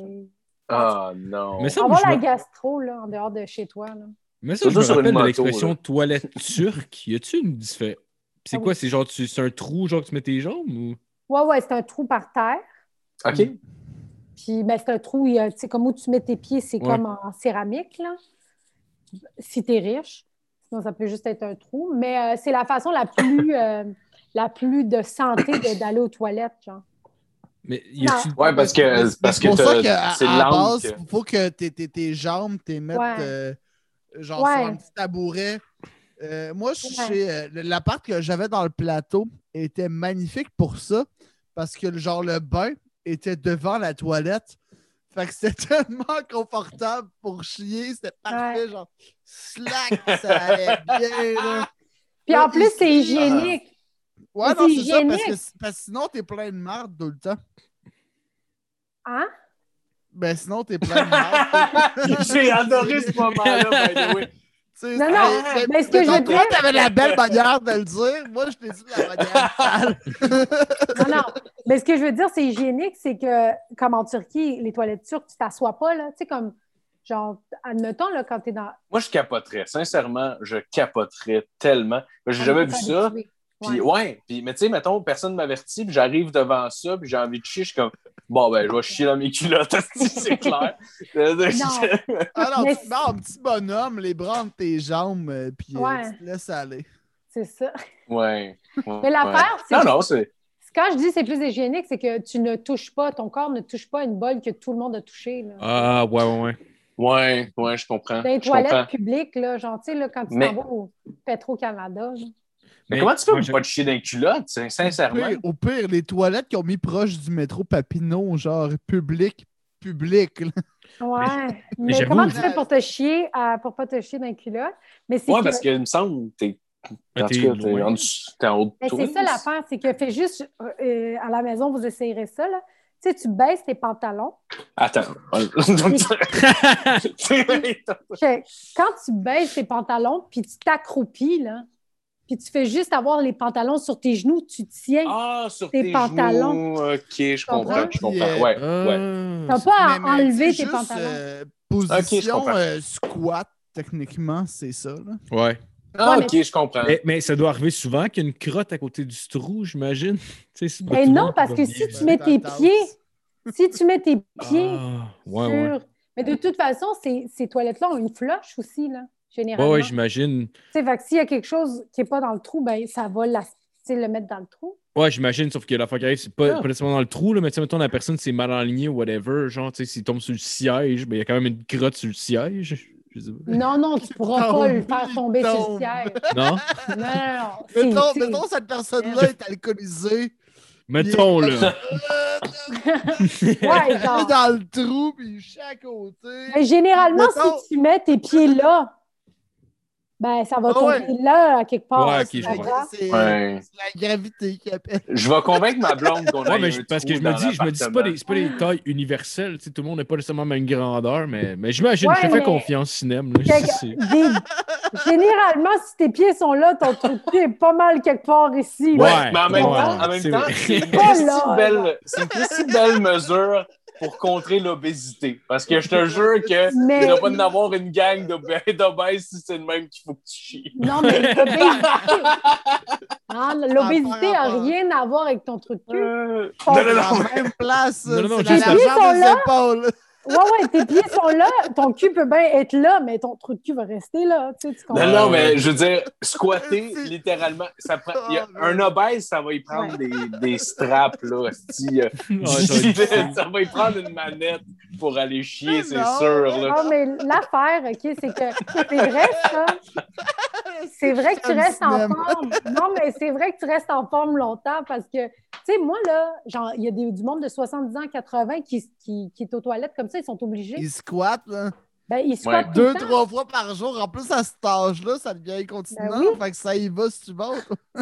Ah non. Mais ça, On va je la me- gastro, là, en dehors de chez toi, là. Mais ça, je Surtout me sur une rappelle de moto, l'expression là. toilette turque. Y a-tu une différence? C'est Ah quoi? C'est genre, tu- c'est un trou, genre, que tu mets tes jambes ou? Ouais, ouais, c'est un trou par terre. OK. Puis, ben, c'est un trou, il y a- tu sais, comme où tu mets tes pieds, c'est Ouais. comme en, en céramique, là. Si t'es riche. Sinon, ça peut juste être un trou. Mais euh, c'est la façon la plus, euh, la plus de santé de- d'aller aux toilettes, genre. Mais y a-tu. Non. Ouais, parce Mais que parce c'est pour que ça t'as- qu'à c'est à la l'angle. base, que- il faut que tes, tes, tes jambes, tes mettes Ouais. euh, genre Ouais. sur un petit tabouret. Euh, moi, je Ouais. sais, euh, l'appart que j'avais dans le plateau était magnifique pour ça parce que le- genre le bain était devant la toilette. Fait que c'était tellement confortable pour chier, c'était parfait, genre slack, ça allait bien. là. Puis, en Là, plus, ici, c'est hygiénique. Ouais, non, c'est Mais c'est ça, parce hygiénique. que, parce que sinon, t'es plein de marde tout le temps. Hein? Ben sinon, t'es plein de marde. J'ai adoré ce moment-là, by the way. Tu sais, Non, non, mais- mais ce que je veux tantôt, dire- T'avais la belle manière de le dire. Moi, je t'ai dit la manière sale. Non, non. Mais ce que je veux dire, c'est hygiénique, c'est que, comme en Turquie, les toilettes turques, tu t'assois pas, là. Tu sais, comme, genre, admettons, là, quand t'es dans. Moi, je capoterais. Sincèrement, je capoterais tellement. J'ai jamais vu ça. Ah, Ouais. Puis, oh. ouais. Puis, mais tu sais, mettons, personne m'avertit, puis j'arrive devant ça, puis j'ai envie de chier. Je suis comme, bon, ben, je vais chier dans mes culottes, si c'est clair. Non. Ah non, Mais tu te mets en petit bonhomme, les bras entre tes jambes, euh, puis euh, Ouais. tu te laisses aller. C'est ça. ouais. Mais l'affaire, c'est. Non, non, c'est. Quand je dis c'est plus hygiénique, c'est que tu ne touches pas, ton corps ne touche pas une bolle que tout le monde a touchée. là. Ah, ouais, ouais, ouais. Ouais, ouais, je comprends. Dans les Je comprends. toilettes publiques, là, genre, tu sais, là, quand tu Mais- t'en vas au Petro-Canada. là. Mais, comment tu peux moi, ne je- pas te chier dans les culottes, sin- Au sincèrement? pire, au pire, les toilettes qu'ils ont mis proche du métro Papineau, genre public, public. là. Ouais. Mais, j'avoue- comment tu fais pour te chier, euh, pour pas te chier dans les culottes? Mais c'est Ouais, que- parce qu'il me semble que t'es. Mais En tout Ah, t'es cas, t'es loin. en dessous- t'es en haut de Mais toi. Ben, c'est ça l'affaire, c'est que fais juste euh, euh, à la maison, vous essayerez ça, là. Tu sais, tu baisses tes pantalons. Attends. Fait que Quand tu baisses tes pantalons, puis tu t'accroupis, là, puis tu fais juste avoir les pantalons sur tes genoux, tu tiens. ah, sur Tes tes, pantalons. genoux. OK, je comprends? comprends, je comprends. Yeah. Ouais, Ah, ouais. T'as pas Mais- à mais enlever c'est juste, tes pantalons. euh, Ok, je position comprends. euh, squat, techniquement, c'est ça. là. ouais. Ah, mais- OK, je comprends. Mais, mais ça doit arriver souvent qu'il y a une crotte à côté du trou, j'imagine. Tu sais, c'est pas Eh tout le non, monde parce qui que va si bien- ben. tu mets tes Tasse. pieds Si tu mets tes pieds Ah, sur. ouais, ouais. Mais de toute façon, ces, ces toilettes-là ont une floche aussi, là, Ouais, généralement. ouais, j'imagine. Tu sais, fait que s'il y a quelque chose qui n'est pas dans le trou, ben ça va la- tu sais, le mettre dans le trou. Ouais, j'imagine, sauf que la fois qui arrive, c'est pas, Ah. pas nécessairement dans le trou, là, mais tu sais, mettons, la personne s'est mal alignée ou whatever. Genre, tu sais, s'il tombe sur le siège, ben, il y a quand même une crotte sur le siège. Je sais pas. Non, non, tu ne pourras Tombe, pas le faire tomber sur le tombe. siège. Non? Non, non, non. C'est- Mettons, c'est- mettons, cette personne-là est alcoolisée. Mettons, là. Euh, Ouais, Elle est genre. dans le trou, puis chaque côté. Mais généralement, Mettons- si tu mets tes pieds là, ben ça va Ah ouais. tomber là, à quelque part. hein, Ouais, ok, c'est je pas comprends. grave. C'est Ouais. c'est la gravité qui appelle. Je vais convaincre ma blonde qu'on a Ouais, mais je- parce que je me dis, je me dis, c'est pas des, c'est pas des tailles universelles. tu sais, Tout le monde n'a pas nécessairement la même grandeur, mais, mais j'imagine, Ouais, je te fais mais- confiance, Cinem. là, Fait que- c'est- Des- Généralement, si tes pieds sont là, ton trou de pied est pas mal quelque part ici. Ouais, là. Ouais, mais en même ouais, temps, en même c'est temps, vrai. c'est une Pas si Oh là, là. belle, c'est une si belle mesure pour contrer l'obésité. Parce que je te jure que Mais- il ne va pas en avoir une gang d'obé- d'obèses si c'est le même qu'il faut que tu chies. Non, mais l'obésité. Hein, L'obésité par n'a rapport. rien à voir avec ton trou de cul. Euh, Non, non, non. la même place. Non, non, non, c'est juste la les pieds sont largeur des là. épaules. Ouais, ouais, tes pieds sont là, ton cul peut bien être là, mais ton trou de cul va rester là. Tu sais, tu comprends? Non, non, mais Ouais. je veux dire, squatter, littéralement, ça prend, il y a un obèse, ça va y prendre des, des straps, là, hostie, euh, Ah, Ouais, ça va être- ça va y prendre une manette pour aller chier, c'est Non. sûr, là. Ah, mais l'affaire, OK, c'est que c'est vrai, ça. C'est vrai que tu restes en Hallucinant. forme. Non, mais c'est vrai que tu restes en forme longtemps parce que, tu sais, moi, là, genre, il y a des- du monde de 70 ans, 80 qui, qui, qui est aux toilettes comme ça, ils sont obligés. Ils squattent, là. Ben, ils Ouais. squattent tout le Deux, temps, trois fois par jour. En plus, à cet âge-là, ça devient incontinent. Ben oui. Fait que ça y va si tu vas.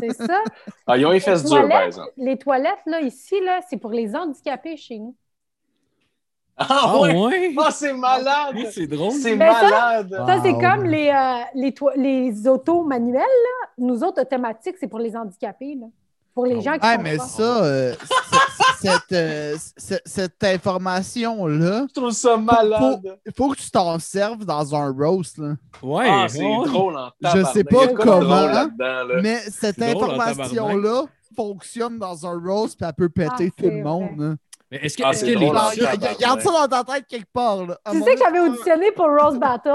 c'est ça. Ah, ils ont les fesses dures, par Toilette. exemple. Les toilettes, là, ici, là, c'est pour les handicapés chez nous. Ah Ah, ouais! ouais? Oh, c'est malade! Hey, C'est drôle. C'est Mais ça- malade! Ça, c'est Wow. comme les, euh, les, toi- les autos manuels, là. Nous autres, automatique, c'est pour les handicapés, là. Pour les gens qui Ah, sont mais pas- ça, euh, c- c- cette, euh, c- cette information-là, Je trouve ça malade. il faut que tu t'en serves dans un roast. là. Ouais, Ah, c'est ouais. drôle en Je tabarnak. sais pas Il y a quoi de comment. drôle hein. là-dedans, là? Mais Euh, cette C'est drôle, en information-là fonctionne dans un roast, puis elle peut péter Ah, tout c'est le monde. hein. Mais est-ce que, Ah, est-ce c'est que les drôle, hein, Genre, Turcs. tabarnak. y- y- Garde ça dans ta tête quelque part. Là. À Tu Ah, mon sais que avis, j'avais auditionné pour Rose Battle,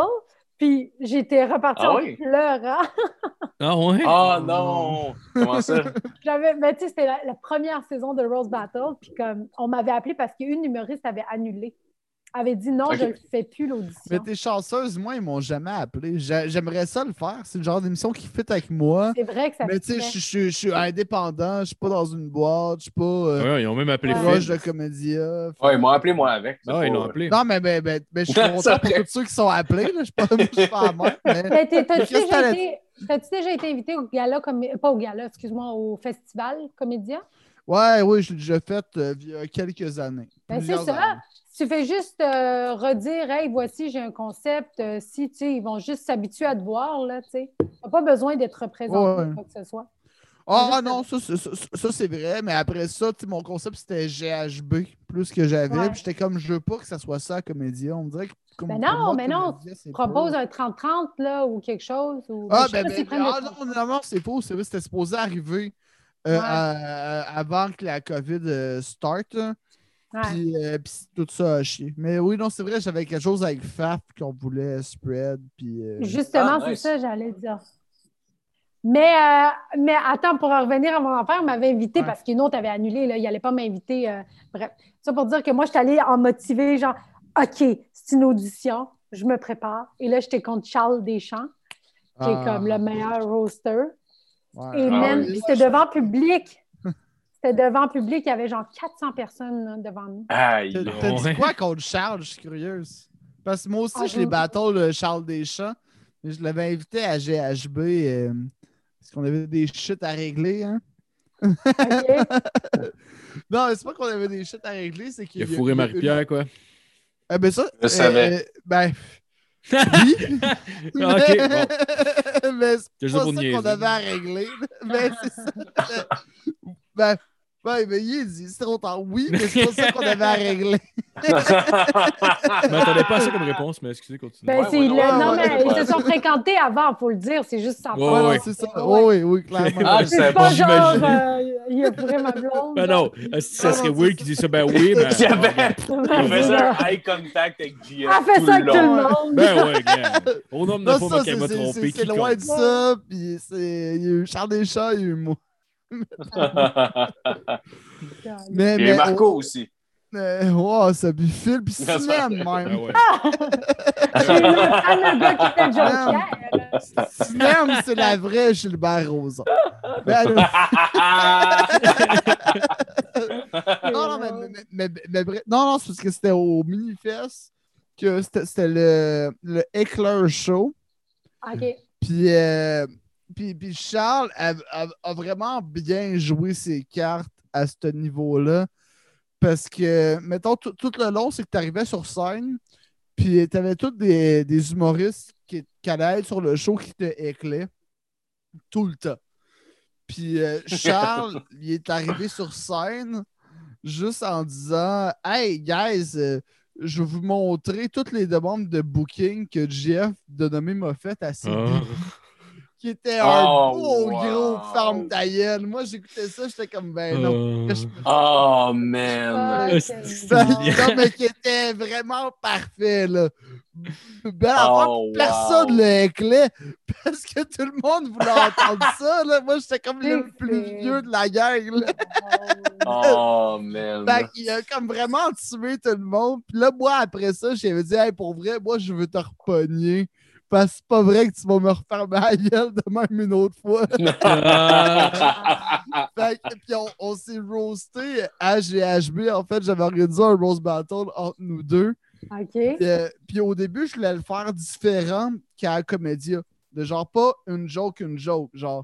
puis j'étais repartie Ah en oui? pleurant. Ah ouais? Ah non! Comment ça? J'avais, mais tu sais, c'était la, la première saison de Rose Battle, puis comme on m'avait appelé parce qu'une humoriste avait annulé. Avait dit non, Ok. je ne fais plus Mais l'audition. t'es chanceuse, moi, ils m'ont jamais appelé. J'a- J'aimerais ça le faire. C'est le genre d'émission qui fit avec moi. C'est vrai que ça Mais tu sais, se je- fait. je je suis indépendant, je suis pas dans une boîte, je suis pas euh, Ouais, ils ont même appelé Ouais. Phil. proche de comédia. Fait- Ouais, moi, appelez-moi avec. c'est Ah, ils pas- l'ont appelé. Non, mais, mais, mais- mais je suis Ça content pour fait- tous ceux qui sont appelés. là. Je suis pas, moi, je suis pas à moi. Mais... Mais t'es- t'as-tu Qu'est-ce que déjà, t'allais été- t'as-tu déjà été invité au gala, comé- pas au gala, excuse-moi, au festival comédien? Ouais, oui, je l'ai déjà fait euh, il y a quelques années. Ben, c'est Plusieurs ça. années. Tu fais juste euh, redire, hey, voici, j'ai un concept. euh, si, tu sais, ils vont juste s'habituer à te voir, là, tu sais. T'as pas besoin d'être représenté, Ouais. quoi que ce soit. Ah Juste- non, ça, c'est- ça, ça, c'est vrai, mais après ça, tu sais, mon concept c'était GHB, plus que j'avais. Ouais. Puis j'étais comme, je veux pas que ça soit ça, comédien. On me dirait que. Comme, Ben pour non, moi, mais non, comédien, c'est Propose peu. un 30-30, là, ou quelque chose. Ou... Ah, je sais ben, pas s'ils ben, prennent ah le- non, non, non, c'est faux, c'est vrai, c'était supposé arriver euh, Ouais. à- à- avant que la COVID euh, start. là. Ouais. Puis, euh, puis tout ça a chier. Mais oui, non, c'est vrai, j'avais quelque chose avec FAF qu'on voulait spread. Puis, euh, Ah, Justement, c'est nice. ça, j'allais dire. Mais, euh, mais attends, pour en revenir à mon affaire, on m'avait invité Ouais. parce qu'une autre avait annulé, là, il n'allait pas m'inviter. euh, bref, ça pour dire que moi, je suis allée en motiver, genre, OK, c'est une audition, je me prépare. Et là, j'étais contre Charles Deschamps, qui est ah, comme le meilleur roaster. ouais. Et Ah même, oui. puis c'était devant public. C'était devant public, il y avait genre 400 personnes là, devant nous. Aïe! T'as non. t'as Ouais. dit quoi contre Charles? Je suis curieuse. Parce que moi aussi, Ah, je l'ai oui. battu, le Charles Deschamps. Mais je l'avais invité à GHB euh, parce qu'on avait des shit à régler. Hein? OK? Non, mais c'est pas qu'on avait des shit à régler, c'est qu'il Il a y fourré il y a Marie-Pierre, quoi. une- Ah, ben ça, Je savais. euh, ben, oui. mais Ah, ok, bon. mais c'est T'as juste pas pour ça niaiser. qu'on avait à régler. Mais c'est ça. ben, ben, ben, il dit, c'est trop tard. Oui, mais c'est pas ça qu'on avait à régler. Je m'attendais pas à ça comme réponse, mais excusez, continuez. Ben, Ouais, c'est ouais, le- ouais, non, ouais, mais ouais. ils se sont fréquentés avant, il faut le dire, c'est juste ça. Ouais, ouais. c'est ça. Oui, oui, clairement. Ah, je savais pas. C'est pas bon, genre, j'imagine. euh, il a fourré ma blonde. Ben non, euh, si ça Non, serait non, weird c'est qui dit ça, ben oui, ben. Il y avait- Ben, Il c'est faisait ça. un Ah, eye contact avec GF. Elle Ah, fait ça avec tout long. le monde. Ben ouais, gars. Au nombre de Non, fois ça, moi, qu'elle c'est- m'a c'est- trompé, c'est- qui C'est loin de compte? ça, puis c'est... Il y a eu Charles Deschamps, il y a eu moi. Mais, Il y a mais- eu Marco aussi. euh, wow, ça puis Phil, puis Non, ça- Ben Sinem, même. ouais. C'est le fameux gars qui fait Ah. Jonquière. là. Sinem, c'est la vraie Gilbert Rosa. Ben, euh, Ah, Ah, non, non, Euh, mais, mais- mais- mais- mais bref- non, non, c'est parce que c'était au Minifest, que c'était c'était le, le Heckler Show. OK. Puis, euh, puis, puis Charles a, a- a vraiment bien joué ses cartes à ce niveau-là. Parce que, mettons, tout tout le long, c'est que tu arrivais sur scène, puis tu avais tous des, des humoristes qui, qui allaient être sur le show qui te éclaient tout le temps. Puis euh, Charles, il est arrivé sur scène juste en disant Hey, guys, euh, je vais vous montrer toutes les demandes de booking que Jeff de nommer m'a faites à ses Ah. qui était un Oh, beau wow. gros ferme ta gueule. Moi, j'écoutais ça, j'étais comme, Eh ben non. Euh, Oh, man. Ah, c'est- c'est Ça- bon. non, mais qui était vraiment parfait, là. Ben, Oh, wow. personne ne le éclait parce que tout le monde voulait entendre ça, là. Moi, j'étais comme le C'est plus fait. vieux de la gang, là. Oh, man. Fait qu'il a comme vraiment tué tout le monde. Puis là, moi, après ça, j'avais dit, hey, pour vrai, moi, je veux te repogner. Parce que c'est pas vrai que tu vas me refaire ma gueule de même une autre fois. Ah. Fait que- puis on, on s'est roasté à GHB. En fait, j'avais organisé un roast battle entre nous deux. Ah, OK. Puis, euh, puis au début, je voulais le faire différent qu'à la comédia. De genre, pas une joke, une joke. Genre,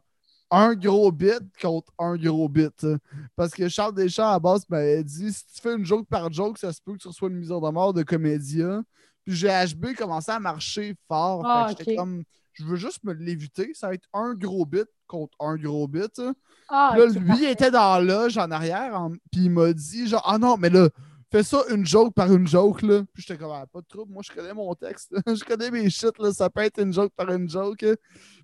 un gros bit contre un gros bit. hein. Parce que Charles Deschamps, à la base, m'avait dit si tu fais une joke par joke, ça se peut que tu reçois une mise en demeure de comédia. Puis GHB commençait à marcher fort. Ah, Fait que j'étais ok. comme je veux juste me l'éviter. Ça va être un gros bit contre un gros bit. hein. Ah, Puis là, ok, lui, il parfait. était dans la loge en arrière, en- puis il m'a dit genre, ah non, mais là, fais ça une joke par une joke, là. Puis j'étais comme, ah, pas de trouble, moi, je connais mon texte, là. je connais mes shit, là, ça peut être une joke par une joke. hein.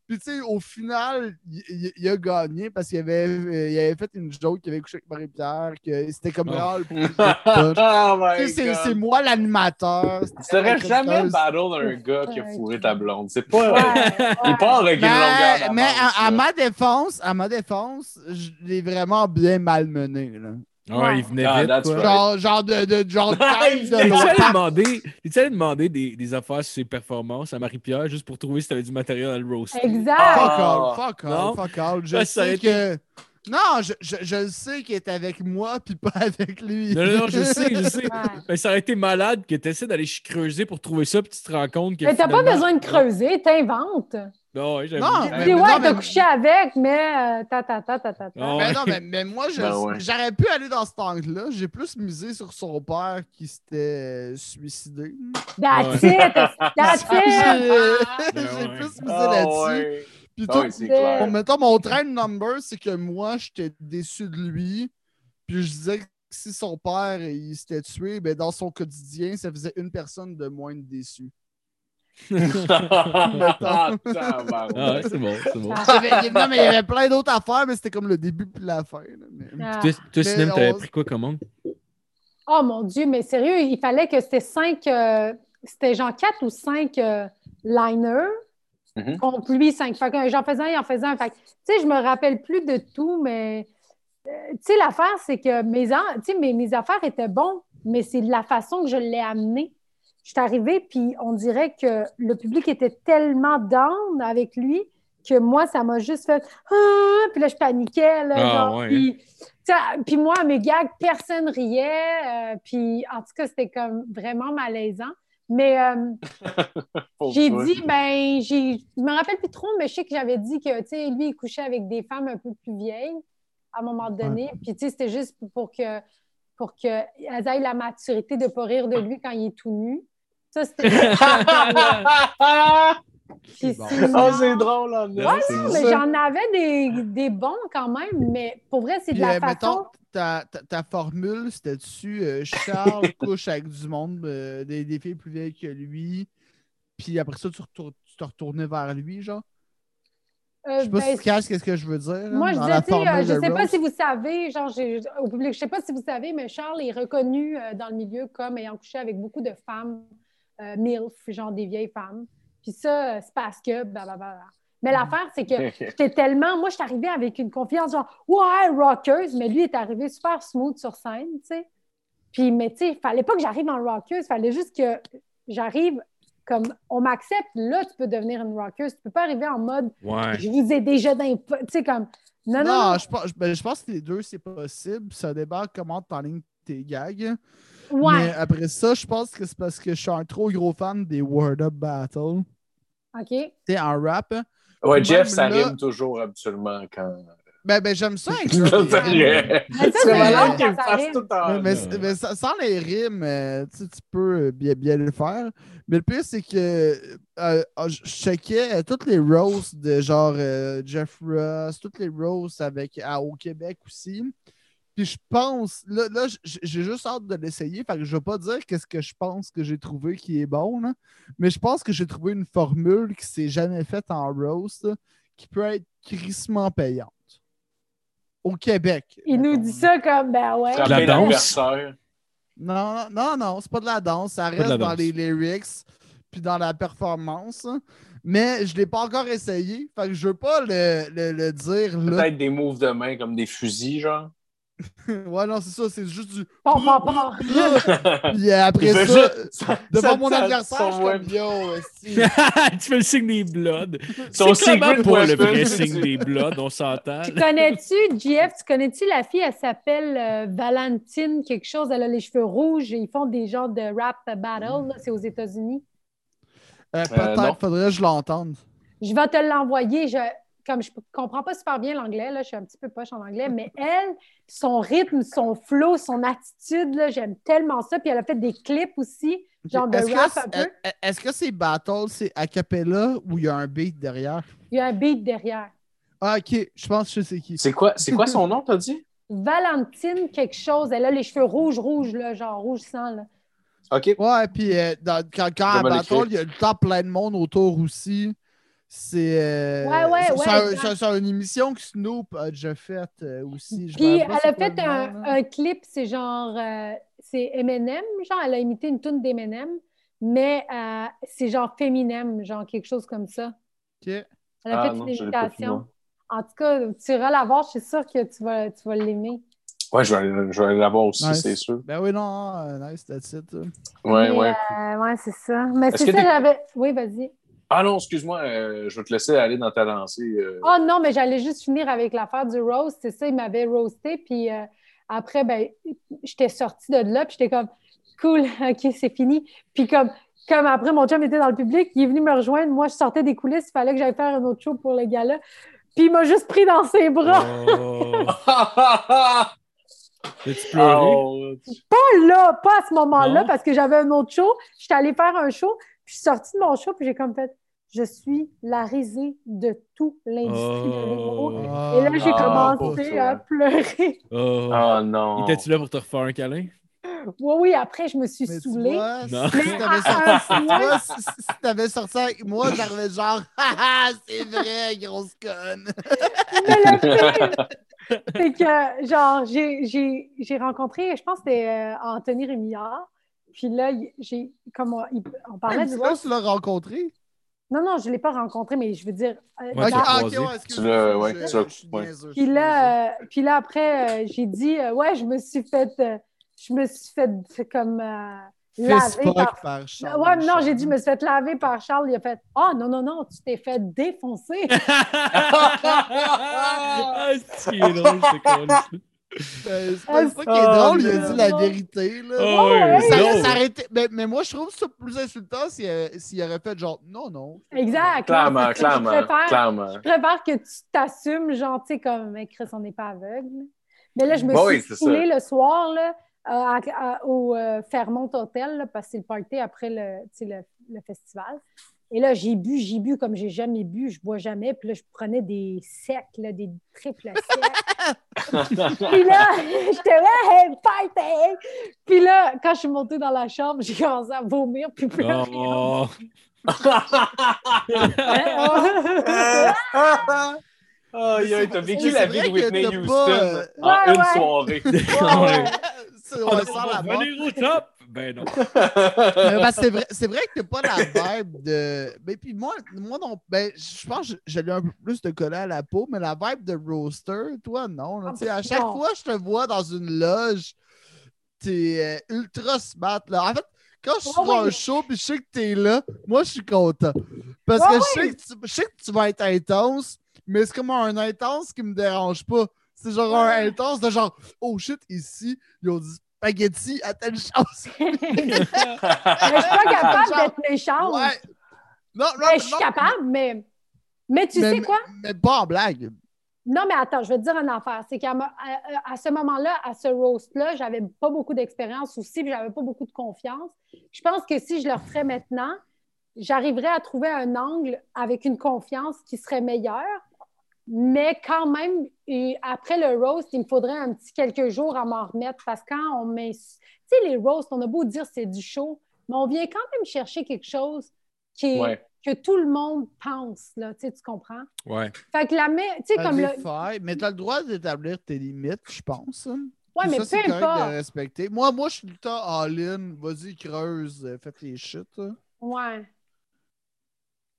Puis tu sais, au final, il, il- il a gagné parce qu'il avait, euh, il avait fait une joke qu'il avait couché avec Marie-Pierre, que c'était comme Oh. râle. Puis, oh tu sais, my c'est- c'est God. moi l'animateur. Tu serais jamais Christos. battle un gars qui a fourré ta blonde. C'est pas. Ouais, ouais. Il part avec une longueur Mais, d'avance, mais à, là. à ma défense, à ma défense, je l'ai vraiment bien malmené. Là. Ouais. Ouais, il venait Ah, vite. that's quoi. right. Genre, genre de, de, genre de time de T'es-tu l'autre. allé demander, t'es-tu allé demander des, des affaires sur ses performances à Marie-Pierre juste pour trouver si t'avais du matériel à le roaster? Exact. Fuck all, Ah. fuck all, Non. fuck all. Je Ça, ça sais aurait que. Non, je, je, je le sais qu'il est avec moi, puis pas avec lui. Non, non, non, je sais, je sais. Ouais. Mais ça aurait été malade que t'essaies d'aller ch- creuser pour trouver ça, puis tu te rends compte que. Mais t'as pas finalement- besoin de creuser, t'inventes. Non, ouais, j'avoue. Non, Tu mais, dis, mais ouais, non, t'as mais- couché avec, mais euh, ta, ta, ta, ta, ta, ta. Ah mais ouais. non, mais, mais moi, je- Ben ouais. j'aurais pu aller dans cet angle-là. J'ai plus misé sur son père qui s'était suicidé. That's Ouais. it, that's it. Ben J'ai j'ai ouais. plus misé Ah là-dessus. ouais. Puis Ah tout- ouais, c'est Bon, clair. Bon, mettons, mon train de number, c'est que moi, j'étais déçu de lui. Puis je disais que si son père il s'était tué, ben, dans son quotidien, ça faisait une personne de moins de déçu. Ah, Ah ouais, tabarnak. c'est bon, c'est bon. Ah. Il y avait- il y avait- non, mais il y avait plein d'autres affaires, mais c'était comme le début puis la fin. là, mais- Ah. Toi, toi Sinem, Mais t'avais on- pris quoi comme ongle? Oh mon Dieu, mais sérieux, il fallait que c'était cinq, euh, c'était genre quatre ou cinq euh, liners Mhm. Mm-hmm. contre lui cinq. Fait que j'en faisais un, il en faisait un. Fait que, tu sais, je me rappelle plus de tout, mais euh, tu sais, l'affaire, c'est que mes, en- tu sais, mes, mes affaires étaient bonnes, mais c'est de la façon que je l'ai amené. Je suis arrivée, puis on dirait que le public était tellement down avec lui que moi, ça m'a juste fait Ah! Puis là, je paniquais. Là, Ah, genre, ouais. puis, tu sais, puis moi, à mes gags, personne riait. euh, puis en tout cas, c'était comme vraiment malaisant. Mais euh, j'ai Pourquoi? dit, ben, j'ai- je me rappelle plus trop, mais je sais que j'avais dit que, tu sais, lui, il couchait avec des femmes un peu plus vieilles à un moment donné. Puis, tu sais, c'était juste pour que pour qu'elles aient la maturité de pas rire de lui quand il est tout nu. Ça, c'était... Puis bon. sinon- Ah, c'est drôle, en Ouais, esti, non, mais ça. j'en avais des, des bons quand même, mais pour vrai, c'est de Puis, la euh, mettons, façon... ta, ta, ta formule, c'était dessus Charles couche avec du monde, euh, des, des filles plus vieilles que lui. Puis après ça, tu, retour- tu te retournais vers lui, genre. euh, Je sais pas ben, si tu caches qu'est-ce que je veux dire. hein, moi, je dans la disais, tu sais, euh, formule je de sais pas Rose. si vous savez, genre, j'ai- au public, je sais pas si vous savez, mais Charles est reconnu euh, dans le milieu comme ayant couché avec beaucoup de femmes euh, MILF, genre des vieilles femmes. Puis ça, euh, c'est parce que... blablabla. Mm. Mais l'affaire, c'est que J'étais tellement. Moi, je suis arrivée avec une confiance, genre, ouais, rockeuse, mais lui est arrivé super smooth sur scène, tu sais. Puis, mais tu sais, il fallait pas que j'arrive en rockeuse, il fallait juste que j'arrive comme on m'accepte, là, tu peux devenir une rockeuse. Tu peux pas arriver en mode, Ouais. je vous ai déjà d'un. Tu sais, comme, non, non, non. je pense, ben, je pense que les deux, c'est possible. Ça débat comment tu enlignes tes gags. Mais ouais. après ça, je pense que c'est parce que je suis un trop gros fan des Word Up Battle. OK. Tu sais, en rap. hein. Ouais, Jeff, ça Même là- rime toujours absolument quand. Ben, ben j'aime ça. avec Ça, ça. ça rime. Mais ça, C'est c'est malade bon qu'il quand le ça fasse rime. tout en. Ouais, mais, c'est- mais ça- sans les rimes, euh, tu sais, tu peux euh, bien, bien le faire. Mais le pire, c'est que euh, euh, je je checkais euh, toutes les roasts de genre euh, Jeff Ross, toutes les roasts avec, à- au Québec aussi. Puis je pense, là, là, j- j'ai juste hâte de l'essayer. Fait que je vais pas dire qu'est-ce que je pense que j'ai trouvé qui est bon, là. mais je pense que j'ai trouvé une formule qui s'est jamais faite en roast là, qui peut être crissement payante. Au Québec. Il nous mettons, dit là. ça comme, ben ouais. De la Frapper danse. l'adversaire. Non, non, non, c'est pas de la danse. Ça de reste la dans danse. les lyrics puis dans la performance. Mais je l'ai pas encore essayé. Fait que je veux pas le, le- le dire là. Peut-être des moves de main comme des fusils, genre. ouais, non, c'est ça. C'est juste du. Bon, bon, bon. Puis euh, après Il fait ça, juste- devant ça- mon ça- son adversaire, je suis comme web- yo. esti. Euh, tu fais le signe des Bloods. Son C'est clairement secret pas le weapon. vrai signe des Bloods, on s'entend. Tu connais-tu, JF, tu connais-tu la fille, elle s'appelle euh, Valentine quelque chose, elle a les cheveux rouges et ils font des genres de rap battle, là, c'est aux États-Unis. Euh, non. Peut-être faudrait que je l'entende. Je vais te l'envoyer, je, comme je comprends pas super bien l'anglais, là, je suis un petit peu poche en anglais, mais elle, son rythme, son flow, son attitude, là, j'aime tellement ça, puis elle a fait des clips aussi, Genre de Est-ce rap un que, peu. est- est-ce que c'est battle, c'est a cappella ou il y a un beat derrière? Il y a un beat derrière. Ah, ok, je pense que je sais qui. C'est quoi, c'est quoi son nom, t'as dit? Valentine quelque chose. Elle a les cheveux rouges, rouges, là, genre rouge sang. Là. OK. Ouais, puis euh, dans- quand, quand Je vais à me Battle, l'écrire. il y a le temps plein de monde autour aussi. C'est. euh, Ouais, ouais, c'est- ouais, c'est un- exact. C'est c'est une émission que Snoop a déjà faite euh, aussi. Je Puis me elle rappelle pas a c'est quoi fait le nom, un, là. un clip, c'est genre. euh, c'est Eminem, genre, elle a imité une toune d'Eminem, mais euh, c'est genre féminem, genre quelque chose comme ça. Ok. Elle a Ah, fait non, une je l'ai pas plus imitation. loin. En tout cas, tu iras la voir, je suis sûre que tu vas, tu vas l'aimer. Ouais, je vais, je vais l'avoir aussi, Nice. c'est sûr. Ben oui, non, euh, nice, that's it. euh. Ouais, Mais, ouais. euh, ouais, c'est ça. Mais Est-ce c'est que ça, t'es- j'avais. Oui, vas-y. Ah non, excuse-moi, euh, je vais te laisser aller dans ta lancée. euh. Oh non, mais j'allais juste finir avec l'affaire du roast. C'est ça, il m'avait roasté. Puis euh, après, ben, j'étais sortie de là. Puis j'étais comme, cool, OK, c'est fini. Puis comme, comme après, mon chum était dans le public, il est venu me rejoindre. Moi, je sortais des coulisses. Il fallait que j'aille faire un autre show pour le gala. Puis il m'a juste pris dans ses bras. Oh, T'as-tu pleuré? Oh, Pas là, pas à ce moment-là, Non. parce que j'avais un autre show. J'étais allée faire un show. Puis je suis sortie de mon show. Puis j'ai comme fait, je suis la risée de tout l'industrie de l'humour. Oh. Et là, j'ai Ah, commencé pauvre à pleurer. Oh. Ah non. Il était-tu là pour te refaire un câlin? Oui, oui, après, je me suis Mais tu saoulée. vois, si Non. tu Mais t'avais sorti- à un tu point, vois, si- si- si t'avais sorti avec moi, j'arrivais genre, haha, c'est vrai, grosse conne. mais le pire, c'est que, genre, j'ai- j'ai j'ai rencontré, je pense que c'était euh, Anthony Rémillard. Puis là, il- j'ai, comme on, il- on parlait Même si du là, tu l'as rencontré. Non, non, je ne l'ai pas rencontré, mais je veux dire. euh, Ouais, Ok, tu dans- l'as ah, ok, croisé. ouais, excuse-moi, Tu l'as- je- ouais, tu je- l'as- je suis ouais. niaiseux, je suis Puis niaiseux. là, euh, puis là, après, euh, j'ai dit, euh, ouais, je me suis fait, euh, je me suis fait comme euh, Fist laver fuck par par Charles Ouais, mais non, Charles. j'ai dit, je me suis fait laver par Charles. Il a fait Ah, non, non, non, tu t'es fait défoncer. ah, c'est qui est drôle, c'est con. Ah, Ben, C'est pas Ah, ça qui est drôle, il a non. dit la vérité, là. Oh, ouais. Ça- non. ça aurait été- mais, mais moi, je trouve ça plus insultant s'il euh, s'il aurait fait genre non, non. exact. Clairement, Je clairement, préfère- clairement. Je préfère que tu t'assumes, genre, tu sais, comme, mais Chris, on n'est pas aveugle. Mais là, je me Bah oui, suis c'est saoulée le soir, là, euh, à- à- au euh, Fairmont Hotel, là, parce que c'est le party après le, tu sais, le, le festival. Et là, j'ai bu, j'ai bu comme j'ai jamais bu, je bois jamais. Puis là, je prenais des secs, là, des triples secs. Puis là, j'étais là, hey, fight, hey! Puis là, quand je suis montée dans la chambre, j'ai commencé à vomir, puis pleurer. Oh. Ah, Mais yo, c'est- t'as mais vécu c'est la vrai vie de que Whitney t'as Houston pas, euh, en Ouais, une ouais. soirée. Ah Ouais. C'est- On on sent la va mort. venir au top! Ben non. Euh, parce que c'est vrai, c'est vrai que t'as pas la vibe de. Mais puis moi, moi non. Ben, je pense que j'ai eu un peu plus de collant à la peau, mais la vibe de roaster, toi, non. là. Ah, Tu sais, à ben, chaque non. fois que je te vois dans une loge, t'es euh, ultra smart. Là. En fait, quand je suis Ouais, sur un ouais. show puis je sais que t'es là, moi je suis content. Parce Ouais, que je, sais que tu, je sais que tu vas être intense, mais c'est comme un intense qui me dérange pas. C'est genre un intense de genre, oh shit, ici, ils ont dit spaghetti à telle chose. Ah Mais je suis pas capable Genre, d'être méchante. Ouais. Non, non, Ben, je suis non, capable, mais. Mais tu mais- sais quoi? Mais pas en blague. Non, mais attends, je vais te dire une affaire. C'est qu'à me- à- à- à ce moment-là, à ce roast-là, j'avais pas beaucoup d'expérience aussi, puis j'avais pas beaucoup de confiance. Je pense que si je le referais maintenant, j'arriverais à trouver un angle avec une confiance qui serait meilleure. Mais quand même, et après le roast, il me faudrait un petit quelques jours à m'en remettre parce que quand on met. Tu sais, les roasts, on a beau dire c'est du show, mais on vient quand même chercher quelque chose qui est- Ouais. que tout le monde pense, là, tu sais, tu comprends? Ouais. Fait que la mé- tu sais, Ben, comme des le. fois, Mais tu as le droit d'établir tes limites, je pense. hein. Ouais, Puis mais ça, c'est peu correct de importe. respecter. Moi, moi, je suis tout le temps all-in. Vas-y, creuse, euh, fais tes shit. hein. Ouais.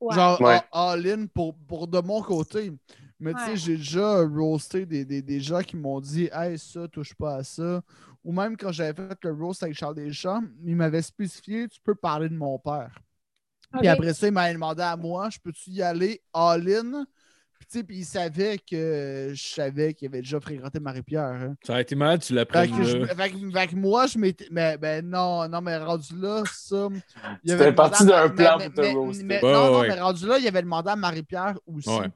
Ouais. Genre, Ouais. en- all-in pour, pour de mon côté. Mais tu Ouais. sais, j'ai déjà roasté des, des, des gens qui m'ont dit Hey, ça, touche pas à ça. Ou même quand j'avais fait le roast avec Charles Deschamps, il m'avait spécifié Tu peux parler de mon père. Ok. Puis après ça, il m'a demandé à moi, je peux-tu y aller all-in? Puis, tu sais, puis il savait que je savais qu'il avait déjà fréquenté Marie-Pierre. hein. Ça a été mal, tu l'as pris Fait que, je- là. fait que- fait que moi, je m'étais. Mais ben non, non, mais rendu là, ça. il C'était demandé parti à- d'un mais- plan mais- pour te mais- roaster. mais- Ouais, non, non, ouais. mais rendu là, il avait demandé à Marie-Pierre aussi. Ouais.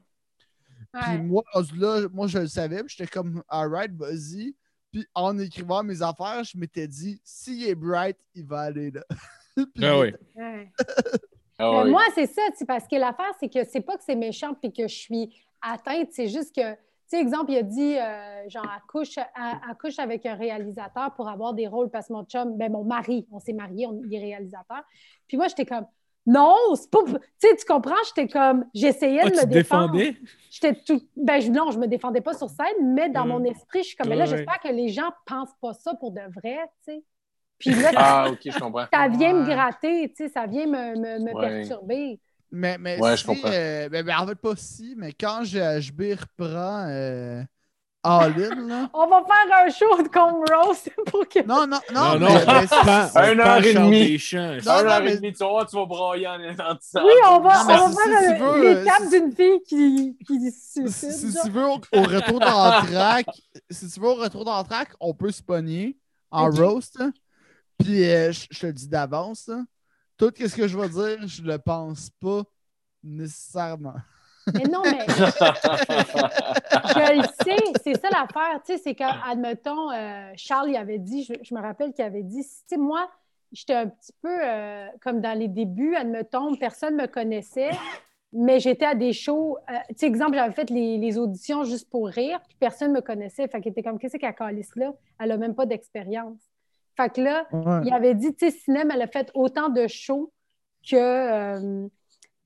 Puis Ouais. moi, rendu là, moi, je le savais, puis j'étais comme, alright, vas-y. Puis en écrivant mes affaires, je m'étais dit, s'il est bright, il va aller là. Puis- Ah oui. Ouais. Ah Mais oui. moi, c'est ça, tu sais, parce que l'affaire, c'est que c'est pas que c'est méchant puis que je suis atteinte, c'est juste que, tu sais, exemple, il a dit, euh, genre, accouche, à- accouche avec un réalisateur pour avoir des rôles, parce que mon chum, ben, mon mari, on s'est mariés, on, il est réalisateur. Puis moi, j'étais comme, non, c'est pas. Tu sais, tu comprends, j'étais comme, j'essayais Ah, de tu me te défendre. défendais? J'étais tout. Ben, je- non, je me défendais pas sur scène, mais dans Mm. mon esprit, je suis comme, mais là, Ouais. j'espère que les gens pensent pas ça pour de vrai, tu sais. Puis là, Ah, ok, je comprends. ça vient me Ouais. gratter, tu sais, ça vient me, me- me Ouais. perturber. Mais, mais Ouais, si, je comprends. euh, ben, ben, en fait, pas si, mais quand GHB reprend euh, All In, là. On va faire un show de Combe Rose pour que. Non, non, non. Ah, Non, non, mais- mais- on prend- on Un prend heure et Charles demie. Deschamps. Non, Un non, heure et mais- demie, tu vas voir, tu vas broyer en étant oui, on va, mais on si- va faire si tu euh, veux, euh, l'étape si- d'une fille qui, qui se si, suicide. si genre. tu veux, au, au retour dans le track, si tu veux, au retour dans le track, on peut se pogner en Ok. roast. hein. Puis euh, je je te le dis d'avance, hein, tout ce que je vais dire, je le pense pas nécessairement. Mais non, mais je le sais, c'est ça l'affaire. Tu sais, c'est quand, admettons, euh, Charles, il avait dit, je, je me rappelle qu'il avait dit, tu sais, moi, j'étais un petit peu euh, comme dans les débuts, admettons, personne ne me connaissait, mais j'étais à des shows. euh, tu sais, exemple, j'avais fait les, les auditions juste pour rire, puis personne ne me connaissait. Fait qu'il était comme, qu'est-ce qu'elle calisse là? Elle n'a même pas d'expérience. Fait que là, il avait dit, tu sais, Cinem, elle a fait autant de shows que. euh,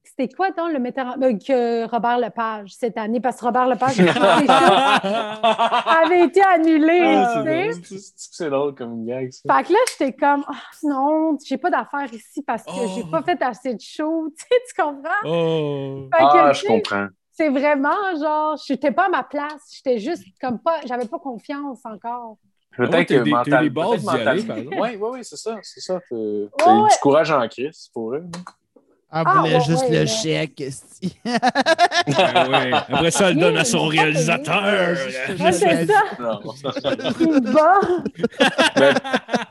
c'était quoi, donc, le metteur en- euh, que Robert Lepage cette année? Parce que Robert Lepage avait été annulé. Ah, tu sais. C'est c'est drôle comme gag, ça. Fait que là, j'étais comme, Ah, non, j'ai pas d'affaires ici parce que j'ai Oh. pas fait assez de shows. Tu sais, tu comprends? Oh. Fait que, Ah, tu je sais, comprends. C'est vraiment genre, j'étais pas à ma place. J'étais juste comme pas, j'avais pas confiance encore. Ouais, Peut-être t'as que des- t'as mental- les bases peut-être d'y mentalement. aller, par exemple. Oui, oui, oui, c'est ça. C'est ça. T'as Ouais, t'as eu ouais. du courage en crise pour eux. Elle voulait Ah, ouais, juste ouais, le ouais. chèque. esti. Ben ouais. Après ça, elle Oui, donne à son mais c'est pas réalisateur. payé. Moi, c'est ça Non. qui me bat. Ben,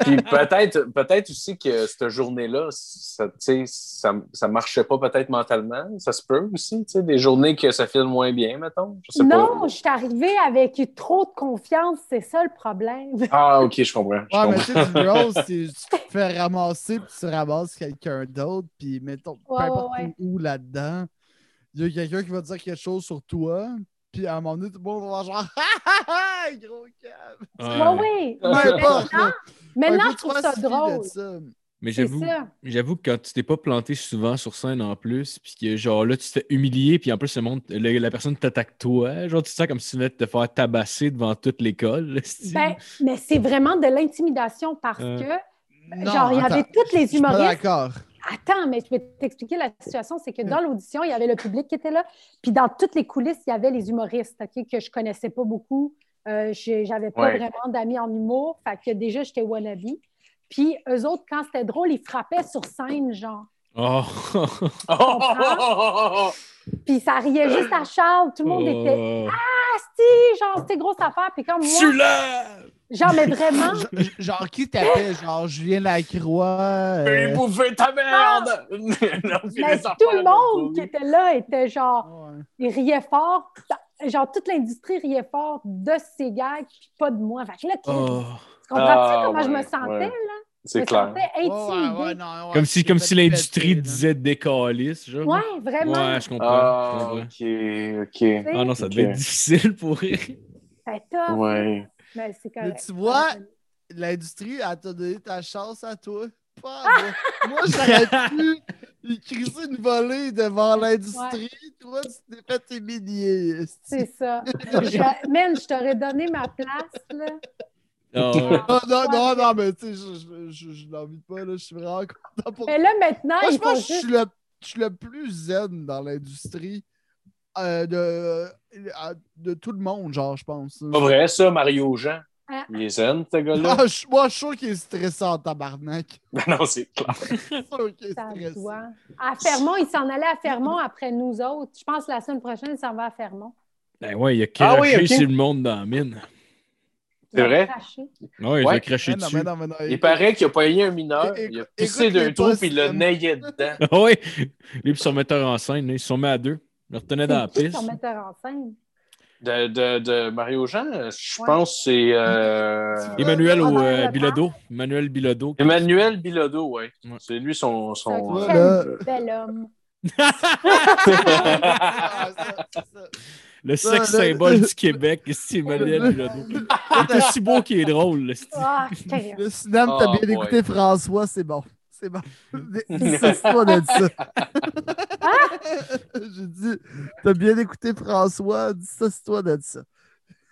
Puis peut-être peut-être aussi que cette journée-là, ça, tu sais, ça, ça marchait pas peut-être mentalement. Ça se peut aussi, tu sais, des journées que ça file moins bien, mettons. Je sais Non, pas. je suis arrivée avec trop de confiance, c'est ça le problème. Ah, OK, je comprends. Je Ouais, mais comprends. tu sais, du roast, c'est- tu te fais ramasser, puis tu ramasses quelqu'un d'autre, puis mettons, peu Ouais, importe ouais, ouais. où, où là-dedans, il y a quelqu'un qui va dire quelque chose sur toi, puis à un moment donné, tout le monde va faire genre « Ha, ha, ha, gros cave! Ouais, Ouais. oui. Ouais. Peu importe, Maintenant, là. maintenant Un peu je trouve trois ça suffit de drôle. ça. Mais C'est j'avoue, ça. J'avoue que quand tu t'es pas planté souvent sur scène en plus, puis que genre là, tu t'es humilié, puis en plus, le monde, le- la personne t'attaque toi, genre tu te sens comme si tu venais de te faire tabasser devant toute l'école. là, c'est-tu? Ben, mais c'est vraiment de l'intimidation parce Euh, que, Non, Ben, genre, il y avait attends, toutes je les suis pas humoristes. d'accord. Attends, mais je vais t'expliquer la situation. C'est que dans l'audition, il y avait le public qui était là. Puis dans toutes les coulisses, il y avait les humoristes ok, que je connaissais pas beaucoup. Euh, j'ai- J'avais pas Ouais. vraiment d'amis en humour. Fait que déjà, j'étais wannabe. Puis eux autres, quand c'était drôle, ils frappaient sur scène, genre. Oh! Oh, oh, oh, oh, oh, oh. Puis ça riait juste à Charles. Tout le monde était Oh. Asti, genre, c'était grosse affaire. Puis comme moi, Tu l'as! genre, mais vraiment, Genre- Genre, qui t'appelle? Genre, Julien Lacroix? Fais euh, bouffer ta merde! Non, puis mais les enfants, tout le là, monde qui ils était là était genre, ouais. il riait fort. Genre, toute l'industrie riait fort de ces gags, puis pas de moi. Fait que là, Chris, Oh. tu comprends-tu Ah, comment je me ouais, sentais? ouais. là? Je C'est me clair. sentais Ouais, intimidée. ouais, Ouais, ouais, non, ouais, Comme si, c'est comme fait si péter, l'industrie là. disait des calices, genre. vraiment. Ouais, je comprends. je Ah, comprends. ok, ok. Ah non, ça Ok. devait être difficile pour rire. C'était top. Ouais. Mais c'est correct. Mais tu vois, l'industrie, elle t'a donné ta chance à toi. Pas à moi. moi, j'aurais pu y crisser une volée devant l'industrie. Toi, tu t'es fait humilier. C'est ça. Je- Man, je t'aurais donné ma place, là. Ah ouais. Non, non, non, non, mais tu sais, je, je, je, je l'envie pas, là. Je suis vraiment content pour toi. Mais là, maintenant, Moi, je il faut pense que je juste... suis le, je suis le plus zen dans l'industrie euh, de, euh, de tout le monde, genre, je pense. Pas vrai, ça, Mario Jean. Ah. Il est zen, ce gars-là. Ah, je- moi, je suis sûr qu'il est stressant, tabarnak. Ben non, c'est clair. Je suis sûr qu'il est Ça se stressant. voit. À Fermont, il s'en allait à Fermont après nous autres. Je pense que la semaine prochaine, il s'en va à Fermont. Ben ouais, il a craché Ah oui, ok. sur le monde dans la mine. Il C'est a vrai? craché. Ouais, il a Ouais. craché Ah, non, dessus. mais non, mais non, Il écoute. paraît qu'il a pogné un mineur, Écoute- il a pissé écoute d'un les trou postes, puis il le euh, nayait dedans. Ah ouais! Lui et son metteur en scène, là, ils se sont mis à deux. Ils le retenaient dans la C'est qui piste. son metteur en scène? De, de, de Mario Jean, je pense que c'est euh, Emmanuel Ah, au, dans euh, le Bilodeau. Emmanuel Bilodeau. Emmanuel Bilodeau, ouais. Ouais. C'est lui son. C'est un son... Voilà. quel bel homme. Ah, ça, ça, ça. Le sexe symbole du Québec, c'est Emmanuel Bilodeau. Il était si beau qu'il est drôle. le style. Ah, quel homme. Le Sinam, t'as Ah, Oh, bien écouté ouais. François, c'est bon. C'est bon. Insiste-toi de ça. Ah! J'ai dit, t'as bien écouté François, dissocie-toi de ça.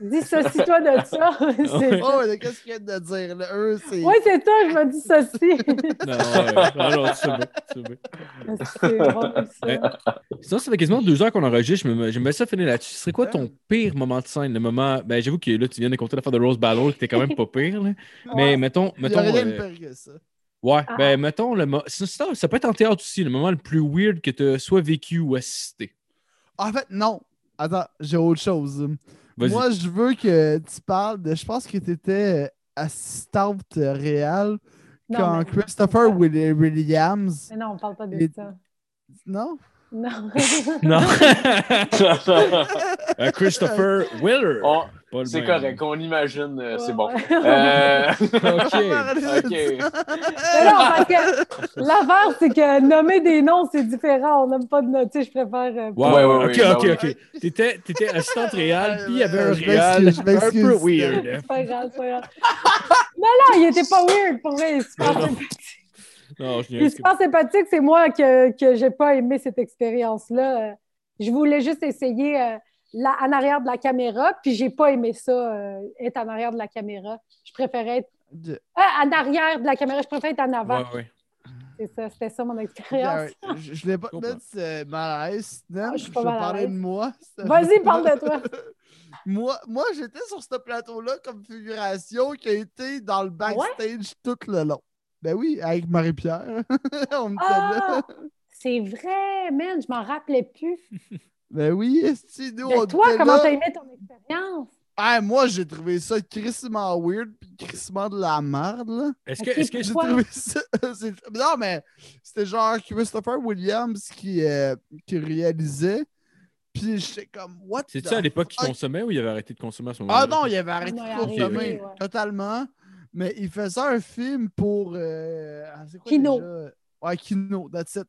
Dissocie-toi de ça. C'est- Oh, mais qu'est-ce qu'il vient de dire? là? Eux, c'est. Oui, c'est ça, je me dissocie. Non, ouais. Ah Non, non, c'est bien, c'est bien. c'est drôle, Ouais. ça. Sinon, ça fait quasiment deux heures qu'on enregistre. mais J'aimerais ça finir là-dessus. Ce serait quoi ton pire moment de scène? Le moment. Ben, j'avoue que là, tu viens de compter l'affaire de Rose Battle, qui était quand même pas pire. là. Mais mettons. Il y a mettons rien de euh, pire que ça. Ouais, Ah. ben mettons, le mo- sinon, sinon, ça peut être en théâtre aussi, le moment le plus weird que tu as soit vécu ou assisté. En fait, non. Attends, j'ai autre chose. Vas-y. Moi, je veux que tu parles de. Je pense que tu étais assistante euh, réelle Non, quand mais- Christopher Willi- Williams. Mais non, on parle pas de Et- ça. Non? Non. Non. Euh, Christopher Willer. On- Pas le c'est même. correct, on imagine, euh, c'est bon. Mais Euh, OK. ok. non, parce que l'affaire, c'est que nommer des noms, c'est différent. On n'aime pas de noms. Tu sais, je préfère. euh, Wow, Ouais, ouais, ok, ouais, ok, ouais, ok. T'étais, t'étais assistante réelle, Ouais, puis il y avait un ouais, je m'excuse, réel je un peu m'excuse. weird. hein. C'est pas grave, c'est pas grave. Non, non, il était pas weird pour vrai. Il est super Non, non. sympathique. Non, je Il est niaise. super sympathique, c'est moi que, que j'ai pas aimé cette expérience-là. Euh, Je voulais juste essayer euh, la- en arrière de la caméra, puis j'ai pas aimé ça, euh, être en arrière de la caméra. Je préférais être De- ah, en arrière de la caméra, je préfère être en avant. Ouais, ouais. C'est ça, c'était ça mon expérience. Garrett, Je je voulais pas te Comprends. mettre ce malaise, Nan, Ah, je je suis vais pas mal à parler de l'aise. moi. ça- Vas-y, parle de toi. Moi, moi j'étais sur ce plateau-là comme figuration qui a été dans le backstage tout le long. Ben oui, avec Marie-Pierre. On me Ah! connaît. C'est vrai, man, je m'en rappelais plus. Ben oui, est nous, on De Ben, toi, était comment là. t'as aimé ton expérience? Ah, moi, j'ai trouvé ça crissement weird puis crissement de la merde, là. Est-ce que, Ok, est-ce que J'ai Ouais. trouvé ça... c'est- Non, mais c'était genre Christopher Williams qui, euh, qui réalisait. Puis j'étais comme, what c'est the ça à l'époque qu'il fuck? consommait ou il avait arrêté de consommer à ce moment-là? Ah non, il avait arrêté Non, de il a consommer, arrêté, ouais. totalement. Mais il faisait un film pour... euh, ah, c'est quoi Kino. déjà? Ouais, Kino, that's it.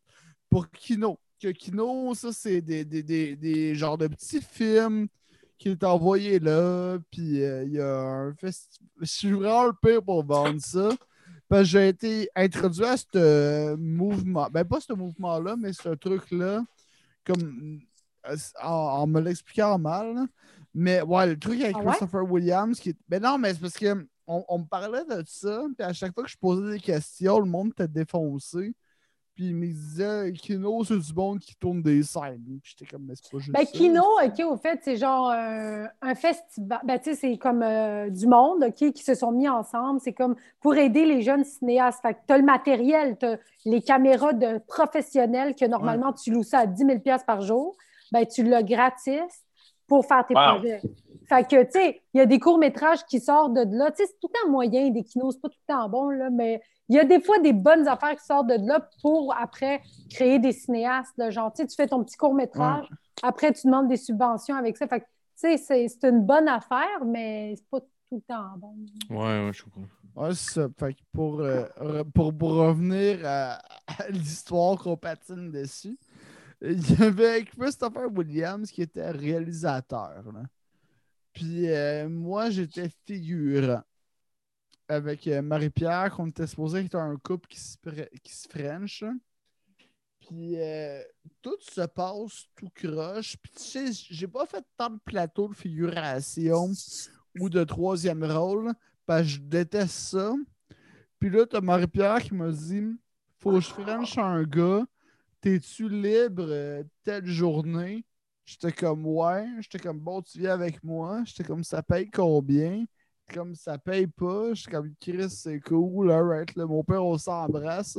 Pour Kino. Que Kino, ça, c'est des, des, des, des genres de petits films qui est envoyé là. Puis euh, il y a un festival... Je suis vraiment le pire pour vendre ça. Parce que j'ai été introduit à ce euh, mouvement. Ben, pas ce mouvement-là, mais ce truc-là. Comme... euh, En, en me l'expliquant mal, là. Mais ouais, le truc avec Ah ouais? Christopher Williams, qui est... Mais non, mais c'est parce que on, on me parlait de ça, puis à chaque fois que je posais des questions, le monde était défoncé. Puis il me disait Kino, c'est du monde qui tourne des scènes. Puis j'étais comme, mais c'est pas juste. Ben, ça. Kino, OK, au fait, c'est genre un, un festival. Ben, tu sais, c'est comme euh, du monde, OK, qui se sont mis ensemble. C'est comme pour aider les jeunes cinéastes. Fait que t'as le matériel, t'as les caméras de professionnels que normalement tu loues ça à 10 000 par jour. Ben, tu l'as gratis pour faire tes Wow. projets. Fait que, tu sais, il y a des courts-métrages qui sortent de là. Tu sais, c'est tout le temps moyen des kinos, c'est pas tout le temps bon, là, mais il y a des fois des bonnes affaires qui sortent de là pour après créer des cinéastes. Là, genre, tu sais, tu fais ton petit court-métrage, après, tu demandes des subventions avec ça. Fait que, tu sais, c'est c'est une bonne affaire, mais c'est pas tout le temps bon. Ouais, ouais, je comprends. Ouais, c'est ça. Fait que pour, euh, re- pour, pour revenir à, à l'histoire qu'on patine dessus, il y avait Christopher Williams qui était réalisateur. là. Puis euh, moi, j'étais figurant. Avec euh, Marie-Pierre, qu'on était supposé être un couple qui se, pre- qui se French. là. Puis euh, tout se passe tout croche. Puis tu sais, j'ai pas fait tant de plateaux de figuration ou de troisième rôle. Parce que je déteste ça. Puis là, t'as Marie-Pierre qui m'a dit Faut que je French un gars. T'es-tu libre euh, telle journée J'étais comme Ouais. J'étais comme Bon, tu viens avec moi. J'étais comme Ça paye combien Comme ça paye pas. J'étais comme Chris, c'est cool. Alright, là, mon père, on s'embrasse.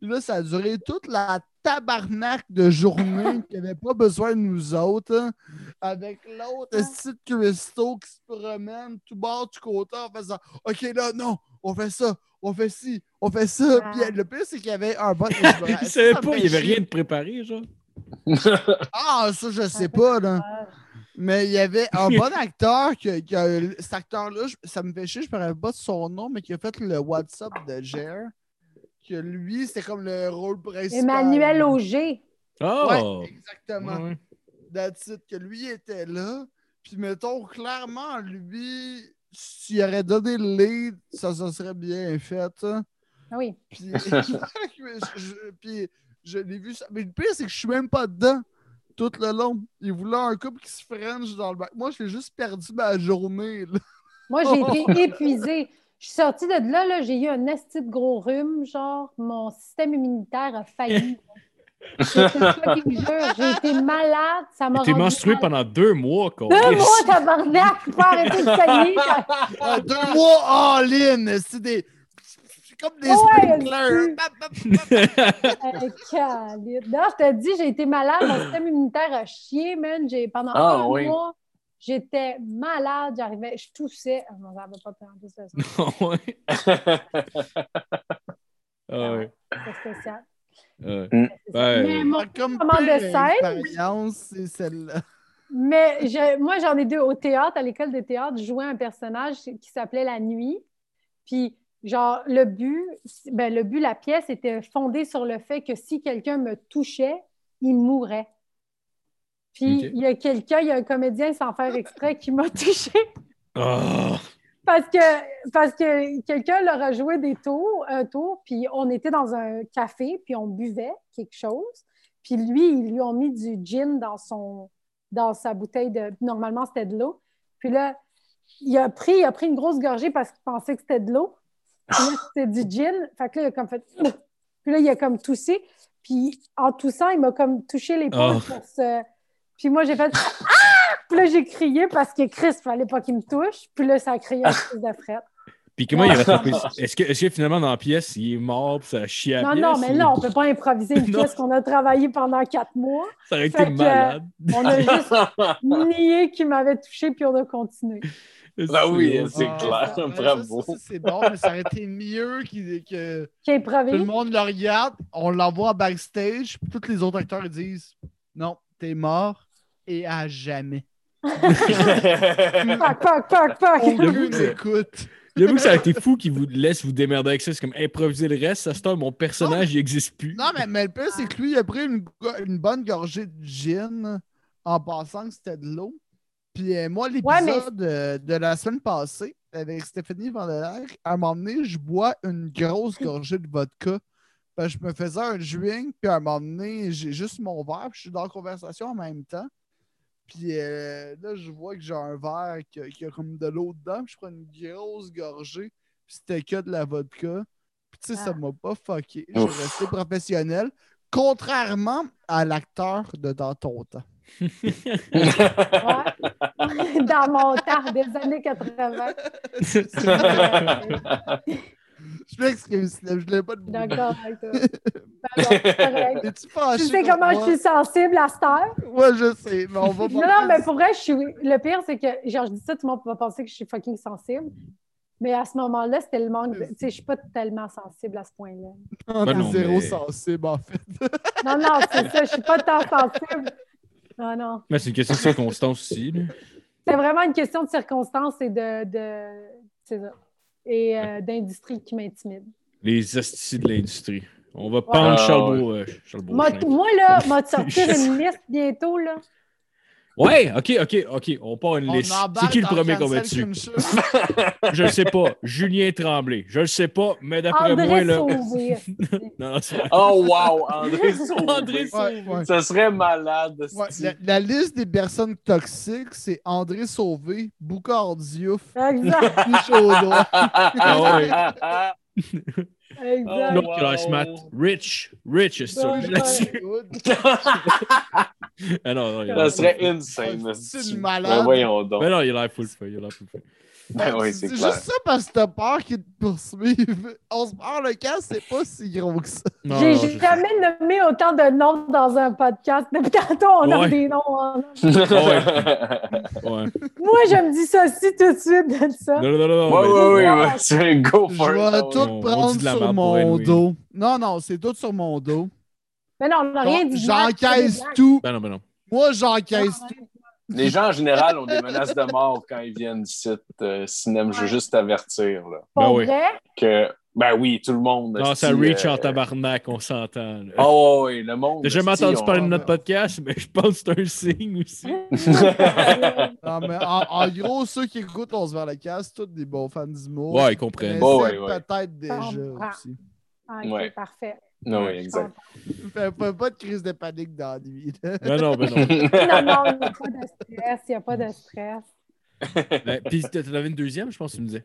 Puis là, ça a duré toute la tabarnak de journée qu'il n'y avait pas besoin de nous autres. hein, avec l'autre site Christo qui se promène tout bord, tout côté en faisant OK, là, non, on fait ça, on fait ci, on fait ça. Ah. Puis euh, le pire, c'est qu'il y avait un bon. Il savait pas, il y avait rien de préparé, genre. Euh, Ah, ça, je sais pas, là. Mais il y avait un bon acteur que, que- cet acteur-là, je- ça me fait chier, je ne me rappelle pas de son nom, mais qui a fait le WhatsApp de Jer. Que lui, c'était comme le rôle principal. Emmanuel Auger. Oh! Ouais, exactement. Ouais, ouais. That's it, que lui était là. Puis mettons, clairement, lui, s'il aurait donné le lead, ça se serait bien fait. hein. Ah Oui. Puis, je, je- puis je l'ai vu. ça- Mais le pire, c'est que je suis même pas dedans tout le long. Il voulait un couple qui se french dans le bac. Moi, j'ai juste perdu ma journée. là. Moi, j'ai été épuisée. Je suis sortie de là, là j'ai eu un esti de gros rhume, genre, mon système immunitaire a failli. C'est une fucking jure. J'ai été malade, ça m'a T'es rendu menstrué malade. pendant deux mois, quoi. Deux mois, tabarnak, je peux arrêter de saigner. Ah, deux mois en ligne. C'est des. C'est comme des Ouais, sprinklers. c'est- Bap, bap, bap. Euh, câline. non, je te dis, j'ai été malade, mon système immunitaire a chié, man. J'ai, pendant Ah, un oui. mois, j'étais malade, j'arrivais, je toussais. Ah, non, j'avais pas de plus de ça. ouais. Ah ouais. C'était spécial. ouais. C'était Ben, spécial. Mais mon Comme Comment de pire scène? expérience, c'est celle-là. Mais je- moi, j'en ai deux. Au théâtre, à l'école de théâtre, je jouais un personnage qui s'appelait La Nuit. Puis, genre, le but, ben, le but, la pièce était fondée sur le fait que si quelqu'un me touchait, il mourait. Puis, Ok. il y a quelqu'un, il y a un comédien sans faire exprès qui m'a touchée. Ah, Parce que, parce que quelqu'un leur a joué des tours, un tour, puis on était dans un café, puis on buvait quelque chose. Puis lui, ils lui ont mis du gin dans, son, dans sa bouteille de... Normalement, c'était de l'eau. Puis là, il a pris, il a pris une grosse gorgée parce qu'il pensait que c'était de l'eau. Puis là, c'était du gin. Fait que là, il a comme fait... Puis là, il a comme toussé. Puis en toussant, il m'a comme touché l'épaule Oh. pour se... Puis moi, j'ai fait... Ah! Puis là, j'ai crié parce que Chris, il fallait pas qu'il me touche. Puis là, ça a crié un crise de fret. Puis comment il a rattrapé ça? Est-ce que, est-ce que finalement, dans la pièce, il est mort, puis ça a chié à la Non, pièce? non, mais ou- là, on peut pas improviser une Non. pièce qu'on a travaillée pendant quatre mois. Ça aurait été Fait que- euh, malade. On a juste nié qu'il m'avait touché, puis on a continué. Ah oui, C'est- c'est clair, ça, bravo. ça, ça, c'est bon, mais ça aurait été mieux qu'il- que. Tout le Qu'improvise. monde le regarde, on l'envoie backstage, puis tous les autres acteurs ils disent Non, t'es mort et à jamais. Pac, pac, pac, pac. Aucune que- écoute. J'avoue que ça a été fou qu'il vous laisse vous démerder avec ça. C'est comme improviser le reste. Ça se tombe, mon personnage, il n'existe plus. Non, mais, mais le plus, c'est que lui, il a pris une, go- une bonne gorgée de gin en pensant que c'était de l'eau. Puis euh, moi, l'épisode euh, de la semaine passée avec Stéphanie Vandelaire, à un moment donné, je bois une grosse gorgée de vodka. Parce que je me faisais un drink, puis à un moment donné, j'ai juste mon verre, puis je suis dans la conversation en même temps. Puis euh, là, je vois que j'ai un verre qui a, qui a comme de l'eau dedans, puis je prends une grosse gorgée, puis c'était que de la vodka. Puis tu sais, ça Ah. m'a pas fucké. Je Ouf. suis resté professionnel, contrairement à l'acteur de Dans ton temps. Ouais. Dans mon temps des années 80. Je m'excuse, là, je l'ai pas de bout. D'accord avec toi. Ben non, c'est correct. Es-tu fâché Tu sais contre comment je moi? suis sensible à cette heure? Ouais, je sais, mais on va Non, non, mais pour vrai, je suis... le pire, c'est que, genre, je dis ça, tout le monde va penser que je suis fucking sensible. Mais à ce moment-là, c'était le manque. de- Tu sais, je suis pas tellement sensible à ce point-là. Non, Ben t'es non, zéro mais- sensible, en fait. Non, non, c'est ça, je suis pas tant sensible. Non, non. Mais c'est une question de circonstance aussi. là. C'est vraiment une question de circonstances et de. de- c'est ça. Et euh, d'industrie qui m'intimide. Les astuces de l'industrie. On va pendre Ah, Charles, Beau- euh, Charles Moi, Beauchamp. moi, là, m'a sortir Je sais. une liste bientôt, là. Ouais, ok, ok, ok. On part une On liste. embarque C'est qui le dans premier qu'on met cancel dessus? culture. Je le sais pas. Julien Tremblay. Je le sais pas, mais d'après moi, André là. Sauvé. Non, non, c'est vrai. oh wow, André Sauvé. André Ouais, ouais. Ça serait malade. Ouais, c'est- la, la liste des personnes toxiques, c'est André Sauvé, Boucard Diouf, Exact, Pichaudois. ah, Ah exact. L'autre qui lâche Wow. Matt. Rich. Rich, est-ce Ouais, que je là-dessus? Ah non, non, il a Ça l'air- serait insane. C'est hostie. une malade. Ben voyons donc. Mais non, il a l'air full feu. Il a l'air full feu. Ben oui, c'est C'est clair. juste ça parce que t'as peur qu'ils te poursuivent. On se prend le cas, c'est pas si gros que ça. Non, J'ai non, j'ai je- jamais nommé autant de noms dans un podcast. Depuis tantôt, on a Ouais. des noms. hein. Ouais. Moi, je me dis ça aussi tout de suite de ça. Non, non, non, non, Ouais, mais- ouais, ouais, ouais. C'est go Je for it. vais tout on dit prendre de la sur merde pour mon elle, oui. dos. Non, non, c'est tout sur mon dos. Mais non, on n'a rien Donc, dit. de mal, J'encaisse c'est des blagues. tout. Ben non, ben non. Moi, j'encaisse tout. Les gens en général ont des menaces de mort quand ils viennent ici. euh, Sinem, je veux juste t'avertir. là, Ben Pour oui. vrai? Que, ben oui, tout le monde. Non, ça esti, reach euh, en tabarnak, on s'entend. là. Oh, oui, le monde. T'as jamais esti, entendu on- parler de notre podcast, mais je pense que c'est un signe aussi. Non, mais en, en gros, ceux qui écoutent, on se vers la casse, tous des bons fans d'humour. Ouais, ils Mais comprennent. Bon. ouais, c'est ouais. Peut-être déjà Comprends. aussi. Ah, Ouais. ok, parfait. Non, oui, exact. Fais pas, pas de crise de panique dans la nuit. là. Non, non, ben non. Ah. Non, non, il n'y a pas de stress. Il n'y a pas de stress. Ben, Puis t'en avais une deuxième, je pense que tu me disais.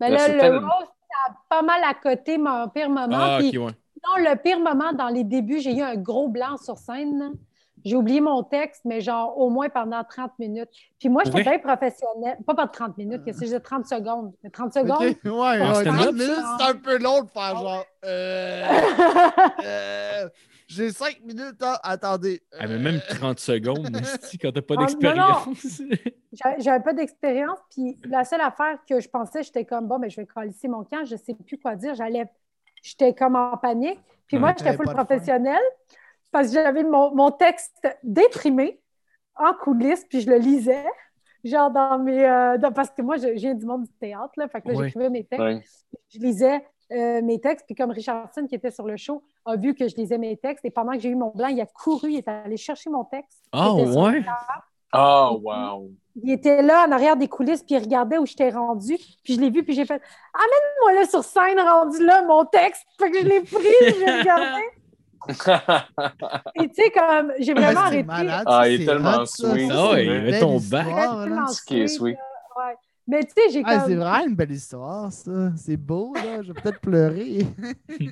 Mais Mais là, c'est le tellement- roast, ça a pas mal à côté mon pire moment. Ah, Puis ok, ouais. Non, le pire moment, dans les débuts, j'ai eu un gros blanc sur scène. là. J'ai oublié mon texte, mais genre au moins pendant 30 minutes. Puis moi, j'étais Pour bien professionnelle. Pas pendant 30 minutes, qu'est-ce que j'ai 30 secondes. Mais 30 Ok, secondes? Ouais, ouais, stand-up, 30 minutes, ça? c'est un peu long de faire genre. Euh, euh, J'ai 5 minutes, hein. attendez. euh, Ah, mais même 30 secondes, esti, quand t'as pas Ah, non, d'expérience. J'a- J'avais pas d'expérience. Puis la seule affaire que je pensais, j'étais comme, bon, mais je vais calisser mon camp, je sais plus quoi dire. J'allais, j'étais comme en panique. Puis moi, Ouais. j'étais full T'avais pas de professionnelle parce que j'avais mon, mon texte déprimé en coulisses, puis je le lisais. Genre dans mes. euh, dans- parce que moi, je, je viens du monde du théâtre, là. Fait que là, Ouais. j'écrivais mes textes. Ouais. je lisais euh, mes textes. Puis comme Richardson, qui était sur le show, a vu que je lisais mes textes, et pendant que j'ai eu mon blanc, il a couru, il est allé chercher mon texte. Ah, Il était sur ouais? le table. Oh, wow. Il était là, en arrière des coulisses, puis il regardait où j'étais rendue. Puis je l'ai vu, puis j'ai fait « Amène-moi là sur scène, rendu là, mon texte! » Fait que je l'ai pris, je l'ai regardé. Et tu sais, comme, j'ai vraiment Ah, c'est arrêté. malade, Ah, ça, il est c'est tellement hot, ça. sweet. Ça, Ah, c'est il une avait belle ton histoire, bac. là. Tellement Ce qui est sweet. là, ouais. Mais tu sais, j'ai Ah, c'est comme... vraiment une belle histoire, ça. C'est beau, là. Je vais peut-être pleurer. Le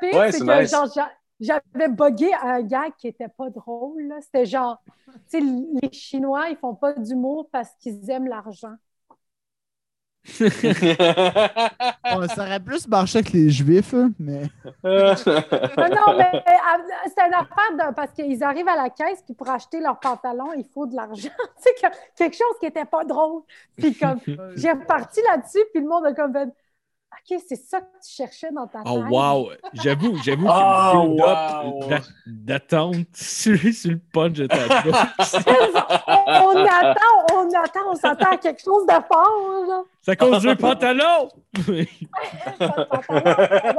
pire, Ouais, c'est c'est que nice. genre, j'a- j'avais bugué un gag qui était pas drôle. là. C'était genre, tu sais, les Chinois, ils font pas d'humour parce qu'ils aiment l'argent. Ouais, ça aurait plus marché avec les juifs, hein, mais. Non, non, mais euh, c'est une affaire de- parce qu'ils arrivent à la caisse, puis pour acheter leurs pantalons, il faut de l'argent. tu sais, que- quelque chose qui était pas drôle. Puis comme, j'ai reparti là-dessus, puis le monde a comme fait, OK, c'est ça que tu cherchais dans ta Oh, tête. wow! J'avoue, j'avoue Ah, que le wow. build-up d'a- d'attente sur, sur le punch de ta bouche. On attend, on attend, on s'attend à quelque chose de fort, là. Ça cause du pantalon! Pas de pantalon.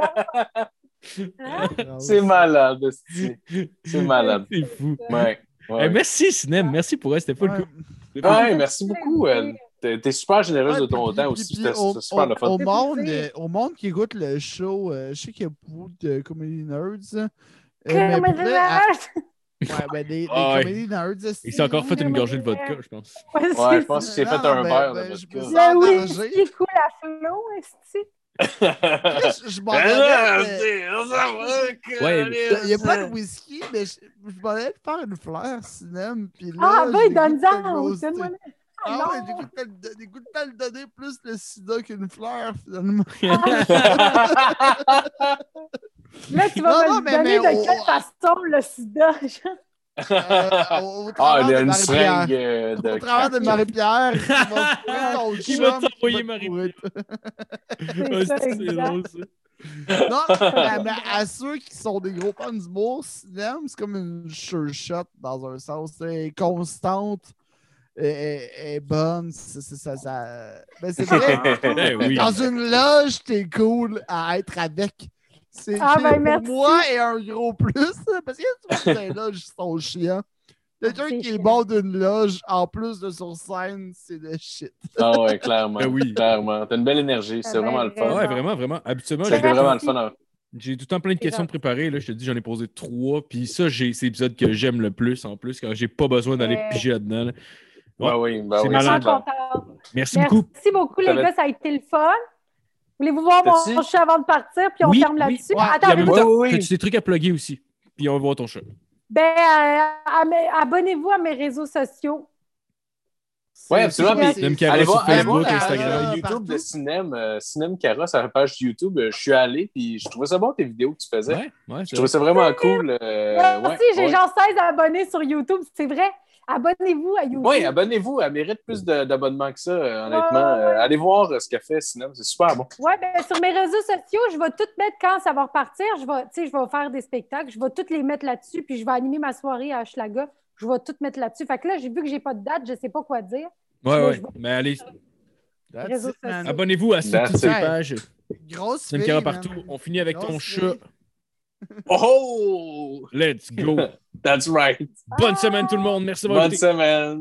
Hein? C'est malade, esti. C'est malade. C'est fou. Ouais. ouais. Ah, Hey, merci, Sinem. Merci pour elle. C'était full Ouais. cool. C'était full Ouais, merci beaucoup. euh, T'es t'es super généreuse Ouais, de ton puis- temps puis- aussi. puis C'était au, c'était super au- le fun. Au monde, Puis- euh, au monde qui écoute le show, euh, je sais qu'il y a beaucoup de comedy nerds. euh, mais Comment pour vrai, ah, à- ça ouais, ben, des, des Ah ouais. comedy nerds. Il s'est encore fait une gorgée de Communautaire. vodka, je pense. va? Ouais, je pense que j'ai fait Non, un ben, verre ben, de je vodka. peux- Ben oui, Arrangé. ce qui coule à flot, est-ce que- Je, je m'en Ah, allais, euh, non, c'est- ça va, Ouais, Colin. Il n'y a pas de whisky, mais je, je m'en allais faire une fleur, Sinem. puis là, Ah, j'ai ben, goût de donne-en, te roaster. donne-moi le- Ah ouais, non. j'ai goût de te le don- j'ai goût de te le donner plus le sida qu'une fleur, finalement. Ah, Là, tu vas Non, non, me mais- le mais donner de on- quelle façon le sida? Euh, au, au Ah, il y a travers de une Marie-Pierre. seringue euh, de. Au travers de Marie-Pierre, Qui qui va m'a t'envoyer Marie-Pierre? C'est ça, c'est exact. drôle, ça. Non, mais- mais à ceux qui sont des gros fans d'humour, cinéma, c'est comme une sure shot dans un sens. C'est constante, elle- elle- elle est bonne. c'est- c'est- ça, ça- Mais c'est vrai, Ben oui. dans une loge, t'es cool à être avec. C'est Ah, ben, pour merci. moi et un gros plus. Parce que tu vois, dans les loges, ils sont chiants. Quelqu'un C'est qui est chiant. bon d'une loge, en plus de sur scène, c'est de shit. Ah, ouais, clairement. Ben oui. Clairement. T'as une belle énergie. C'est Ben, vraiment le fun. Ah, Ouais, vraiment, vraiment. Habituellement, C'était j'ai- Merci. vraiment le fun. hein. j'ai tout le temps plein de questions de préparées. Là. Je te dis, j'en ai posé trois. Puis ça, j'ai- c'est l'épisode que j'aime le plus en plus, quand j'ai pas besoin d'aller Ouais. piger là-dedans. là. Ouais. Ben oui, ben C'est oui. Je suis malade. clair. contente. Merci beaucoup. Merci beaucoup, les T'avais- gars, ça a été le fun. Voulez-vous voir mon T'as-tu- chat avant de partir, puis on Oui, ferme oui, là-dessus? Puis ouais. en Attendez, même Ouais, temps, ouais, ouais. T'as-tu des trucs à plugger aussi? Puis on va voir ton chat. ben, euh, à mes- abonnez-vous à mes réseaux sociaux. Ouais, absolument, C'est- puis- c'est- Même c'est- Cara Allez sur voir, allez voir Facebook, la- Instagram. la YouTube Partout. de Cinem, euh, Cinem Cara, sur la page YouTube. Euh, Je suis allé, puis je trouvais ça bon tes vidéos que tu faisais. Ouais, ouais, Je c'est trouvais ça vraiment cool. euh, ouais, Merci, j'ai ouais. genre 16 abonnés sur YouTube, c'est vrai. Abonnez-vous à YouTube. Oui, abonnez-vous. Elle mérite plus de- d'abonnements que ça, euh, honnêtement. Ouais, ouais, ouais. Euh, allez voir euh, ce qu'elle fait, Cinem. C'est super bon. Oui, ben, sur mes réseaux sociaux, je vais tout mettre quand ça va repartir. Je vais, tu sais, je vais faire des spectacles, je vais toutes les mettre là-dessus, puis je vais animer ma soirée à Schlaga. je vais tout mettre là-dessus. Fait que là, j'ai vu que j'ai pas de date, je sais pas quoi dire. Ouais, Mais ouais. je vais- Mais allez, That's Réseaux it, man. sociaux. abonnez-vous à That's toutes ces it. pages. Grosse C'est fille, une man. partout. On finit avec ton Grosse chat. fille. Oh! Let's go. That's right. Bonne semaine tout le monde. Merci d'avoir Bonne écouté. semaine.